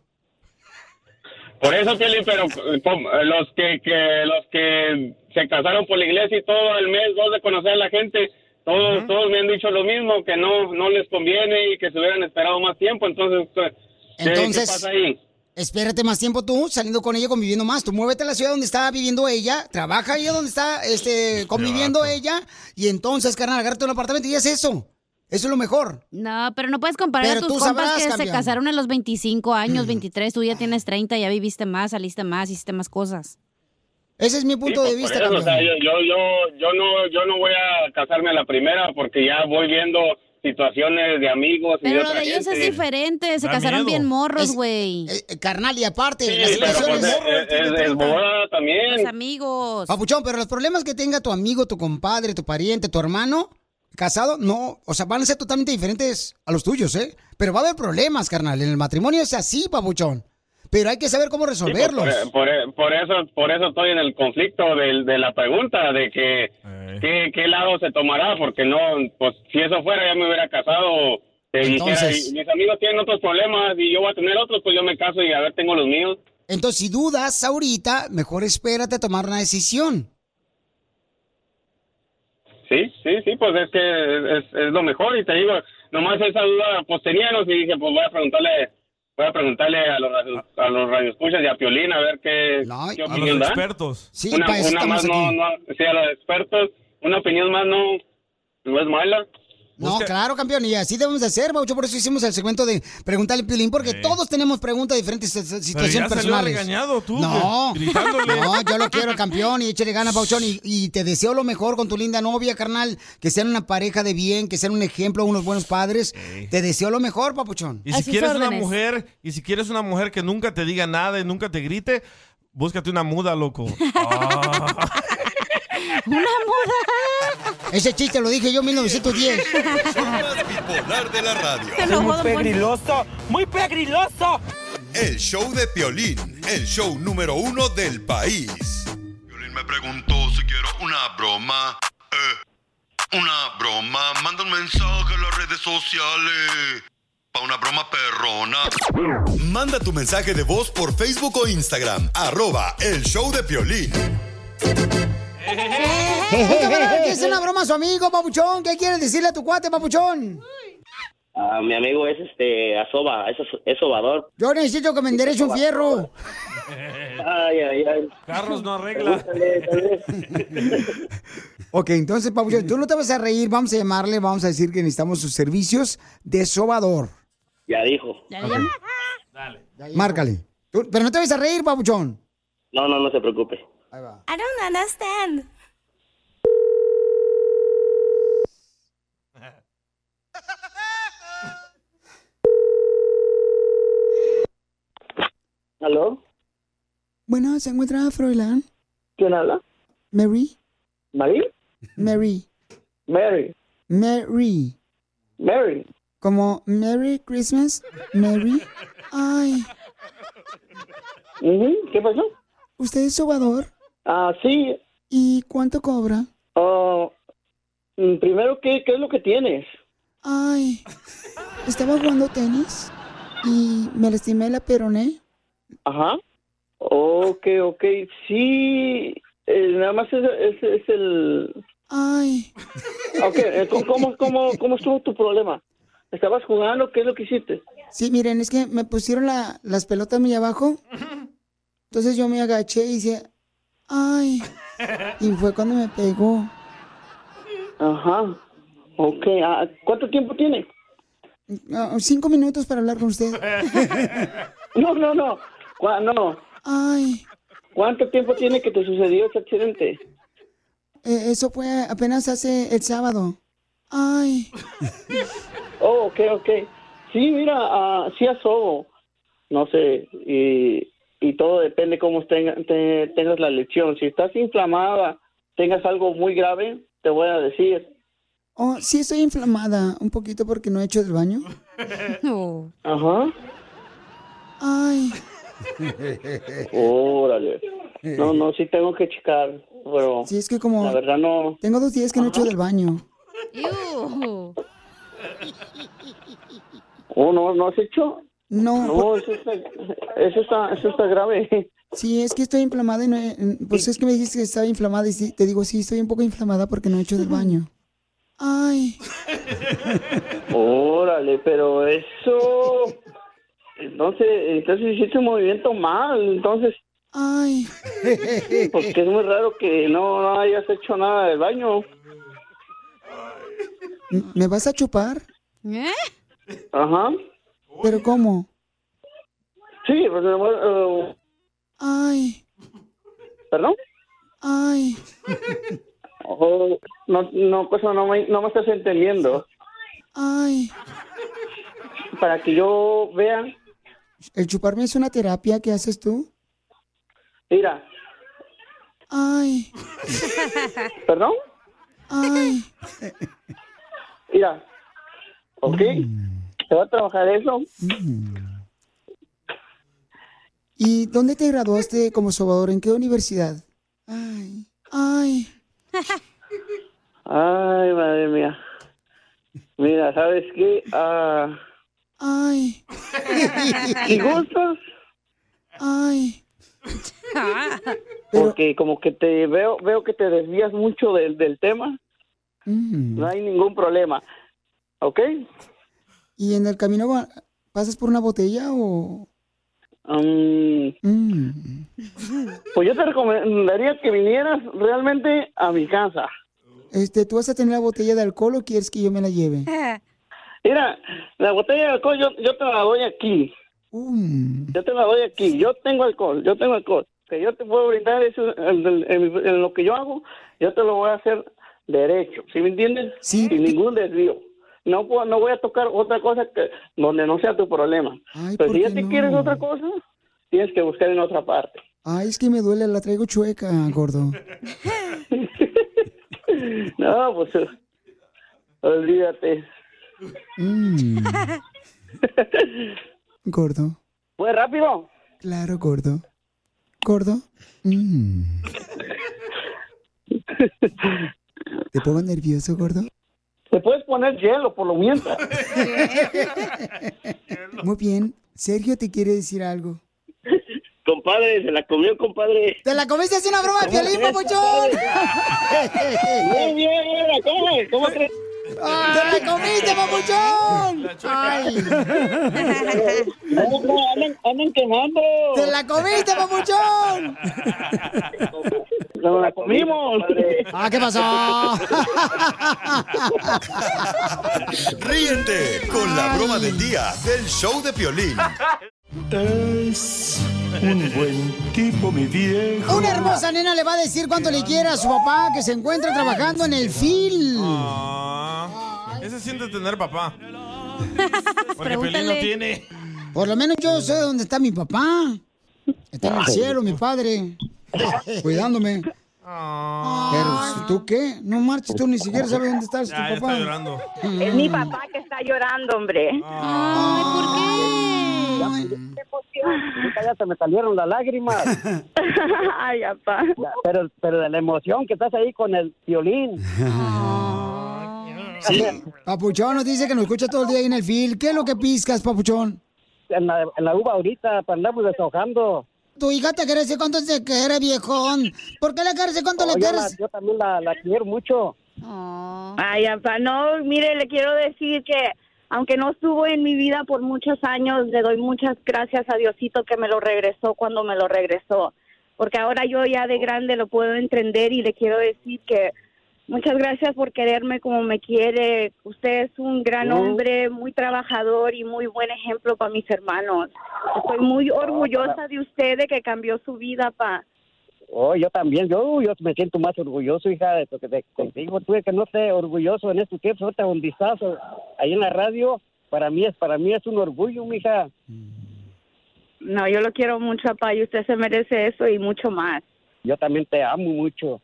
[SPEAKER 10] Por eso, Piolín, pero eh, com- eh, los que, que- los que se casaron por la iglesia y todo el mes, dos de conocer a la gente, todos, todos me han dicho lo mismo, que no, no les conviene y que se hubieran esperado más tiempo, entonces, eh, ¿qué-
[SPEAKER 3] Entonces-
[SPEAKER 10] ¿qué pasa ahí?
[SPEAKER 3] Espérate más tiempo tú, saliendo con ella, conviviendo más. Tú muévete a la ciudad donde está viviendo ella, trabaja ahí donde está este, conviviendo ella, y entonces, carnal, agárrate un apartamento y haz eso. Eso es lo mejor.
[SPEAKER 5] No, pero no puedes comparar
[SPEAKER 3] Pero
[SPEAKER 5] a
[SPEAKER 3] tú
[SPEAKER 5] tus compas
[SPEAKER 3] sabrás, Mm.
[SPEAKER 5] que se
[SPEAKER 3] campeón.
[SPEAKER 5] casaron a los 25 años, 23, tú ya tienes 30, ya viviste más, saliste más, hiciste más cosas.
[SPEAKER 3] Ese es mi
[SPEAKER 10] Sí, pues, por eso, o sea, yo, yo, yo, yo no, yo no voy a casarme a la primera porque ya voy viendo situaciones de amigos y de
[SPEAKER 5] Pero lo
[SPEAKER 10] otra
[SPEAKER 5] de ellos es
[SPEAKER 10] gente.
[SPEAKER 5] diferente, se
[SPEAKER 10] Da
[SPEAKER 5] casaron
[SPEAKER 10] miedo.
[SPEAKER 5] bien morros, güey.
[SPEAKER 3] eh, carnal, y aparte,
[SPEAKER 10] Sí, pero pues, es, es, es boda también.
[SPEAKER 5] Los amigos.
[SPEAKER 3] Papuchón, pero los problemas que tenga tu amigo, tu compadre, tu pariente, tu hermano, casado, no, o sea, van a ser totalmente diferentes a los tuyos, ¿eh? Pero va a haber problemas, carnal. En el matrimonio es así, papuchón. Pero hay que saber cómo
[SPEAKER 10] Sí, pues,
[SPEAKER 3] resolverlos.
[SPEAKER 10] por, e. por- por eso, por eso estoy en el conflicto del- de, la pregunta de que qué, qué lado se tomará, porque no, pues si eso fuera ya me hubiera casado. Te dijera,
[SPEAKER 3] Entonces-
[SPEAKER 10] y mis amigos tienen otros problemas y yo voy a tener otros, pues yo me caso y a ver tengo los míos.
[SPEAKER 3] Entonces, si dudas ahorita, mejor espérate a tomar una decisión.
[SPEAKER 10] Sí, sí, sí, pues es que es, es- es lo mejor y te digo, nomás esa duda pues teníamos y dije, pues voy a preguntarle, voy a preguntarle a los, radio- a los radioescuchas y a Piolín a ver qué, qué
[SPEAKER 4] A
[SPEAKER 10] opinión
[SPEAKER 4] los
[SPEAKER 10] dan.
[SPEAKER 4] expertos. pues,
[SPEAKER 10] una, una más no, no, sí, a los expertos, una opinión más no, no es mala.
[SPEAKER 3] No,
[SPEAKER 10] Busca-
[SPEAKER 3] claro, campeón, y así debemos de hacer, Baucho. Por eso hicimos el segmento de Preguntarle Piolín, porque todos tenemos preguntas de diferentes eh, situaciones
[SPEAKER 4] Pero ya salió
[SPEAKER 3] personales.
[SPEAKER 4] regañado tú,
[SPEAKER 3] No,
[SPEAKER 4] gritándole.
[SPEAKER 3] no, yo lo quiero, campeón, y échale ganas, Pauchón, y, y te deseo lo mejor con tu linda novia, carnal, que sean una pareja de bien, que sean un ejemplo, unos buenos padres. Te deseo lo mejor, Papuchón.
[SPEAKER 4] Y si quieres una mujer, y si quieres una mujer que nunca te diga nada y nunca te grite, búscate una muda, loco. Ah.
[SPEAKER 3] Una muda. Ese chiste lo dije yo en 1910.
[SPEAKER 1] Bipolar de la radio.
[SPEAKER 3] Te enojó, Muy don Poncho.
[SPEAKER 1] pegriloso, muy pegriloso. El show de Piolín, el show número uno del país. Piolín me preguntó si quiero una broma. Eh, una broma. Manda un mensaje a las redes sociales. Pa' una broma perrona. Manda tu mensaje de voz por Facebook o Instagram. Arroba el show de Piolín.
[SPEAKER 3] ¿Qué es una broma a su amigo, Papuchón? ¿Qué quieres decirle a tu cuate, Papuchón?
[SPEAKER 20] Ah, mi amigo es este asoba, es, es sobador.
[SPEAKER 3] Yo necesito que me endereche un fierro.
[SPEAKER 20] Ay, ay, ay.
[SPEAKER 4] Carros no arregla.
[SPEAKER 3] Ok, entonces, Papuchón, tú no te vas a reír, vamos a llamarle, vamos a decir que necesitamos sus servicios de sobador.
[SPEAKER 20] Ya dijo.
[SPEAKER 3] Márcale. Tú- pero no te vas a reír, Papuchón.
[SPEAKER 20] No, no, no se preocupe.
[SPEAKER 12] I don't understand.
[SPEAKER 17] ¿Aló?
[SPEAKER 3] Bueno, ¿se encuentra Froilán?
[SPEAKER 17] ¿Quién habla?
[SPEAKER 3] Mary.
[SPEAKER 17] ¿Mari?
[SPEAKER 3] Mary. Mary. Mary. Mary. Como Merry Christmas, Mary. Ay.
[SPEAKER 13] ¿Qué pasó?
[SPEAKER 3] ¿Usted es sobador?
[SPEAKER 13] Ah, sí.
[SPEAKER 3] ¿Y cuánto cobra?
[SPEAKER 13] Oh, mm, primero, ¿qué, ¿qué es lo que tienes?
[SPEAKER 3] Ay. Estaba jugando tenis y me lastimé la peroné.
[SPEAKER 13] Ajá. Ok, ok. Sí, eh, nada más es, es- es el...
[SPEAKER 3] Ay.
[SPEAKER 13] Ok, eh, ¿cómo- ¿cómo, cómo, ¿cómo estuvo tu problema? ¿Estabas jugando? ¿Qué es lo que hiciste?
[SPEAKER 3] Sí, miren, es que me pusieron la- las pelotas muy abajo. Entonces yo me agaché y hice, ay. Y fue cuando me pegó.
[SPEAKER 13] Ajá. Ok, ah, ¿cuánto tiempo tiene?
[SPEAKER 3] Ah, Cinco minutos para hablar con usted.
[SPEAKER 13] No, no, no. Cua- no.
[SPEAKER 3] Ay,
[SPEAKER 13] ¿Cuánto tiempo tiene que te sucedió ese accidente?
[SPEAKER 3] eh, eso fue apenas hace el sábado. Ay,
[SPEAKER 13] Oh, ok, ok. Sí, mira, ah, sí asobo. No sé, y, y todo depende cómo tenga- te- tengas la lesión. Si estás inflamada, tengas algo muy grave, te voy a decir.
[SPEAKER 3] oh, sí estoy inflamada un poquito porque no he hecho el baño.
[SPEAKER 13] No. Ajá.
[SPEAKER 3] Ay,
[SPEAKER 13] Órale. No, no, sí tengo que checar, pero
[SPEAKER 3] sí es que como
[SPEAKER 13] la verdad no.
[SPEAKER 3] tengo dos días que no he hecho del baño.
[SPEAKER 13] Oh, no, no has hecho.
[SPEAKER 3] No,
[SPEAKER 13] No, eso está, eso está, eso está grave.
[SPEAKER 3] sí es que estoy inflamada y no he- pues es que me dijiste que estaba inflamada y sí, te digo sí estoy un poco inflamada porque no he hecho del baño. Ay,
[SPEAKER 13] Órale, pero eso. Entonces, entonces hiciste un movimiento mal, entonces.
[SPEAKER 3] ay.
[SPEAKER 13] Porque es muy raro que no, no hayas hecho nada del baño.
[SPEAKER 3] M- ¿Me vas a chupar? ¿Eh?
[SPEAKER 13] Ajá.
[SPEAKER 3] ¿Pero cómo?
[SPEAKER 13] Sí, pues, eh, bueno, eh,
[SPEAKER 3] Ay,
[SPEAKER 13] ¿perdón?
[SPEAKER 3] ay.
[SPEAKER 13] Oh, no, no, pues no me, no me estás entendiendo.
[SPEAKER 3] Ay,
[SPEAKER 13] Para que yo vea,
[SPEAKER 3] ¿el chuparme es una terapia que haces tú?
[SPEAKER 13] mira,
[SPEAKER 3] Ay,
[SPEAKER 13] ¿perdón?
[SPEAKER 3] ay.
[SPEAKER 13] Mira, ¿ok? ¿Te va a trabajar eso?
[SPEAKER 3] ¿Y dónde te graduaste como sobador? ¿En qué universidad? Ay, ay.
[SPEAKER 13] Ay, madre mía. Mira, ¿sabes qué? Ah,
[SPEAKER 3] Ay.
[SPEAKER 13] ¿Y gustas?
[SPEAKER 3] Ay.
[SPEAKER 13] Porque como que te veo, veo que te desvías mucho del, del tema. No hay ningún problema. ¿Ok?
[SPEAKER 3] ¿Y en el camino va- pasas por una botella o...?
[SPEAKER 13] Mm,
[SPEAKER 3] Mm.
[SPEAKER 13] pues yo te recomendaría que vinieras realmente a mi casa.
[SPEAKER 3] Este, ¿Tú vas a tener la botella de alcohol o quieres que yo me la lleve?
[SPEAKER 13] Mira, la botella de alcohol yo, yo te la doy aquí. Yo te la doy aquí. Yo tengo alcohol, yo tengo alcohol. Que yo te puedo brindar eso en, en- en lo que yo hago, yo te lo voy a hacer derecho. ¿Sí me entiendes? Sin ningún desvío. No, puedo- no voy a tocar otra cosa que, donde no sea tu problema. Pero
[SPEAKER 3] ¿por
[SPEAKER 13] si ya
[SPEAKER 3] qué
[SPEAKER 13] te
[SPEAKER 3] no?
[SPEAKER 13] quieres otra cosa, tienes que buscar en otra parte.
[SPEAKER 3] Ay, es que me duele, la traigo chueca, gordo.
[SPEAKER 13] No, pues eh, olvídate.
[SPEAKER 3] Mm. Gordo.
[SPEAKER 13] Fue Pues, rápido.
[SPEAKER 3] Claro, gordo. ¿Gordo? Mm. ¿Te pongo nervioso, gordo?
[SPEAKER 13] Te puedes poner hielo por lo mientras.
[SPEAKER 3] Muy bien. Sergio te quiere decir algo.
[SPEAKER 7] Compadre, se la comió, compadre.
[SPEAKER 3] ¡Te la comiste así una broma de
[SPEAKER 7] ¿Cómo
[SPEAKER 3] Piolín,
[SPEAKER 7] crees,
[SPEAKER 3] papuchón!
[SPEAKER 13] Bien, bien, bien, ¿cómo, cómo crees?
[SPEAKER 3] ¡Te la comiste, papuchón! ¡Ay!
[SPEAKER 13] Andan, andan- andan quemando.
[SPEAKER 3] ¡Te la comiste, papuchón!
[SPEAKER 13] Nos la comimos.
[SPEAKER 3] ¡Ah, qué pasó!
[SPEAKER 26] Ríete con la broma del día del show de Piolín.
[SPEAKER 1] Es un buen tipo, mi viejo.
[SPEAKER 3] Una hermosa nena le va a decir cuánto le quiere a su papá que se encuentra trabajando en el fil.
[SPEAKER 4] Ese siente tener papá. Porque Pelín no
[SPEAKER 3] Pregúntale.
[SPEAKER 4] tiene.
[SPEAKER 3] Por lo menos yo sé dónde está mi papá. Está en el
[SPEAKER 4] Ay.
[SPEAKER 3] cielo, mi padre. Cuidándome. Pero ¿Tú qué? No marches, tú ni siquiera sabes dónde estás, tu
[SPEAKER 4] Ah. Ya, ya está
[SPEAKER 3] papá.
[SPEAKER 4] llorando.
[SPEAKER 27] Es mi papá que está llorando, hombre.
[SPEAKER 7] Ay,
[SPEAKER 27] ¿por qué?
[SPEAKER 13] Cállate, me salieron las lágrimas. Ay, papá. Pero, pero de la emoción que estás ahí con el violín.
[SPEAKER 3] Sí. Papuchón nos dice que nos escucha todo el día ahí en el fil. ¿Qué es lo que piscas, Papuchón?
[SPEAKER 13] En la, en la uva ahorita, para andamos deshojando.
[SPEAKER 3] Tu hija te quiere decir cuánto se quiere, viejón. ¿Por qué le quieres decir cuánto
[SPEAKER 13] Oh,
[SPEAKER 3] le
[SPEAKER 13] yo,
[SPEAKER 3] quieres?
[SPEAKER 13] la- yo también la, la quiero mucho.
[SPEAKER 27] Ay, papá, no, mire, le quiero decir que aunque no estuvo en mi vida por muchos años, le doy muchas gracias a Diosito que me lo regresó cuando me lo regresó. Porque ahora yo ya de grande lo puedo entender y le quiero decir que muchas gracias por quererme como me quiere. Usted es un gran
[SPEAKER 13] Mm.
[SPEAKER 27] hombre, muy trabajador y muy buen ejemplo para mis hermanos. Estoy muy orgullosa de usted de que cambió su vida, pa.
[SPEAKER 13] Oh, yo también, yo, yo me siento más orgulloso, hija, de, de, de contigo. Tú que no esté orgulloso en estos tiempos, ahorita un vistazo ahí en la radio, para mí es, para mí es un orgullo, mija.
[SPEAKER 27] Mm. No, yo lo quiero mucho, papá, y usted se merece eso y mucho más.
[SPEAKER 13] Yo también te amo mucho.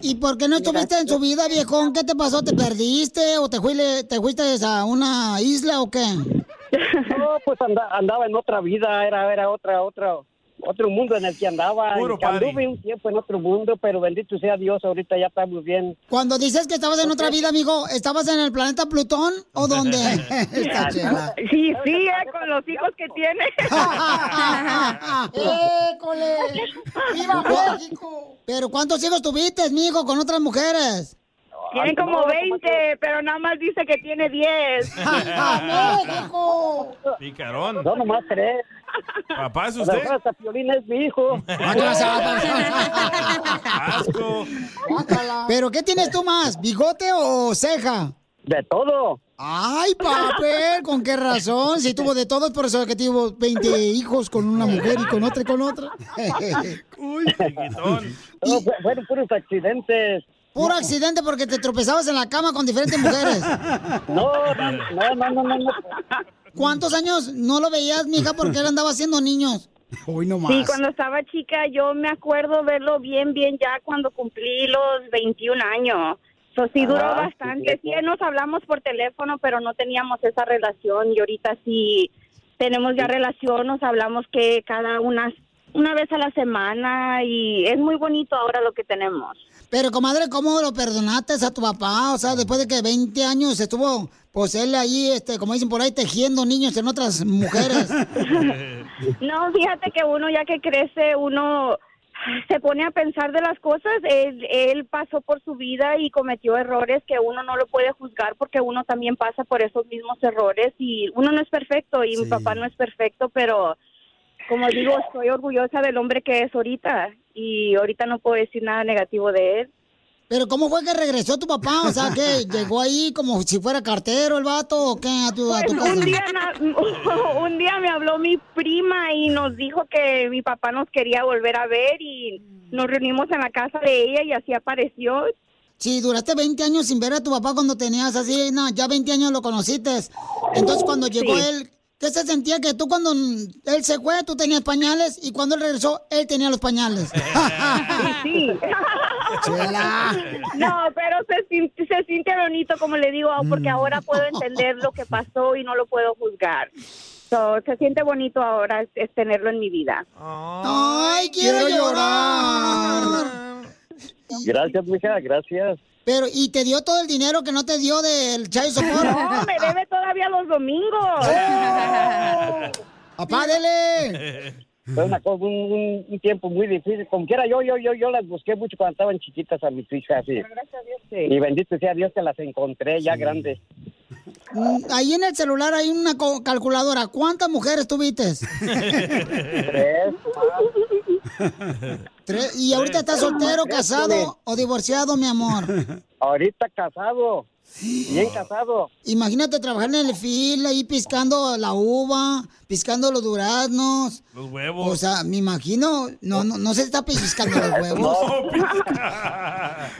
[SPEAKER 3] ¿Y por qué no estuviste en su vida, viejón? ¿Qué te pasó? ¿Te perdiste o te fuiste, te fuiste a una isla o qué?
[SPEAKER 13] No, pues anda- andaba en otra vida, era, era otra, otra, otro mundo en el que andaba.
[SPEAKER 3] Puro
[SPEAKER 13] Que Anduve un tiempo en otro mundo, pero bendito sea Dios, ahorita ya estamos bien.
[SPEAKER 3] Cuando dices que estabas en otra vida, amigo, ¿estabas en el planeta Plutón o dónde? Está chela.
[SPEAKER 27] Sí, sí, eh, con los hijos que tiene.
[SPEAKER 3] ¡École! ¡Viva México! ¿Pero cuántos hijos tuviste, amigo, con otras mujeres?
[SPEAKER 27] Tiene como 20, pero nada más dice que tiene 10.
[SPEAKER 3] México!
[SPEAKER 4] Picarón.
[SPEAKER 13] No, nomás tres.
[SPEAKER 4] Papá, ¿es
[SPEAKER 13] La
[SPEAKER 4] usted? Ah,
[SPEAKER 13] raza Piolín es mi hijo.
[SPEAKER 4] Asco.
[SPEAKER 3] ¿Pero qué tienes tú más, bigote o ceja?
[SPEAKER 13] De todo.
[SPEAKER 3] Ay, papel, ¿con qué razón? Si tuvo de todos, por eso que tuvo 20 hijos con una mujer y con otra y con otra.
[SPEAKER 13] Uy, no, fue- fueron puros accidentes.
[SPEAKER 3] Puro accidente porque te tropezabas en la cama con diferentes mujeres.
[SPEAKER 13] No, no, no, no, no.
[SPEAKER 3] ¿Cuántos años no lo veías, mija, porque él andaba haciendo niños? Hoy no
[SPEAKER 27] Sí, cuando estaba chica yo me acuerdo verlo bien, bien ya cuando cumplí los 21 años. Eso sí duró
[SPEAKER 13] Ah, sí,
[SPEAKER 27] bastante. Sí, nos hablamos por teléfono, pero no teníamos esa relación y ahorita sí tenemos ya relación, nos hablamos que cada una, una vez a la semana y es muy bonito ahora lo que tenemos.
[SPEAKER 3] Pero, comadre, ¿cómo lo perdonaste a tu papá? O sea, después de que 20 años estuvo, pues él ahí, este, como dicen por ahí, tejiendo niños en otras mujeres.
[SPEAKER 27] No, fíjate que uno ya que crece, uno se pone a pensar de las cosas. Él, él pasó por su vida y cometió errores que uno no lo puede juzgar porque uno también pasa por esos mismos errores y uno no es perfecto y mi papá no es perfecto, pero como digo, estoy orgullosa del hombre que es ahorita y ahorita no puedo decir nada negativo de él.
[SPEAKER 3] Pero, ¿cómo fue que regresó tu papá? O sea, que llegó ahí como si fuera cartero el vato o qué, a tu, a tu
[SPEAKER 27] Pues,
[SPEAKER 3] casa.
[SPEAKER 27] un, día, na- un día me habló mi prima y nos dijo que mi papá nos quería volver a ver y nos reunimos en la casa de ella y así apareció.
[SPEAKER 3] Sí, duraste 20 años sin ver a tu papá cuando tenías así, no, ya 20 años lo conociste. Entonces, cuando llegó
[SPEAKER 27] Sí.
[SPEAKER 3] él, ¿qué se sentía? Que tú cuando mm, él se fue, tú tenías pañales y cuando él regresó, él tenía los pañales.
[SPEAKER 27] sí.
[SPEAKER 3] Chela.
[SPEAKER 27] No, pero se, sin- se siente bonito, como le digo,
[SPEAKER 3] Mm.
[SPEAKER 27] porque ahora puedo entender lo que pasó y no lo puedo juzgar. So, se siente bonito ahora es, es tenerlo en mi vida.
[SPEAKER 3] ¡Ay, quiero,
[SPEAKER 27] Quiero
[SPEAKER 3] llorar.
[SPEAKER 13] Gracias, mija, gracias.
[SPEAKER 3] Pero, ¿y te dio todo el dinero que no te dio del Chai Sopor?
[SPEAKER 27] No, me debe todavía los domingos.
[SPEAKER 3] ¡Papá, dele!
[SPEAKER 13] Fue una cosa- un, un- un tiempo muy difícil. Como quiera, yo, yo, yo, yo las busqué mucho cuando estaban chiquitas a mis hijas. Y, y bendito sea Dios que las encontré ya grandes.
[SPEAKER 3] Mm, Ahí en el celular hay una co- calculadora. ¿Cuántas mujeres tuviste?
[SPEAKER 13] Tres.
[SPEAKER 3] Tres. ¿Y ahorita estás soltero,
[SPEAKER 13] Tres,
[SPEAKER 3] casado o divorciado, mi amor?
[SPEAKER 13] Ahorita casado. Bien casado.
[SPEAKER 3] Imagínate trabajar en el fil, ahí piscando la uva, piscando los duraznos.
[SPEAKER 4] Los huevos.
[SPEAKER 3] O sea, me imagino, no, no, no se está piscando los huevos.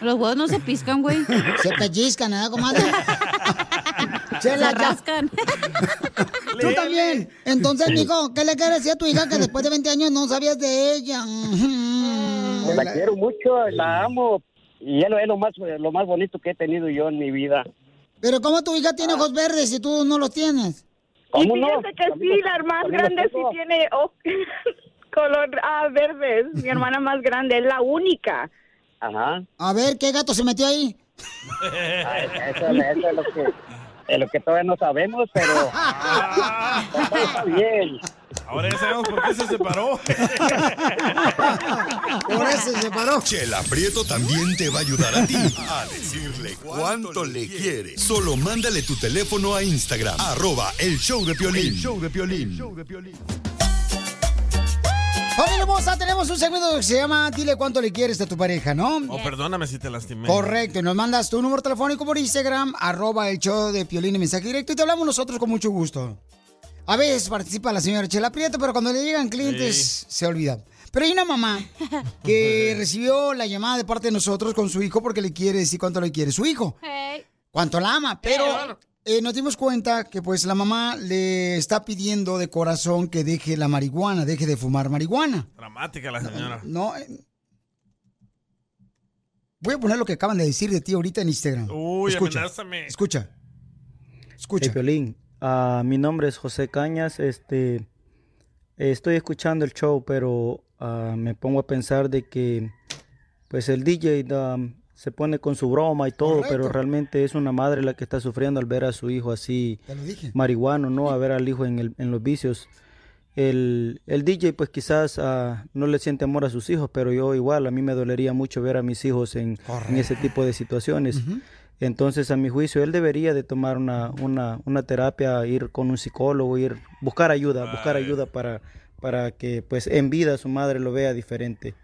[SPEAKER 7] Los huevos no se piscan, güey.
[SPEAKER 3] Se pellizcan, ¿eh, comadre? Chela,
[SPEAKER 7] Se
[SPEAKER 3] ya.
[SPEAKER 7] rascan.
[SPEAKER 3] Tú también. Entonces, mijo, ¿qué le quieres decir a tu hija que después de 20 años no sabías de ella? Ujú.
[SPEAKER 13] La quiero mucho, la amo.
[SPEAKER 28] Y él es lo más, lo más bonito que he tenido yo en mi vida.
[SPEAKER 3] Pero ¿cómo tu hija tiene ojos verdes si tú no los tienes?
[SPEAKER 28] ¿Cómo no?
[SPEAKER 18] que sí, la más grande sí tiene
[SPEAKER 27] oh,
[SPEAKER 18] o- color ah, verdes. Mi hermana más grande es la única.
[SPEAKER 28] Ajá.
[SPEAKER 3] A ver, ¿qué gato se metió ahí?
[SPEAKER 28] Ah, Eso, eso es lo que, es lo que todavía no sabemos, pero todo está bien.
[SPEAKER 4] Ahora ya sabemos por qué se separó.
[SPEAKER 3] Por eso se separó.
[SPEAKER 1] Chela Prieto también te va a ayudar a ti a decirle cuánto le quiere. Solo mándale tu teléfono a Instagram, arroba el show de Piolín.
[SPEAKER 17] El
[SPEAKER 1] show de Piolín.
[SPEAKER 3] Familia hermosa, tenemos un segmento que se llama Dile cuánto le quieres a tu pareja, ¿no?
[SPEAKER 4] O Oh, perdóname si te lastimé.
[SPEAKER 3] Correcto, y nos mandas tu número telefónico por Instagram, arroba el show de Piolín y mensaje directo y te hablamos nosotros con mucho gusto. A veces participa la señora Chela Prieto, pero cuando le llegan clientes
[SPEAKER 4] Sí.
[SPEAKER 3] se olvida. Pero hay una mamá que recibió la llamada de parte de nosotros con su hijo porque le quiere decir cuánto le quiere su hijo. cuánto la ama, pero eh, nos dimos cuenta que pues la mamá le está pidiendo de corazón que deje la marihuana, deje de fumar marihuana.
[SPEAKER 4] Dramática la señora.
[SPEAKER 3] No. eh, Voy a poner lo que acaban de decir de ti ahorita en Instagram.
[SPEAKER 4] Uy,
[SPEAKER 3] escucha,
[SPEAKER 4] amenázame.
[SPEAKER 3] escucha. Escucha.
[SPEAKER 29] Hey, Piolín. Ah, mi nombre es José Cañas. Este, eh, estoy escuchando el show, pero ah, me pongo a pensar de que, pues el DJ da- se pone con su broma y todo, pero realmente es una madre la que está sufriendo al ver a su hijo así
[SPEAKER 3] Te lo dije.
[SPEAKER 29] marihuano, no, a ver al hijo en, el- en los vicios. El, el DJ pues quizás ah, no le siente amor a sus hijos, pero yo igual, a mí me dolería mucho ver a mis hijos en, en ese tipo de situaciones. Entonces, a mi juicio, él debería de tomar una, una, una terapia, ir con un psicólogo, ir buscar ayuda, buscar ayuda para, para que pues en vida su madre lo vea diferente.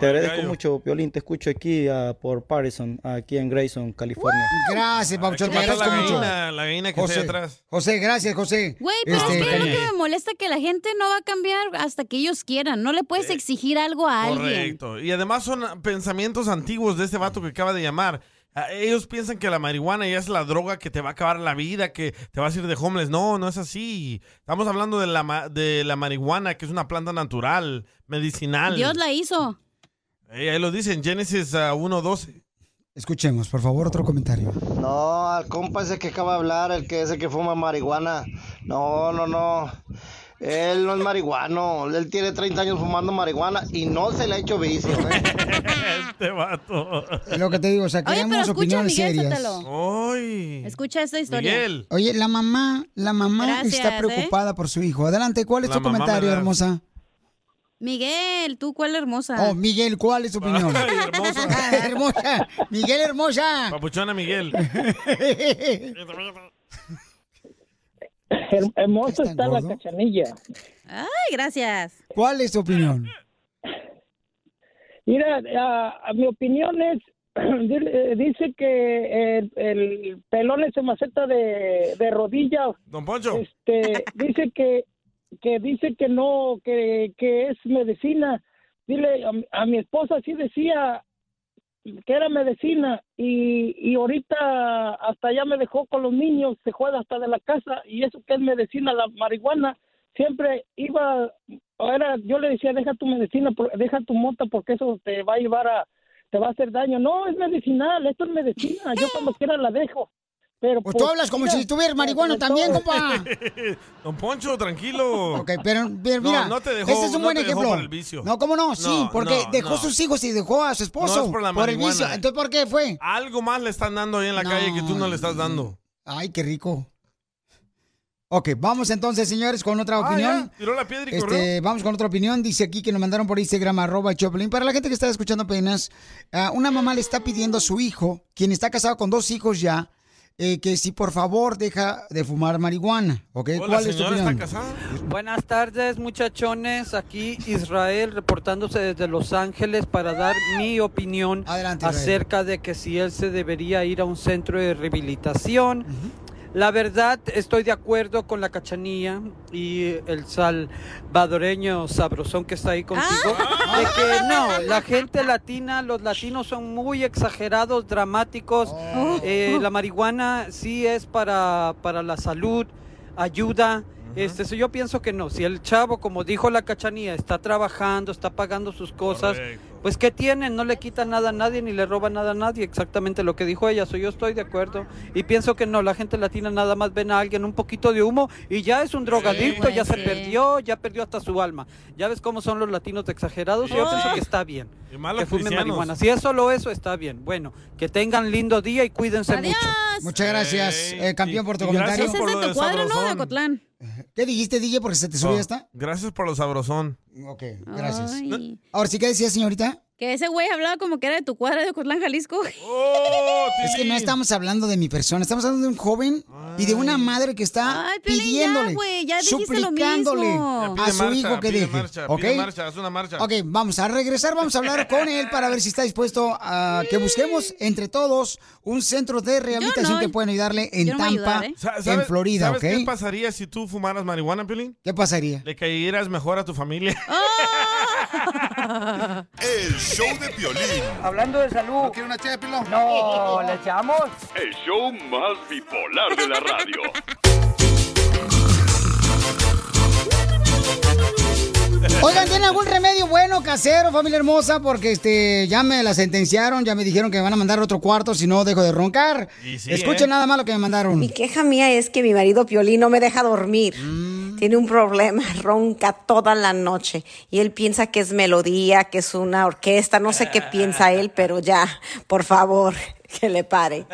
[SPEAKER 29] Te agradezco
[SPEAKER 3] gallo.
[SPEAKER 29] mucho, Piolín, te escucho aquí ah, por Patterson, aquí en Grayson, California.
[SPEAKER 3] Gracias, Pabuchón.
[SPEAKER 29] que
[SPEAKER 3] Te
[SPEAKER 29] matar
[SPEAKER 3] agradezco
[SPEAKER 29] la
[SPEAKER 3] mucho.
[SPEAKER 29] gallina,
[SPEAKER 4] la gallina
[SPEAKER 29] que
[SPEAKER 3] José,
[SPEAKER 29] está ahí atrás.
[SPEAKER 3] José, gracias, José.
[SPEAKER 5] Güey, pero
[SPEAKER 3] Este,
[SPEAKER 5] es que es lo
[SPEAKER 3] Cañas.
[SPEAKER 5] que me molesta que la gente no va a cambiar hasta que ellos quieran. No le puedes exigir algo a alguien.
[SPEAKER 4] Correcto. Y además son pensamientos antiguos de este vato que acaba de llamar. Ah, Ellos piensan que la marihuana ya es la droga que te va a acabar la vida, que te vas a ir de homeless. No, no es así. Estamos hablando de la, ma- de la marihuana, que es una planta natural, medicinal.
[SPEAKER 5] Dios la hizo.
[SPEAKER 4] Eh, ahí lo dicen, Génesis ah, 1.12.
[SPEAKER 3] Escuchemos, por favor, otro comentario.
[SPEAKER 21] No, al compa ese que acaba de hablar, el que es el que fuma marihuana. No, no, no. Él no es marihuano. Él tiene 30 años fumando marihuana y no se le ha hecho vicio. ¿eh?
[SPEAKER 4] Este vato.
[SPEAKER 3] Es lo que te digo, o sea,
[SPEAKER 5] Oye, pero
[SPEAKER 3] queremos
[SPEAKER 5] escucha,
[SPEAKER 3] opiniones
[SPEAKER 5] Miguel
[SPEAKER 3] serias.
[SPEAKER 5] Sotelo. Escucha esta historia.
[SPEAKER 3] Oye, la mamá, la mamá
[SPEAKER 5] Gracias, ¿eh?
[SPEAKER 3] está preocupada por su hijo. Adelante, ¿cuál es
[SPEAKER 5] La
[SPEAKER 3] tu
[SPEAKER 5] mamá me
[SPEAKER 3] comentario,
[SPEAKER 5] da-
[SPEAKER 3] hermosa?
[SPEAKER 5] Miguel, tú cuál hermosa.
[SPEAKER 3] Oh, Miguel, ¿cuál es tu opinión?
[SPEAKER 5] Ay,
[SPEAKER 3] hermosa. hermosa. Miguel, hermosa.
[SPEAKER 4] Papuchona Miguel.
[SPEAKER 22] Hermoso está la cachanilla.
[SPEAKER 5] Ay, gracias.
[SPEAKER 3] ¿Cuál es tu opinión?
[SPEAKER 22] Mira, a, a mi opinión es, dile- eh, dice que el, el pelón se maceta de, de rodilla.
[SPEAKER 4] Don Poncho.
[SPEAKER 22] Este, dice que, que dice que no, que, que es medicina. Dile, a, mi- a mi esposa sí decía que era medicina y, y ahorita hasta ya me dejó con los niños, se juega hasta de la casa y eso que es medicina, la marihuana, siempre iba, ahora yo le decía, deja tu medicina, por- deja tu mota porque eso te va a llevar a, te va a hacer daño. No, es medicinal, esto es medicina, yo cuando quiera la dejo. Pero
[SPEAKER 3] Pues tú hablas como si estuvieras marihuana también, compa.
[SPEAKER 4] Don Poncho, tranquilo.
[SPEAKER 3] Ok, pero, pero mira,
[SPEAKER 4] no, no te dejó,
[SPEAKER 3] este es un
[SPEAKER 4] no
[SPEAKER 3] buen
[SPEAKER 4] te dejó
[SPEAKER 3] ejemplo.
[SPEAKER 4] por el vicio.
[SPEAKER 3] No, ¿cómo no? Sí,
[SPEAKER 4] No,
[SPEAKER 3] porque
[SPEAKER 4] no,
[SPEAKER 3] dejó
[SPEAKER 4] no.
[SPEAKER 3] sus hijos y dejó a su esposo
[SPEAKER 4] No es por la
[SPEAKER 3] el
[SPEAKER 4] marihuana.
[SPEAKER 3] vicio. Entonces, ¿por qué fue?
[SPEAKER 4] Algo más le están dando ahí en la calle que tú no le estás dando.
[SPEAKER 3] Ay, qué rico. Ok, vamos entonces, señores, con otra opinión.
[SPEAKER 4] Ah, ya, tiró la piedra y
[SPEAKER 3] Este,
[SPEAKER 4] corrió.
[SPEAKER 3] vamos con otra opinión. Dice aquí que nos mandaron por Instagram, arroba Choplin. Para la gente que está escuchando apenas, ah, una mamá le está pidiendo a su hijo, quien está casado con dos hijos ya, eh, que si por favor deja de fumar marihuana. ¿Ok? ¿Cuál es tu opinión?
[SPEAKER 23] Buenas tardes, muchachones. Aquí Israel reportándose desde Los Ángeles para dar mi opinión
[SPEAKER 3] Israel.
[SPEAKER 23] acerca de que si él se debería ir a un centro de rehabilitación. La verdad, estoy de acuerdo con la cachanilla y el salvadoreño sabrosón que está ahí contigo. De que no, la gente latina, los latinos son muy exagerados, dramáticos.
[SPEAKER 3] Oh.
[SPEAKER 23] Eh, la marihuana sí es para, para la salud, ayuda. Este, so yo pienso que no. Si el chavo, como dijo la cachanía, está trabajando, está pagando sus cosas, Pues ¿qué tienen? No le quitan nada a nadie ni le roban nada a nadie. Exactamente lo que dijo ella. So, yo estoy de acuerdo. Y pienso que no, la gente latina nada más ven a alguien un poquito de humo y ya es un drogadicto, ya se perdió, ya perdió hasta su alma. Ya ves cómo son los latinos de exagerados. Yo pienso que está bien.
[SPEAKER 4] Y más los
[SPEAKER 23] Que fumen
[SPEAKER 4] cristianos.
[SPEAKER 23] marihuana. Si es solo eso, está bien. Bueno, que tengan lindo día y cuídense mucho.
[SPEAKER 3] Muchas gracias, eh, campeón, por tu
[SPEAKER 23] y
[SPEAKER 3] comentario.
[SPEAKER 23] gracias Ese es por de lo tu de cuadro, ¿no? Sabrosón. De
[SPEAKER 5] Cotlán.
[SPEAKER 3] ¿Qué dijiste, DJ? Porque se te subió
[SPEAKER 4] Oh,
[SPEAKER 3] esta.
[SPEAKER 4] Gracias por lo sabrosón.
[SPEAKER 3] Ok, gracias. Ahora sí, ¿qué decía, señorita?
[SPEAKER 5] Que ese güey hablaba como que era de tu cuadra de Ocotlán, Jalisco.
[SPEAKER 3] Es que no estamos hablando de mi persona, estamos hablando de un joven y de una madre que está
[SPEAKER 5] Piolín,
[SPEAKER 3] pidiéndole,
[SPEAKER 5] ya, güey, ya dijiste lo
[SPEAKER 3] suplicándole
[SPEAKER 5] mismo.
[SPEAKER 3] a su
[SPEAKER 4] Pide
[SPEAKER 3] hijo
[SPEAKER 4] marcha,
[SPEAKER 3] que
[SPEAKER 4] pide
[SPEAKER 3] deje.
[SPEAKER 4] marcha,
[SPEAKER 3] ¿ok?
[SPEAKER 4] pide marcha, haz una marcha.
[SPEAKER 3] Ok, vamos a regresar, vamos a hablar con él para ver si está dispuesto a que busquemos entre todos un centro de rehabilitación
[SPEAKER 4] no,
[SPEAKER 3] que puedan ayudarle en
[SPEAKER 4] Yo no
[SPEAKER 3] Tampa,
[SPEAKER 4] voy a ayudar, ¿eh? Sa-
[SPEAKER 3] en
[SPEAKER 4] ¿sabes-
[SPEAKER 3] Florida,
[SPEAKER 4] ¿Sabes
[SPEAKER 3] ¿ok?
[SPEAKER 4] qué pasaría si tú fumaras marihuana, Piolín?
[SPEAKER 3] ¿Qué pasaría?
[SPEAKER 4] Le caerías mejor a tu familia.
[SPEAKER 1] El show de Piolín.
[SPEAKER 7] Hablando de salud. ¿No quiere una ché, Pilón? No, ¿le echamos?
[SPEAKER 6] El show más bipolar de la radio.
[SPEAKER 3] Oigan, ¿tienen algún remedio bueno casero, familia hermosa? Porque este, ya me la sentenciaron, ya me dijeron que me van a mandar otro cuarto si no dejo de roncar.
[SPEAKER 8] Y sí,
[SPEAKER 3] Escuchen
[SPEAKER 8] ¿eh?
[SPEAKER 3] nada más lo que me mandaron.
[SPEAKER 8] Mi queja mía es que mi marido Piolín no me deja dormir.
[SPEAKER 3] Mm.
[SPEAKER 8] Tiene un problema, ronca toda la noche. Y él piensa que es melodía, que es una orquesta, no sé qué piensa él, pero ya, por favor, que le pare.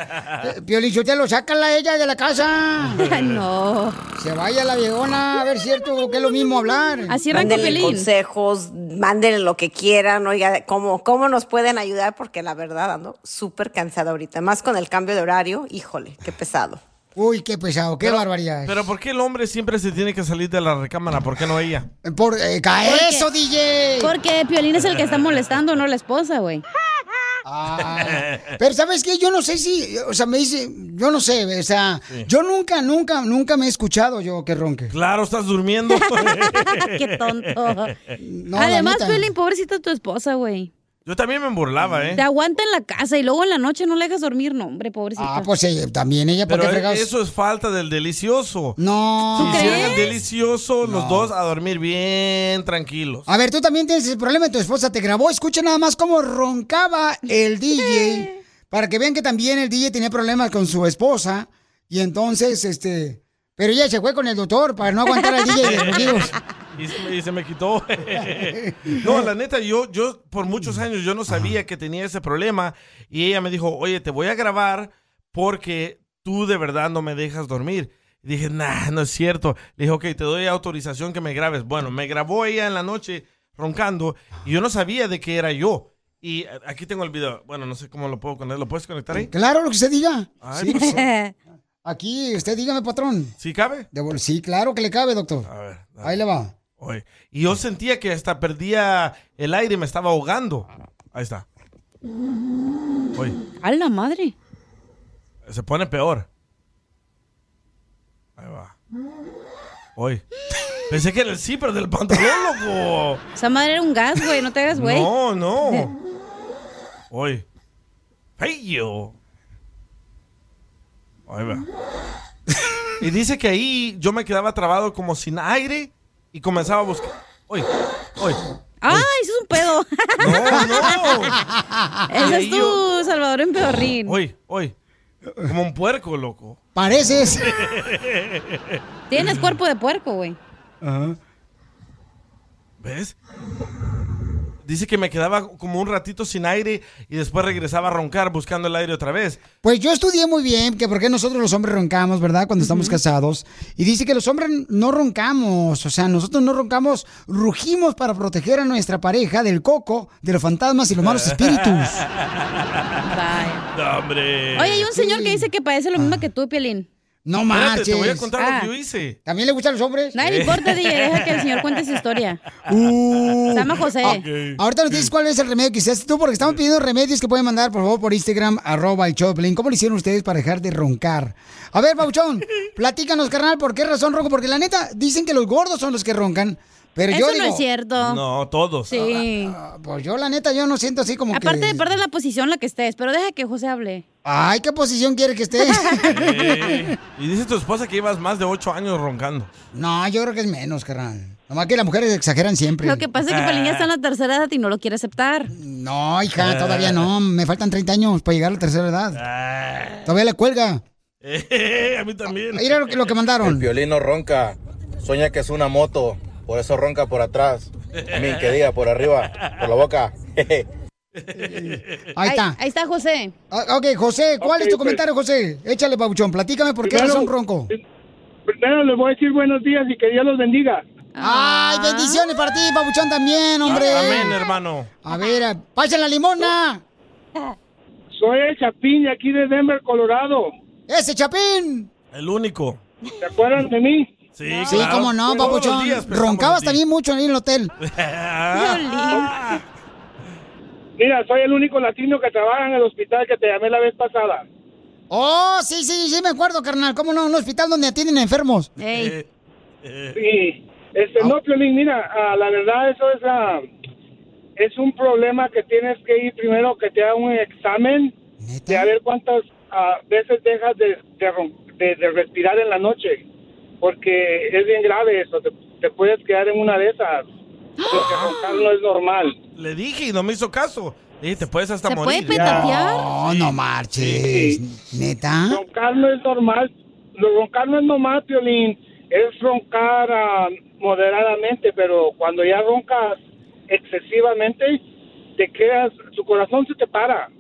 [SPEAKER 3] Piolín, yo te lo sácala a ella de la casa.
[SPEAKER 8] no.
[SPEAKER 3] Se vaya la viejona, a ver cierto que es lo mismo hablar.
[SPEAKER 8] Mándenle consejos, mándenle lo que quieran, oiga, cómo, cómo nos pueden ayudar, porque la verdad ando súper cansada ahorita. Más con el cambio de horario, híjole, qué pesado.
[SPEAKER 3] Uy, qué pesado, qué
[SPEAKER 4] Pero-
[SPEAKER 3] barbaridad. ¿eh?
[SPEAKER 4] Pero ¿por qué el hombre siempre se tiene que salir de la recámara? ¿Por qué no ella?
[SPEAKER 3] Por eh, caer.
[SPEAKER 5] Porque-
[SPEAKER 3] Eso, DJ.
[SPEAKER 5] Porque Piolín es el que está molestando, no la esposa, güey.
[SPEAKER 3] Ah. Pero sabes qué, yo no sé si, o sea, me dice, yo no sé, o sea,
[SPEAKER 4] Sí.
[SPEAKER 3] yo nunca, nunca, nunca me he escuchado yo que ronque.
[SPEAKER 4] Claro, estás durmiendo.
[SPEAKER 5] Qué tonto.
[SPEAKER 3] No,
[SPEAKER 5] Además,
[SPEAKER 3] la neta.
[SPEAKER 5] Piolín, pobrecita tu esposa, güey.
[SPEAKER 4] Yo también me burlaba, ¿eh?
[SPEAKER 5] Te aguanta en la casa y luego en la noche no le dejas dormir, no, hombre, pobrecita.
[SPEAKER 3] Ah, pues eh, también ella, porque
[SPEAKER 4] Pero
[SPEAKER 3] fregados.
[SPEAKER 4] eso es falta del delicioso.
[SPEAKER 3] No.
[SPEAKER 4] Si hicieran el
[SPEAKER 3] crees?
[SPEAKER 4] delicioso, los dos a dormir bien tranquilos.
[SPEAKER 3] A ver, tú también tienes el problema, tu esposa te grabó, escucha nada más cómo roncaba el DJ, para que vean que también el DJ tenía problemas con su esposa, y entonces, este, pero ella se fue con el doctor para no aguantar al DJ de los rugidos.
[SPEAKER 4] Y se, me- y se me quitó. no, la neta, yo, yo por muchos años yo no sabía que tenía ese problema y ella me dijo, oye, te voy a grabar porque tú de verdad no me dejas dormir. Y dije, nah, no es cierto. Le dije, ok, te doy autorización que me grabes. Bueno, me grabó ella en la noche roncando y yo no sabía de qué era yo. Y eh, aquí tengo el video. Bueno, no sé cómo lo puedo conectar. ¿Lo puedes conectar ahí?
[SPEAKER 3] Claro, lo que usted diga.
[SPEAKER 4] Ay,
[SPEAKER 3] Sí,
[SPEAKER 4] pues,
[SPEAKER 3] Aquí, usted dígame, patrón.
[SPEAKER 4] ¿Sí cabe?
[SPEAKER 3] De vol- sí, claro que le cabe, doctor. Ahí le va.
[SPEAKER 4] Oye, Y yo sentía que hasta perdía el aire y me estaba ahogando. Ahí está. Oye.
[SPEAKER 5] A la madre.
[SPEAKER 4] Se pone peor. Ahí va. Hoy. Pensé que era el zipper del pantalón, loco.
[SPEAKER 5] Esa madre era un gas, güey, no te hagas, güey.
[SPEAKER 4] No, no. Hoy. Feyo. Ahí va. Y dice que ahí yo me quedaba trabado como sin aire y comenzaba a buscar. Hoy, hoy.
[SPEAKER 3] Pues
[SPEAKER 5] ¡Ay, Ah, eso es un pedo!
[SPEAKER 4] No, no.
[SPEAKER 5] Ese es
[SPEAKER 4] Y ahí yo-
[SPEAKER 5] tu Salvador en pedorrín.
[SPEAKER 4] Hoy, hoy. Como un puerco, loco.
[SPEAKER 3] Pareces. eh.
[SPEAKER 5] Tienes cuerpo de puerco, güey.
[SPEAKER 4] ¿Ves? Dice que me quedaba como un ratito sin aire y después regresaba a roncar buscando el aire otra vez.
[SPEAKER 3] Pues yo estudié muy bien que por qué nosotros los hombres roncamos, ¿verdad? Cuando estamos casados. Y dice que los hombres no roncamos, o sea, nosotros no roncamos, rugimos para proteger a nuestra pareja del coco, de los fantasmas y los malos espíritus.
[SPEAKER 4] No, hombre.
[SPEAKER 5] Oye, hay un señor que dice que padece lo mismo que tú, Pielín.
[SPEAKER 3] Eh, Ah. No
[SPEAKER 4] Espérate,
[SPEAKER 3] marches.
[SPEAKER 4] Te voy a contar
[SPEAKER 5] Ah.
[SPEAKER 4] lo que yo hice. Eh.
[SPEAKER 3] ¿También le gustan los hombres?
[SPEAKER 5] Nadie le importa, DJ, deja que el señor cuente su historia.
[SPEAKER 3] Uh.
[SPEAKER 5] Se llama José.
[SPEAKER 3] Ah, Ahorita nos dices cuál es el remedio que hiciste tú, porque estamos pidiendo remedios que pueden mandar, por favor, por Instagram, arroba el Choplin. ¿Cómo lo hicieron ustedes para dejar de roncar? A ver, Pauchón, platícanos, carnal, ¿por qué razón ronco? Porque la neta, dicen que los gordos son los que roncan, pero yo
[SPEAKER 5] Eso
[SPEAKER 3] digo...
[SPEAKER 5] no es cierto.
[SPEAKER 4] No, todos.
[SPEAKER 5] Sí.
[SPEAKER 3] Pues yo, la neta, yo no siento así como
[SPEAKER 5] Aparte
[SPEAKER 3] que...
[SPEAKER 5] de perder la posición en la que estés, pero deja que José hable.
[SPEAKER 3] Ay, ¿qué posición quiere que esté?
[SPEAKER 4] Eh, Y dice tu esposa que ibas más de ocho años roncando.
[SPEAKER 3] no, yo creo que es menos, carnal. Nomás que las mujeres exageran siempre.
[SPEAKER 5] Lo que pasa es que Pelín ya está
[SPEAKER 4] Ah.
[SPEAKER 5] en la tercera edad y no lo quiere aceptar.
[SPEAKER 3] No, hija, todavía no. Me faltan 30 años para llegar a la tercera edad.
[SPEAKER 4] Ah.
[SPEAKER 3] Todavía le cuelga.
[SPEAKER 4] Eh, a mí también.
[SPEAKER 3] Mira lo que, lo que
[SPEAKER 9] El
[SPEAKER 3] mandaron.
[SPEAKER 9] violino ronca, sueña que es una moto, por eso ronca por atrás. A mí, que diga, por arriba, por la boca.
[SPEAKER 3] Ahí está. Ah,
[SPEAKER 5] Ahí está José.
[SPEAKER 3] ok, José, ¿cuál es
[SPEAKER 5] Ok,
[SPEAKER 3] tu
[SPEAKER 5] pues.
[SPEAKER 3] comentario, José? Échale, Pabuchón. Platícame por qué
[SPEAKER 22] Primero- eh,
[SPEAKER 3] razón ronco.
[SPEAKER 22] Primero les voy a decir buenos días y que Dios los Ah. bendiga.
[SPEAKER 3] Ay, bendiciones para ti, Pabuchón, también, hombre.
[SPEAKER 4] A- Ah, Amén, hermano.
[SPEAKER 3] A ver, a- pasen la limona.
[SPEAKER 22] Soy el Chapín de aquí de Denver, Colorado.
[SPEAKER 3] ¡Ese Chapín!
[SPEAKER 4] El único.
[SPEAKER 22] ¿Se acuerdan de mí?
[SPEAKER 4] Sí,
[SPEAKER 3] Sí,
[SPEAKER 4] claro.
[SPEAKER 3] cómo no,
[SPEAKER 4] Todos los
[SPEAKER 3] Pabuchón.
[SPEAKER 4] días pensamos
[SPEAKER 3] Roncabas
[SPEAKER 4] en ti. Ah.
[SPEAKER 3] también mucho ahí en el hotel.
[SPEAKER 22] Mira, soy el único latino que trabaja en el hospital que te llamé la vez pasada.
[SPEAKER 3] Oh, sí, sí, sí, me acuerdo, carnal. ¿Cómo no? Un hospital donde atienden a enfermos.
[SPEAKER 5] Eh,
[SPEAKER 22] Sí, este, no, Piolín, mira, ah, la verdad eso es, ah, es un problema que tienes que ir primero que te haga un examen de a ver cuántas ah, veces dejas de, de ron- de- de respirar en la noche, porque es bien grave eso, te, te puedes quedar en una de esas, porque roncar no es normal.
[SPEAKER 4] Le dije y no me hizo caso. Le dije, te puedes hasta morir.
[SPEAKER 3] No, no marches. ¿Neta?
[SPEAKER 22] Roncar no es normal. Lo roncar no es normal, Piolín. Es roncar ah, moderadamente, pero cuando ya roncas excesivamente, te quedas, tu corazón se te para.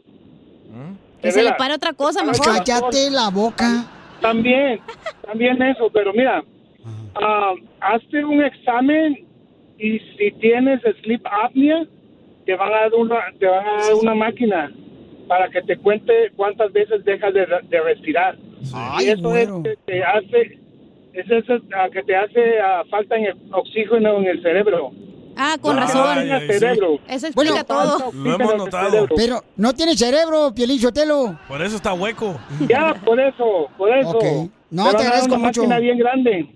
[SPEAKER 5] Que se le pare otra cosa mejor.
[SPEAKER 3] Cállate la boca.
[SPEAKER 22] También, también eso, pero mira, ah, hazte un examen y si tienes sleep apnea, te van a dar una, te van a dar una máquina para que te cuente cuántas veces dejas de, de respirar. y eso es que te hace, es eso ah, que te hace ah, falta en el oxígeno en el cerebro.
[SPEAKER 5] Ah, con
[SPEAKER 22] Ay,
[SPEAKER 5] razón.
[SPEAKER 22] ay, ay, cerebro.
[SPEAKER 5] Eso explica todo.
[SPEAKER 4] Lo hemos notado.
[SPEAKER 3] Pero no tiene cerebro, Pielín Chotelo.
[SPEAKER 4] Por eso está hueco.
[SPEAKER 22] Ya, por eso, por eso.
[SPEAKER 3] Ok. No, te agradezco mucho.
[SPEAKER 22] bien grande.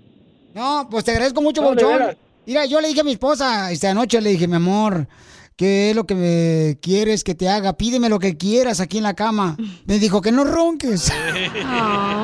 [SPEAKER 3] No, pues te agradezco mucho,
[SPEAKER 22] No, de
[SPEAKER 3] Pabuchón.
[SPEAKER 22] veras.
[SPEAKER 3] Mira, yo le dije a mi esposa esta noche, le dije, mi amor, ¿qué es lo que me quieres que te haga? Pídeme lo que quieras aquí en la cama. Me dijo que no ronques.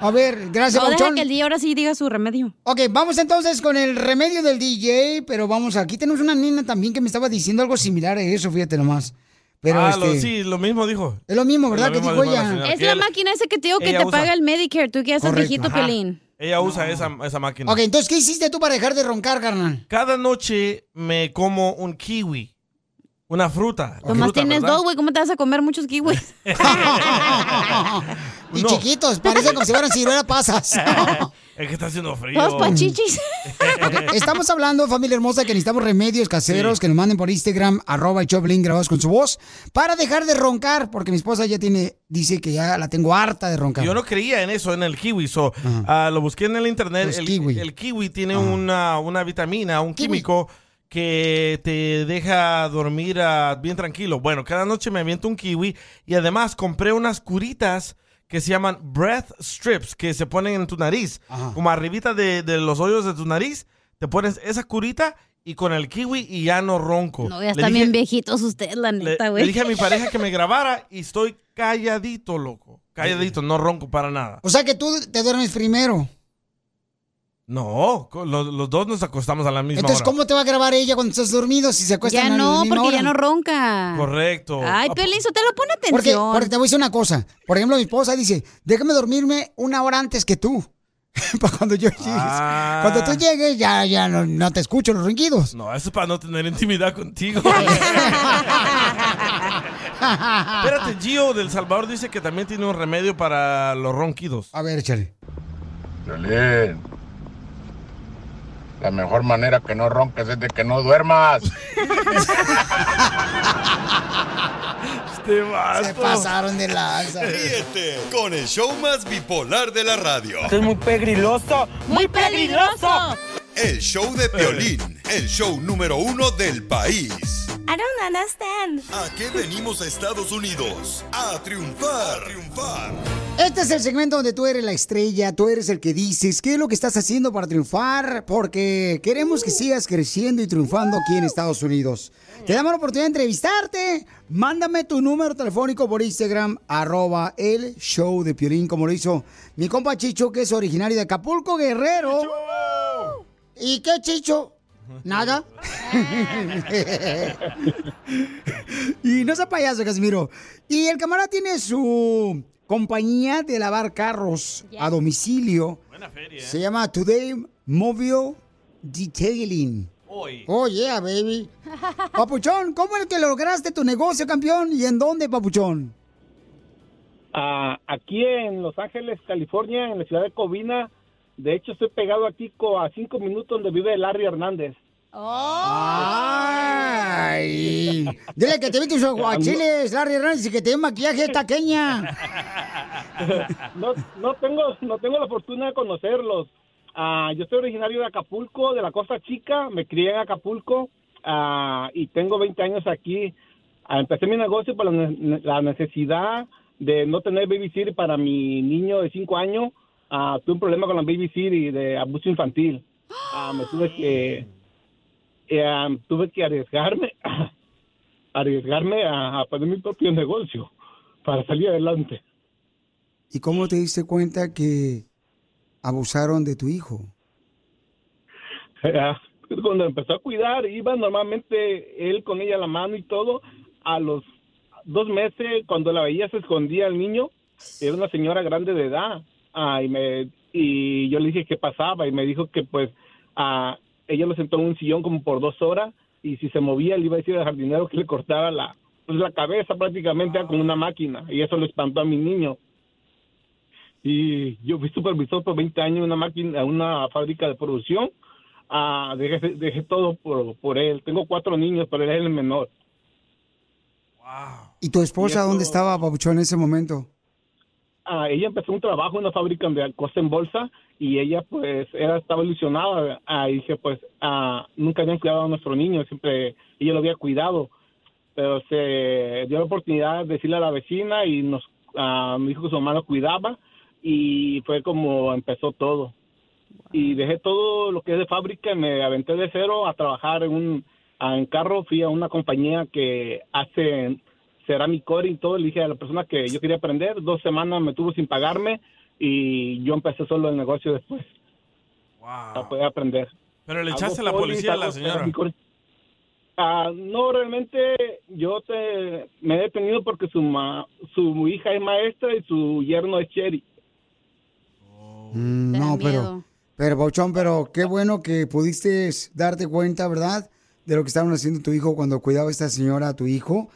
[SPEAKER 3] A ver, gracias,
[SPEAKER 5] No, deja
[SPEAKER 3] Pabuchón.
[SPEAKER 5] que el día ahora sí diga su remedio.
[SPEAKER 3] Ok, vamos entonces con el remedio del DJ, pero vamos, aquí tenemos una nena también que me estaba diciendo algo similar a eso, fíjate nomás. Pero
[SPEAKER 4] ah,
[SPEAKER 3] este,
[SPEAKER 4] lo, sí, lo mismo dijo.
[SPEAKER 3] es lo mismo, ¿verdad?
[SPEAKER 4] Lo
[SPEAKER 3] que
[SPEAKER 4] mismo
[SPEAKER 3] dijo
[SPEAKER 4] dijo la
[SPEAKER 3] ella.
[SPEAKER 4] señora.
[SPEAKER 5] Es
[SPEAKER 4] que
[SPEAKER 5] la
[SPEAKER 4] ella-
[SPEAKER 5] máquina ese que te digo que
[SPEAKER 4] ella
[SPEAKER 5] te
[SPEAKER 4] usa.
[SPEAKER 5] paga el Medicare. Tú que ya estás
[SPEAKER 4] Correcto.
[SPEAKER 5] viejito,
[SPEAKER 4] Ajá.
[SPEAKER 5] Piolín.
[SPEAKER 4] Ella usa esa, esa máquina.
[SPEAKER 3] Ok, entonces, ¿qué hiciste tú para dejar de roncar, carnal?
[SPEAKER 4] Cada noche me como un kiwi, una fruta.
[SPEAKER 5] Nomás
[SPEAKER 4] fruta,
[SPEAKER 5] tienes
[SPEAKER 4] ¿verdad?
[SPEAKER 5] dos, güey. ¿Cómo te vas a comer muchos kiwis?
[SPEAKER 3] Y chiquitos, parece como si fueran ciruela pasas.
[SPEAKER 4] Es que está haciendo frío.
[SPEAKER 3] Dos pachichis. Estamos hablando, familia hermosa, que necesitamos remedios caseros
[SPEAKER 4] Sí.
[SPEAKER 3] que nos manden por Instagram, arroba el Choplin grabados con su voz, para dejar de roncar, porque mi esposa ya tiene, dice que ya la tengo harta de roncar.
[SPEAKER 4] Yo no creía en eso, en el kiwi. So, ah, lo busqué en el internet. El el kiwi. tiene una, una vitamina, un químico que te deja dormir ah, bien tranquilo. Bueno, cada noche me aviento un kiwi y además compré unas curitas que se llaman breath strips, que se ponen en tu nariz, como arribita de, de los hoyos de tu nariz. Te pones esa curita y con el kiwi y ya no ronco.
[SPEAKER 5] No, ya
[SPEAKER 4] Le
[SPEAKER 5] están
[SPEAKER 4] dije-
[SPEAKER 5] bien viejitos ustedes, la
[SPEAKER 4] le,
[SPEAKER 5] neta,
[SPEAKER 4] le
[SPEAKER 5] güey.
[SPEAKER 4] dije a mi pareja que me grabara y estoy calladito, loco. Calladito, no ronco para nada.
[SPEAKER 3] O sea que tú te duermes primero.
[SPEAKER 4] No, co- lo- los, dos nos acostamos a la misma
[SPEAKER 3] Entonces,
[SPEAKER 4] hora.
[SPEAKER 3] ¿cómo te va a grabar ella cuando estás dormido si se acuestan
[SPEAKER 5] Ya
[SPEAKER 3] a la
[SPEAKER 5] no,
[SPEAKER 3] misma
[SPEAKER 5] porque ya
[SPEAKER 3] hora?
[SPEAKER 5] no ronca.
[SPEAKER 4] Correcto.
[SPEAKER 3] Ah,
[SPEAKER 4] Ah,
[SPEAKER 5] Ay, Piolín, te lo pone
[SPEAKER 3] Porque,
[SPEAKER 5] atención.
[SPEAKER 3] porque te voy a decir una cosa. Por ejemplo, mi esposa dice, déjame dormirme una hora antes que tú. Para cuando yo llegue. Cuando tú llegues, ya, ya no, no te escucho los ronquidos.
[SPEAKER 4] Ah. No, eso es para no tener intimidad contigo. Espérate, Gio del Salvador dice que también tiene un remedio para los ronquidos.
[SPEAKER 3] A ver, échale.
[SPEAKER 9] Violín, la mejor manera que no ronques es de que no duermas.
[SPEAKER 4] Este vato.
[SPEAKER 3] Se pasaron de lanza.
[SPEAKER 1] Ríete con el show más bipolar de la radio.
[SPEAKER 9] es muy pegriloso.
[SPEAKER 1] ¡Muy peligroso! El show de Piolín, el show número uno del país.
[SPEAKER 12] I don't understand.
[SPEAKER 1] ¿A qué venimos a Estados Unidos? A triunfar. A triunfar.
[SPEAKER 3] Este es el segmento donde tú eres la estrella, tú eres el que dices qué es lo que estás haciendo para triunfar, porque queremos que sigas creciendo y triunfando aquí en Estados Unidos. Te damos la oportunidad de entrevistarte. Mándame tu número telefónico por Instagram, arroba el show de Piolín, como lo hizo mi compa Chicho, que es originario de Acapulco, Guerrero. ¿Y qué chicho? Nada. y no sea payaso, Casimiro. Y el camarada tiene su compañía de lavar carros a domicilio.
[SPEAKER 4] Buena feria. ¿eh?
[SPEAKER 3] Se llama Today Mobile Detailing.
[SPEAKER 4] Hoy.
[SPEAKER 3] Oh, yeah, baby. Papuchón, ¿cómo es que lograste tu negocio, campeón? ¿Y en dónde, Papuchón?
[SPEAKER 11] Ah, aquí en Los Ángeles, California, en la ciudad de Covina. De hecho, estoy pegado aquí co- a cinco minutos donde vive Larry Hernández.
[SPEAKER 3] Ay. Dile que te viste sus guachiles, Larry Hernández, y que te dio maquillaje taqueña.
[SPEAKER 11] no, no tengo no tengo la fortuna de conocerlos. Ah, yo soy originario de Acapulco, de la Costa Chica, me crié en Acapulco ah, y tengo 20 años aquí. Ah, empecé mi negocio por la, ne- la necesidad de no tener babysitter para mi niño de 5 años. Ah, tuve un problema con la babysitter y de abuso infantil. Ah, me tuve que eh, ah, tuve que arriesgarme arriesgarme a, a poner mi propio negocio para salir adelante.
[SPEAKER 3] ¿Y cómo te diste cuenta que abusaron de tu hijo?
[SPEAKER 11] Ah, cuando empezó a cuidar, iba normalmente él con ella a la mano y todo. A los dos meses, cuando la veía, se escondía el niño. Era una señora grande de edad. Ah, y, me, y yo le dije qué pasaba y me dijo que pues ah, ella lo sentó en un sillón como por dos horas y si se movía le iba a decir al jardinero que le cortara la, pues, la cabeza prácticamente con una máquina y eso le espantó a mi niño. Y yo fui supervisor por 20 años en una máquina, en una fábrica de producción Ah, dejé, dejé todo por, por él. Tengo cuatro niños, pero él es el menor.
[SPEAKER 3] ¿Y tu esposa dónde estaba, Papuchón, en ese momento?
[SPEAKER 11] Ah, ella empezó un trabajo en una fábrica de cosas en bolsa y ella pues era, estaba ilusionada. Ah, y dije pues ah, nunca habían cuidado a nuestro niño, siempre ella lo había cuidado. Pero se dio la oportunidad de decirle a la vecina y nos ah, me dijo que su mamá lo cuidaba y fue como empezó todo. y dejé todo lo que es de fábrica y me aventé de cero a trabajar en un a- en carro fui a una compañía que hace cerámica core y todo le dije a la persona que yo quería aprender dos semanas me tuvo sin pagarme y yo empecé solo el negocio después para poder aprender
[SPEAKER 4] Pero Ah. le
[SPEAKER 11] Hago
[SPEAKER 4] echaste la
[SPEAKER 11] polis,
[SPEAKER 4] policía a la
[SPEAKER 11] hago
[SPEAKER 4] señora.
[SPEAKER 11] cerámica core. Ah, no realmente yo te me he detenido porque su ma- su hija es maestra y su yerno es cherry
[SPEAKER 3] Mm, no, pero, pero, Papuchón, pero qué bueno que pudiste darte cuenta, ¿verdad? De lo que estaban haciendo tu hijo cuando cuidaba esta señora a tu hijo.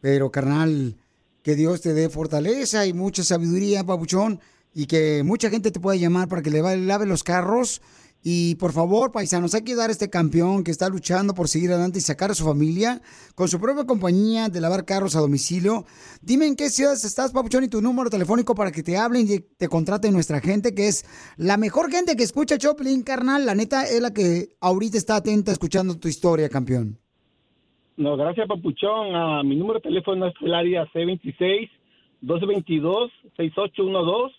[SPEAKER 3] Pero, carnal, que Dios te dé fortaleza y mucha sabiduría, Papuchón, y que mucha gente te pueda llamar para que le va- lave los carros. Y por favor, paisanos, hay que dar a este campeón que está luchando por seguir adelante y sacar a su familia con su propia compañía de lavar carros a domicilio. Dime en qué ciudades estás, Papuchón, y tu número telefónico para que te hablen y te contraten nuestra gente, que es la mejor gente que escucha Choplin, carnal. La neta es la que ahorita está atenta escuchando tu historia, campeón.
[SPEAKER 11] No, gracias, Papuchón. Ah, mi número de teléfono es el área C26-222-6812.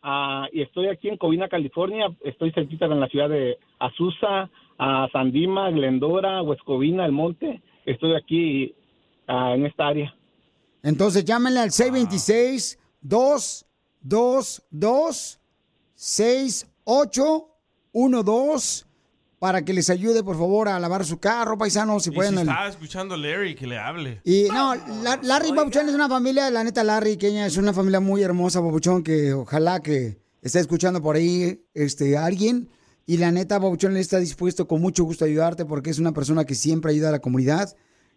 [SPEAKER 11] Ah, y estoy aquí en Covina, California. Estoy cerquita en la ciudad de Azusa, ah, Sandima, Glendora, Huescovina, El Monte. Estoy aquí ah, en esta área.
[SPEAKER 3] Entonces llámenle al 626 222 6812 para que les ayude, por favor, a lavar su carro, paisanos, si
[SPEAKER 4] Y
[SPEAKER 3] pueden.
[SPEAKER 4] si
[SPEAKER 3] el-
[SPEAKER 4] estaba escuchando a Larry, que le hable.
[SPEAKER 3] Y no, la- Larry Papuchón es una familia, la neta Larry Queña es una familia muy hermosa, Papuchón, que ojalá que esté escuchando por ahí este alguien. Y la neta Papuchón le está dispuesto con mucho gusto a ayudarte porque es una persona que siempre ayuda a la comunidad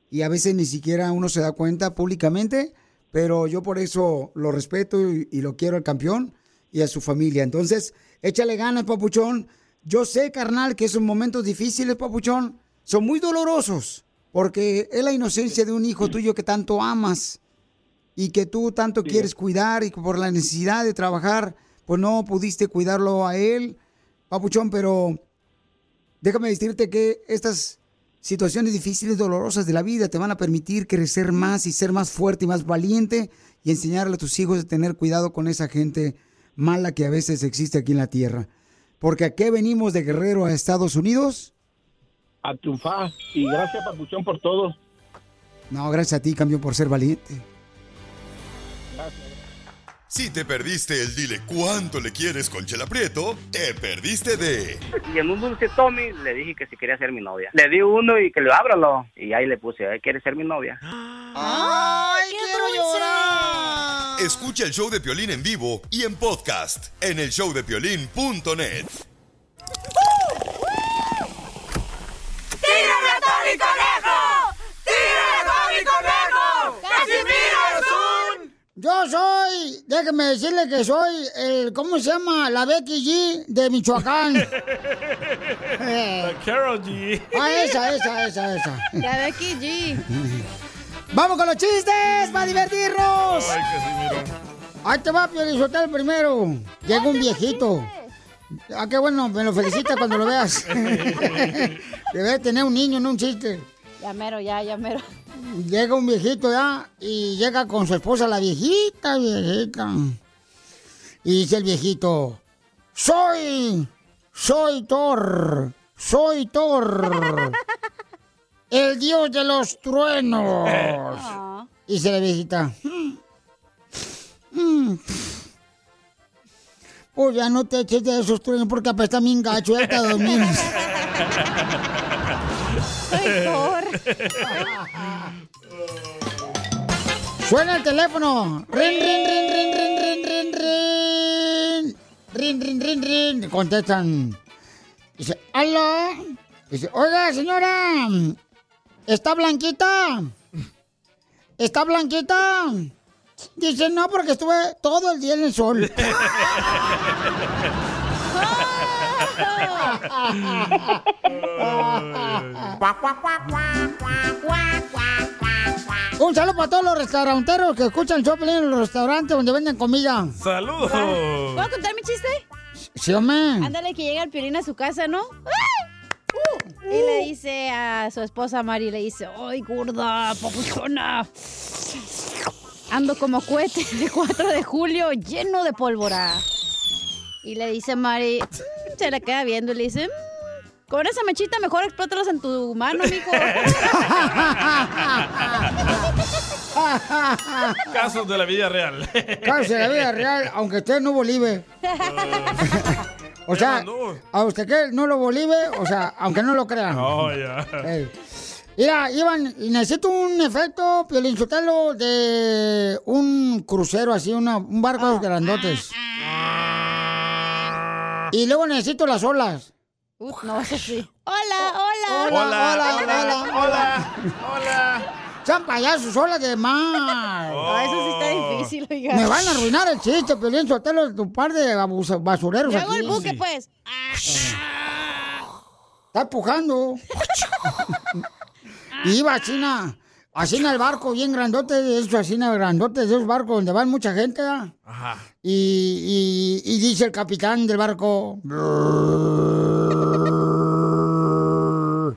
[SPEAKER 3] y a veces ni siquiera uno se da cuenta públicamente, pero yo por eso lo respeto y, y lo quiero al campeón y a su familia. Entonces, échale ganas, Papuchón. Yo sé, carnal, que esos momentos difíciles, Papuchón, son muy dolorosos, porque es la inocencia de un hijo tuyo que tanto amas y que tú tanto quieres cuidar y que por la necesidad de trabajar, pues no pudiste cuidarlo a él, Papuchón, pero déjame decirte que estas situaciones difíciles, dolorosas de la vida te van a permitir crecer más y ser más fuerte y más valiente y enseñarle a tus hijos a tener cuidado con esa gente mala que a veces existe aquí en la tierra. Porque aquí venimos de Guerrero a Estados Unidos?
[SPEAKER 11] A triunfar. Y gracias, Papuchón, por todo.
[SPEAKER 3] No, gracias a ti, cambio por ser valiente.
[SPEAKER 1] Si te perdiste el dile cuánto le quieres con Chela Prieto, te perdiste de
[SPEAKER 13] Y en un dulce Tommy le dije que si quería ser mi novia. Le di uno y que lo ábralo. Y ahí le puse, "Ay, ¿quieres ser mi novia?
[SPEAKER 3] ¡Ay, quiero llorar!
[SPEAKER 1] Escucha el show de Piolín en vivo y en podcast en el showdepiolín.net.
[SPEAKER 14] ¡Tírame a Tony Conejo! ¡Tírame a Tony Conejo! ¡Casimiro es un...
[SPEAKER 3] Yo soy, déjeme decirle que soy el, ¿cómo se llama? La Becky G de Michoacán.
[SPEAKER 4] La Carol G.
[SPEAKER 3] Ah, esa, esa, esa, esa.
[SPEAKER 5] La Becky G.
[SPEAKER 3] ¡Vamos con los chistes para divertirnos!
[SPEAKER 4] Ay, Casimiro.
[SPEAKER 3] Ahí te va, Piolizotelo primero. Llega un viejito. Ah, qué bueno, me lo felicita cuando lo veas. Debe tener un niño, no un chiste.
[SPEAKER 5] Ya mero, ya, ya mero.
[SPEAKER 3] Llega un viejito ya y llega con su esposa, la viejita, viejita. Y dice el viejito, soy, soy Thor, soy Thor, el dios de los truenos. Y Dice la viejita, "Mm, mm, pues ya no te eches de esos truenos porque apestan bien gacho, ya te dormimos.
[SPEAKER 14] Soy Thor.
[SPEAKER 3] Suena el teléfono. Rin, rin, rin, rin, rin, rin, rin, rin. Rin, rin, rin, rin. Contestan. Dice, ¿aló? Dice, oiga, señora. ¿Está blanquita? ¿Está blanquita? Dice, no, porque estuve todo el día en el sol. Un saludo para todos los restauranteros que escuchan el show Pelín en los restaurantes donde venden comida.
[SPEAKER 4] ¡Saludos!
[SPEAKER 5] ¿Puedo contar mi chiste?
[SPEAKER 3] Sí, hombre.
[SPEAKER 5] Ándale que llega el Piolín a su casa, ¿no? ¡Ah! Y
[SPEAKER 3] Uh.
[SPEAKER 5] le dice a su esposa Mari, le dice, ¡ay, gorda, papuchona! Ando como cohete de 4 de julio lleno de pólvora. Y le dice Mari, mm, se la queda viendo y le dice, "Mm, con esa mechita mejor explótalos en tu mano, mijo.
[SPEAKER 4] Casos de la vida real.
[SPEAKER 3] Claro, si la vida real, aunque usted no bolive. O sea, a usted que no lo bolive, o sea, aunque no lo crean.
[SPEAKER 4] Oh, ya.
[SPEAKER 3] Ey. Mira, Iván, y necesito un efecto, Piolinsotelo, de un crucero así, una- un barco de esos grandotes.
[SPEAKER 4] Ah.
[SPEAKER 3] Y luego necesito las olas.
[SPEAKER 5] Uh, no, eso sí. Hola, hola.
[SPEAKER 3] Oh, Hola, hola, hola, hola, Sean payasos, olas de mar.
[SPEAKER 5] No, Ah, eso sí está difícil, oiga.
[SPEAKER 3] Me van a arruinar el chiste, Piolín Sotelo, de tu par de abusa- basureros
[SPEAKER 5] Luego
[SPEAKER 3] aquí. Ah.
[SPEAKER 5] el buque, pues.
[SPEAKER 3] Está empujando. y iba a China. Así en el barco, bien grandote, de esos así en el grandote, de esos barcos donde van mucha gente, ¿ah?
[SPEAKER 4] Ajá.
[SPEAKER 3] y, y- y dice el capitán del barco,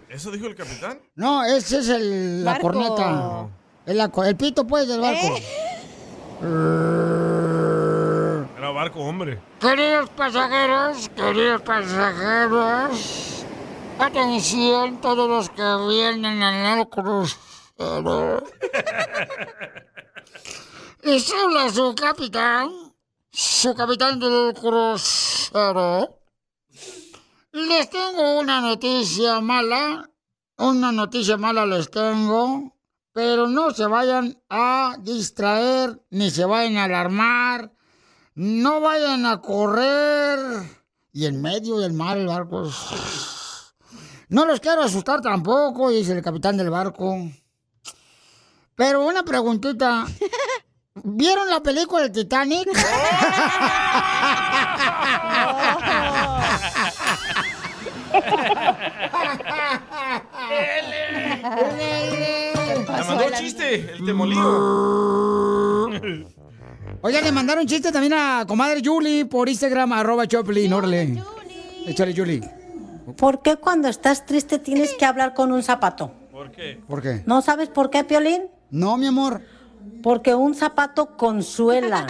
[SPEAKER 4] ¿Eso dijo el capitán?
[SPEAKER 3] no, ese es el, la
[SPEAKER 4] Barco.
[SPEAKER 3] corneta, el, la co- el pito pues del barco.
[SPEAKER 5] ¿Eh?
[SPEAKER 4] Era barco, hombre.
[SPEAKER 3] Queridos pasajeros, queridos pasajeros, atención todos los que vienen en el crucero. Les habla su capitán, su capitán del crucero. Les tengo una noticia mala, una noticia mala les tengo, pero no se vayan a distraer ni se vayan a alarmar. No vayan a correr. Y en medio del mar el barco. No los quiero asustar tampoco, dice el capitán del barco. Pero una preguntita. ¿Vieron la película del Titanic?
[SPEAKER 4] Le mandó el chiste, el temolío.
[SPEAKER 3] Oiga, le mandaron chiste también a comadre Julie por Instagram, arroba Choplin, órale. Échale, Julie.
[SPEAKER 15] ¿Por qué cuando estás triste tienes que hablar con un zapato?
[SPEAKER 4] ¿Por qué?
[SPEAKER 3] ¿Por qué?
[SPEAKER 15] ¿No sabes por qué, Piolín?
[SPEAKER 3] No, mi amor.
[SPEAKER 15] Porque un zapato consuela.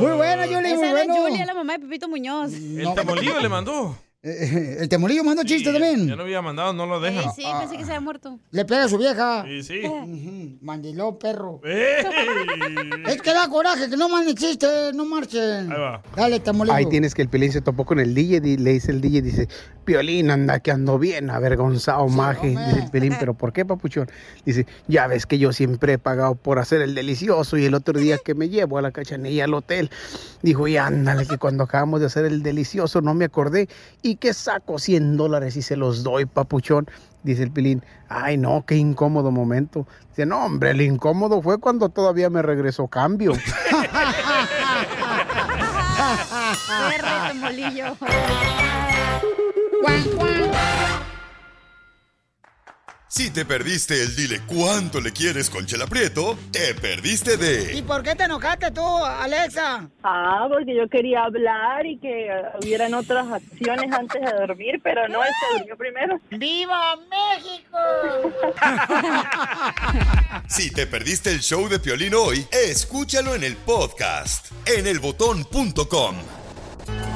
[SPEAKER 3] Muy buena, Yuli,
[SPEAKER 5] Esa
[SPEAKER 3] muy
[SPEAKER 5] era
[SPEAKER 3] bueno.
[SPEAKER 5] Julia, la mamá de Pepito Muñoz.
[SPEAKER 4] El temolío le mandó.
[SPEAKER 3] Eh, El temorillo manda chistes
[SPEAKER 4] Ya
[SPEAKER 3] también.
[SPEAKER 4] lo había mandado, no lo
[SPEAKER 7] Sí,
[SPEAKER 4] dejan.
[SPEAKER 7] sí, pensé que se había muerto.
[SPEAKER 3] Le pega a su vieja.
[SPEAKER 4] Sí, sí.
[SPEAKER 3] Ujú, Mandiló, perro.
[SPEAKER 4] ¡Ey!
[SPEAKER 3] Es que da coraje que no manden chistes, no marchen.
[SPEAKER 30] Ahí va.
[SPEAKER 3] Dale, temorillo.
[SPEAKER 30] Ahí tienes que el Piolín se topó con el DJ, di- le dice el DJ, dice, Piolín, anda que ando bien, avergonzado, maje. Dice el Piolín, ¿pero por qué, papuchón? Dice, ya ves que yo siempre he pagado por hacer el delicioso y el otro día que me llevo a la cachanilla al hotel, dijo, y ándale, que cuando acabamos de hacer el delicioso no me acordé, ¿y qué saco 100 dólares y se los doy, papuchón? Dice el Pilín, ay no, qué incómodo momento. Dice, no, hombre, el incómodo fue cuando todavía me regresó cambio.
[SPEAKER 7] Perro, temolillo.
[SPEAKER 1] Si te perdiste el dile cuánto le quieres con Chela Prieto, te perdiste de
[SPEAKER 3] ¿Y por qué te enojaste tú, Alexa?
[SPEAKER 27] Ah, porque yo quería hablar y que hubieran otras acciones antes de dormir, pero no, él se durmió primero.
[SPEAKER 3] ¡Viva México!
[SPEAKER 1] Si te perdiste el show de Piolín hoy, escúchalo en el podcast en elbotón.com.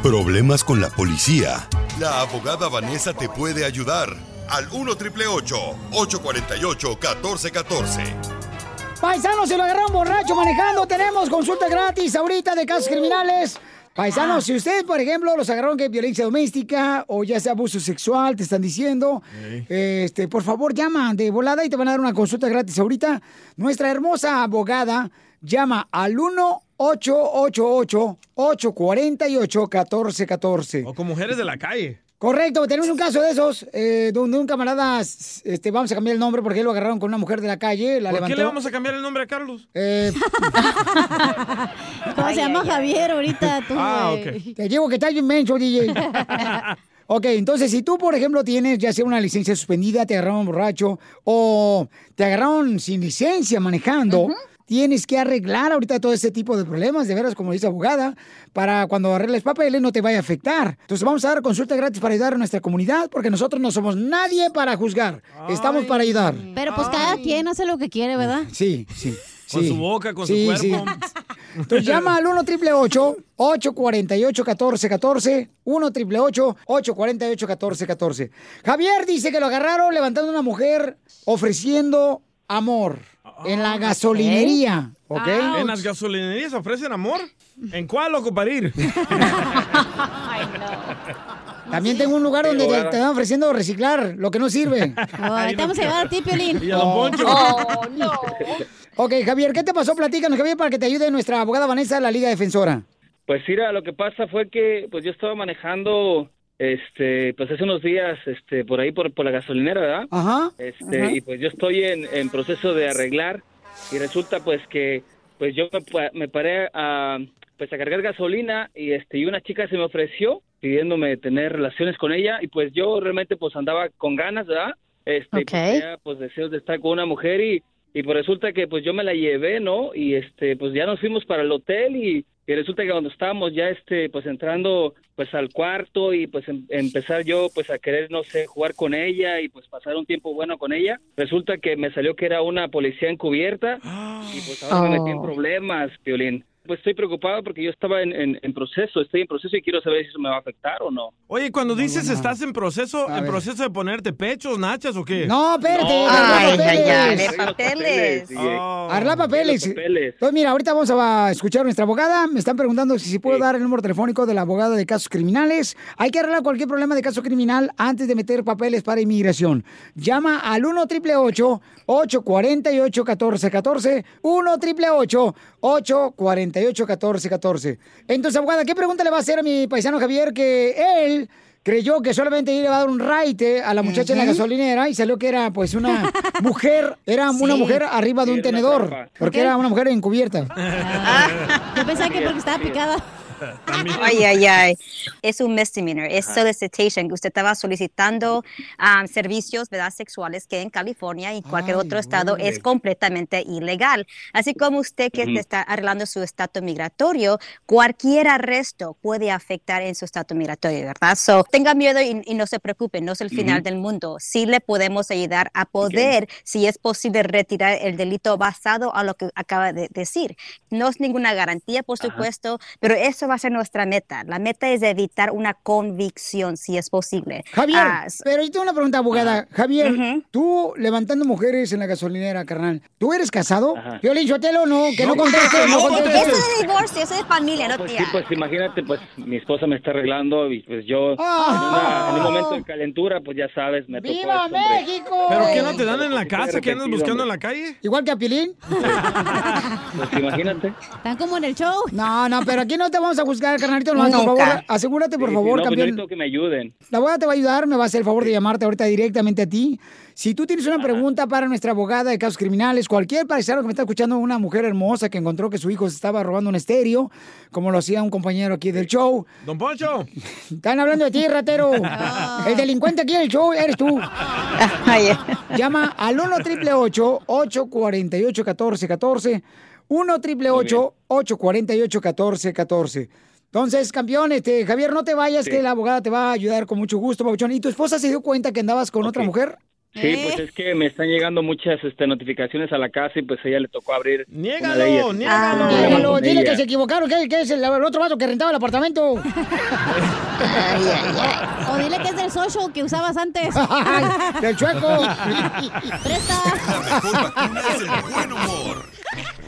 [SPEAKER 1] Problemas con la policía. La abogada Vanessa te puede ayudar al 1 triple 848 1414.
[SPEAKER 3] Paisanos, si lo agarraron borracho manejando, tenemos consulta gratis ahorita de casos criminales.
[SPEAKER 4] Ah.
[SPEAKER 3] Paisanos, si ustedes, por ejemplo, los agarraron que hay violencia doméstica o ya sea abuso sexual, te están diciendo, este, por favor, llama de volada y te van a dar una consulta gratis ahorita. Nuestra hermosa abogada llama al 1 888 848 1414
[SPEAKER 4] O con mujeres de la calle.
[SPEAKER 3] Correcto, tenemos un caso de esos, eh, donde un camarada, s- este, vamos a cambiar el nombre porque lo agarraron con una mujer de la calle, la
[SPEAKER 4] ¿Por
[SPEAKER 3] levantó.
[SPEAKER 4] qué le vamos a cambiar el nombre a Carlos?
[SPEAKER 3] Eh,
[SPEAKER 7] ¿Cómo se llama Javier ahorita? Tú,
[SPEAKER 3] Ah,
[SPEAKER 7] güey?
[SPEAKER 3] ok. Te digo que estás bien menso, DJ. ok, entonces si tú, por ejemplo, tienes ya sea una licencia suspendida, te agarraron borracho o te agarraron sin licencia manejando. Tienes que arreglar ahorita todo este tipo de problemas, de veras, como dice abogada, para cuando arregles papeles no te vaya a afectar. Entonces vamos a dar consulta gratis para ayudar a nuestra comunidad, porque nosotros no somos nadie para juzgar, estamos para ayudar.
[SPEAKER 7] Pero pues cada quien hace lo que quiere, ¿verdad?
[SPEAKER 3] Sí, sí.
[SPEAKER 4] Con
[SPEAKER 3] sí.
[SPEAKER 4] su boca, con
[SPEAKER 3] Sí,
[SPEAKER 4] su cuerpo.
[SPEAKER 3] Tú llama al 1 triple 848 1414 1 triple 848 1414 Javier dice que lo agarraron levantando a una mujer ofreciendo amor
[SPEAKER 7] Ah,
[SPEAKER 3] en la gasolinería. ¿Ok?
[SPEAKER 4] ¿En las gasolinerías ofrecen amor? ¿En cuál, loco, para ir?
[SPEAKER 3] También tengo un lugar
[SPEAKER 4] Sí,
[SPEAKER 3] donde te,
[SPEAKER 4] ahora.
[SPEAKER 3] te están ofreciendo reciclar, lo que no sirve.
[SPEAKER 7] Ay, te vamos a llevar a ti, Piolín.
[SPEAKER 3] Y a Don Poncho. Ok, Javier, ¿qué te pasó? Platícanos, Javier, para que te ayude nuestra abogada Vanessa de la Liga Defensora.
[SPEAKER 31] Pues mira, lo que pasa fue que pues yo estaba manejando este pues hace unos días este por ahí por, por la gasolinera, ¿verdad?
[SPEAKER 3] Ajá.
[SPEAKER 31] Este,
[SPEAKER 3] Ajá.
[SPEAKER 31] y pues yo estoy en, en proceso de arreglar y resulta pues que pues yo me, pa- me paré a pues a cargar gasolina y este y una chica se me ofreció pidiéndome tener relaciones con ella y pues yo realmente pues andaba con ganas, ¿verdad? Este, y, pues, Ok. tenía, pues deseos de estar con una mujer y y pues resulta que pues yo me la llevé, ¿no? Y este, pues ya nos fuimos para el hotel y, y resulta que cuando estábamos ya este, pues entrando pues al cuarto y pues em- empezar yo pues a querer, no sé, jugar con ella y pues pasar un tiempo bueno con ella, resulta que me salió que era una policía encubierta y pues ahora me metí en
[SPEAKER 13] Oh.
[SPEAKER 31] problemas, Violín. Pues estoy preocupado porque yo estaba en, en- en proceso, estoy en proceso y quiero saber si eso me va a afectar o no.
[SPEAKER 4] Oye, cuando dices estás en proceso, ¿en proceso de ponerte pechos, nachas o qué?
[SPEAKER 3] No, espérate,
[SPEAKER 4] No.
[SPEAKER 3] arregla papeles.
[SPEAKER 31] papeles.
[SPEAKER 4] Oh.
[SPEAKER 3] Arregla papeles. Entonces, Pues mira, ahorita vamos a escuchar a nuestra abogada. Me están preguntando si, si puedo dar el número telefónico de la abogada de casos criminales. Hay que arreglar cualquier problema de caso criminal antes de meter papeles para inmigración. Llama al 1 triple 848 1414 1 triple 848 1414 Entonces, abogada, ¿qué pregunta le va a hacer a mi paisano Javier que él creyó que solamente iba a dar un raite a la muchacha en la
[SPEAKER 28] Ujú.
[SPEAKER 3] gasolinera y salió que era pues una mujer, era
[SPEAKER 28] Sí.
[SPEAKER 3] una mujer arriba de un
[SPEAKER 28] Era una
[SPEAKER 3] tenedor,
[SPEAKER 28] trampa.
[SPEAKER 3] porque
[SPEAKER 28] Ok.
[SPEAKER 3] era una mujer encubierta.
[SPEAKER 28] Yo pensaba que porque estaba picada.
[SPEAKER 32] Ay, ay, ay. Es un misdemeanor, es
[SPEAKER 28] Ajá.
[SPEAKER 32] solicitation. Usted estaba solicitando um, servicios ¿verdad? sexuales que en California y cualquier otro estado es completamente ilegal. Así como usted que
[SPEAKER 28] Ujú.
[SPEAKER 32] está arreglando su estatus migratorio, cualquier arresto puede afectar en su estatus migratorio, ¿verdad? So, tenga miedo y, y no se preocupe, no es el final
[SPEAKER 28] Ujú.
[SPEAKER 32] del mundo. Sí le podemos ayudar a poder, si es posible, retirar el delito basado a lo que acaba de decir. No es ninguna garantía, por
[SPEAKER 28] Ajá.
[SPEAKER 32] supuesto, pero eso eso va a ser nuestra meta. La meta es evitar una convicción, si es posible.
[SPEAKER 3] Javier,
[SPEAKER 32] Ah, s-
[SPEAKER 3] pero yo tengo una pregunta, abogada. Javier,
[SPEAKER 32] Ujú.
[SPEAKER 3] tú levantando mujeres en la gasolinera, carnal. ¿Tú eres casado?
[SPEAKER 31] Ajá.
[SPEAKER 3] Yo le dije, Chotelo, no, que no
[SPEAKER 31] No,
[SPEAKER 3] conteste, no
[SPEAKER 31] no,
[SPEAKER 3] conteste.
[SPEAKER 32] Eso es de divorcio, eso es de familia, no
[SPEAKER 31] Pues
[SPEAKER 32] tía.
[SPEAKER 31] sí, pues imagínate, pues mi esposa me está arreglando y pues yo en, una-
[SPEAKER 32] Ah.
[SPEAKER 31] en un momento de calentura, pues ya sabes, me tocó
[SPEAKER 3] ¡Viva
[SPEAKER 31] esto, hombre.
[SPEAKER 3] México!
[SPEAKER 4] ¿Pero qué no te dan en la
[SPEAKER 31] Sí,
[SPEAKER 4] casa? ¿Qué andas
[SPEAKER 31] arrepentido,
[SPEAKER 4] buscando en
[SPEAKER 31] hombre.
[SPEAKER 4] la calle?
[SPEAKER 3] Igual que a Pilín.
[SPEAKER 31] Pues imagínate.
[SPEAKER 3] Están como en el show. No, no, pero aquí no te vamos a juzgar, carnalito. nomás, por
[SPEAKER 31] Nunca.
[SPEAKER 3] favor, asegúrate, por
[SPEAKER 31] Sí, sí,
[SPEAKER 3] favor,
[SPEAKER 31] no, pues yo
[SPEAKER 3] campeón.
[SPEAKER 31] necesito que me ayuden.
[SPEAKER 3] La abogada te va a ayudar, me va a hacer el favor de llamarte ahorita directamente a ti. Si tú tienes una pregunta para nuestra abogada de casos criminales, cualquier paisano que me está escuchando, una mujer hermosa que encontró que su hijo se estaba robando un estéreo, como lo hacía un compañero aquí del show.
[SPEAKER 4] Don Poncho.
[SPEAKER 3] Están hablando de ti, ratero. El delincuente aquí del show eres tú. Llama al 1 888 848 1414 1 888 848 1414 Entonces, campeón, este, Javier, no te vayas,
[SPEAKER 31] Sí.
[SPEAKER 3] que la abogada te va a ayudar con mucho gusto, Pabuchón. ¿Y tu esposa se dio cuenta que andabas con otra mujer?
[SPEAKER 31] Sí,
[SPEAKER 3] ¿Eh?
[SPEAKER 31] pues es que me están llegando muchas este, notificaciones a la casa y pues a ella le tocó abrir.
[SPEAKER 4] Niégalo, niégalo.
[SPEAKER 3] Ah, dígalo, dile que se equivocaron, que, que es el, el otro vato que rentaba el apartamento.
[SPEAKER 7] 哎
[SPEAKER 5] O, o dile que es del social que usabas antes.
[SPEAKER 3] del chueco.
[SPEAKER 1] La mejor vacuna es el buen humor.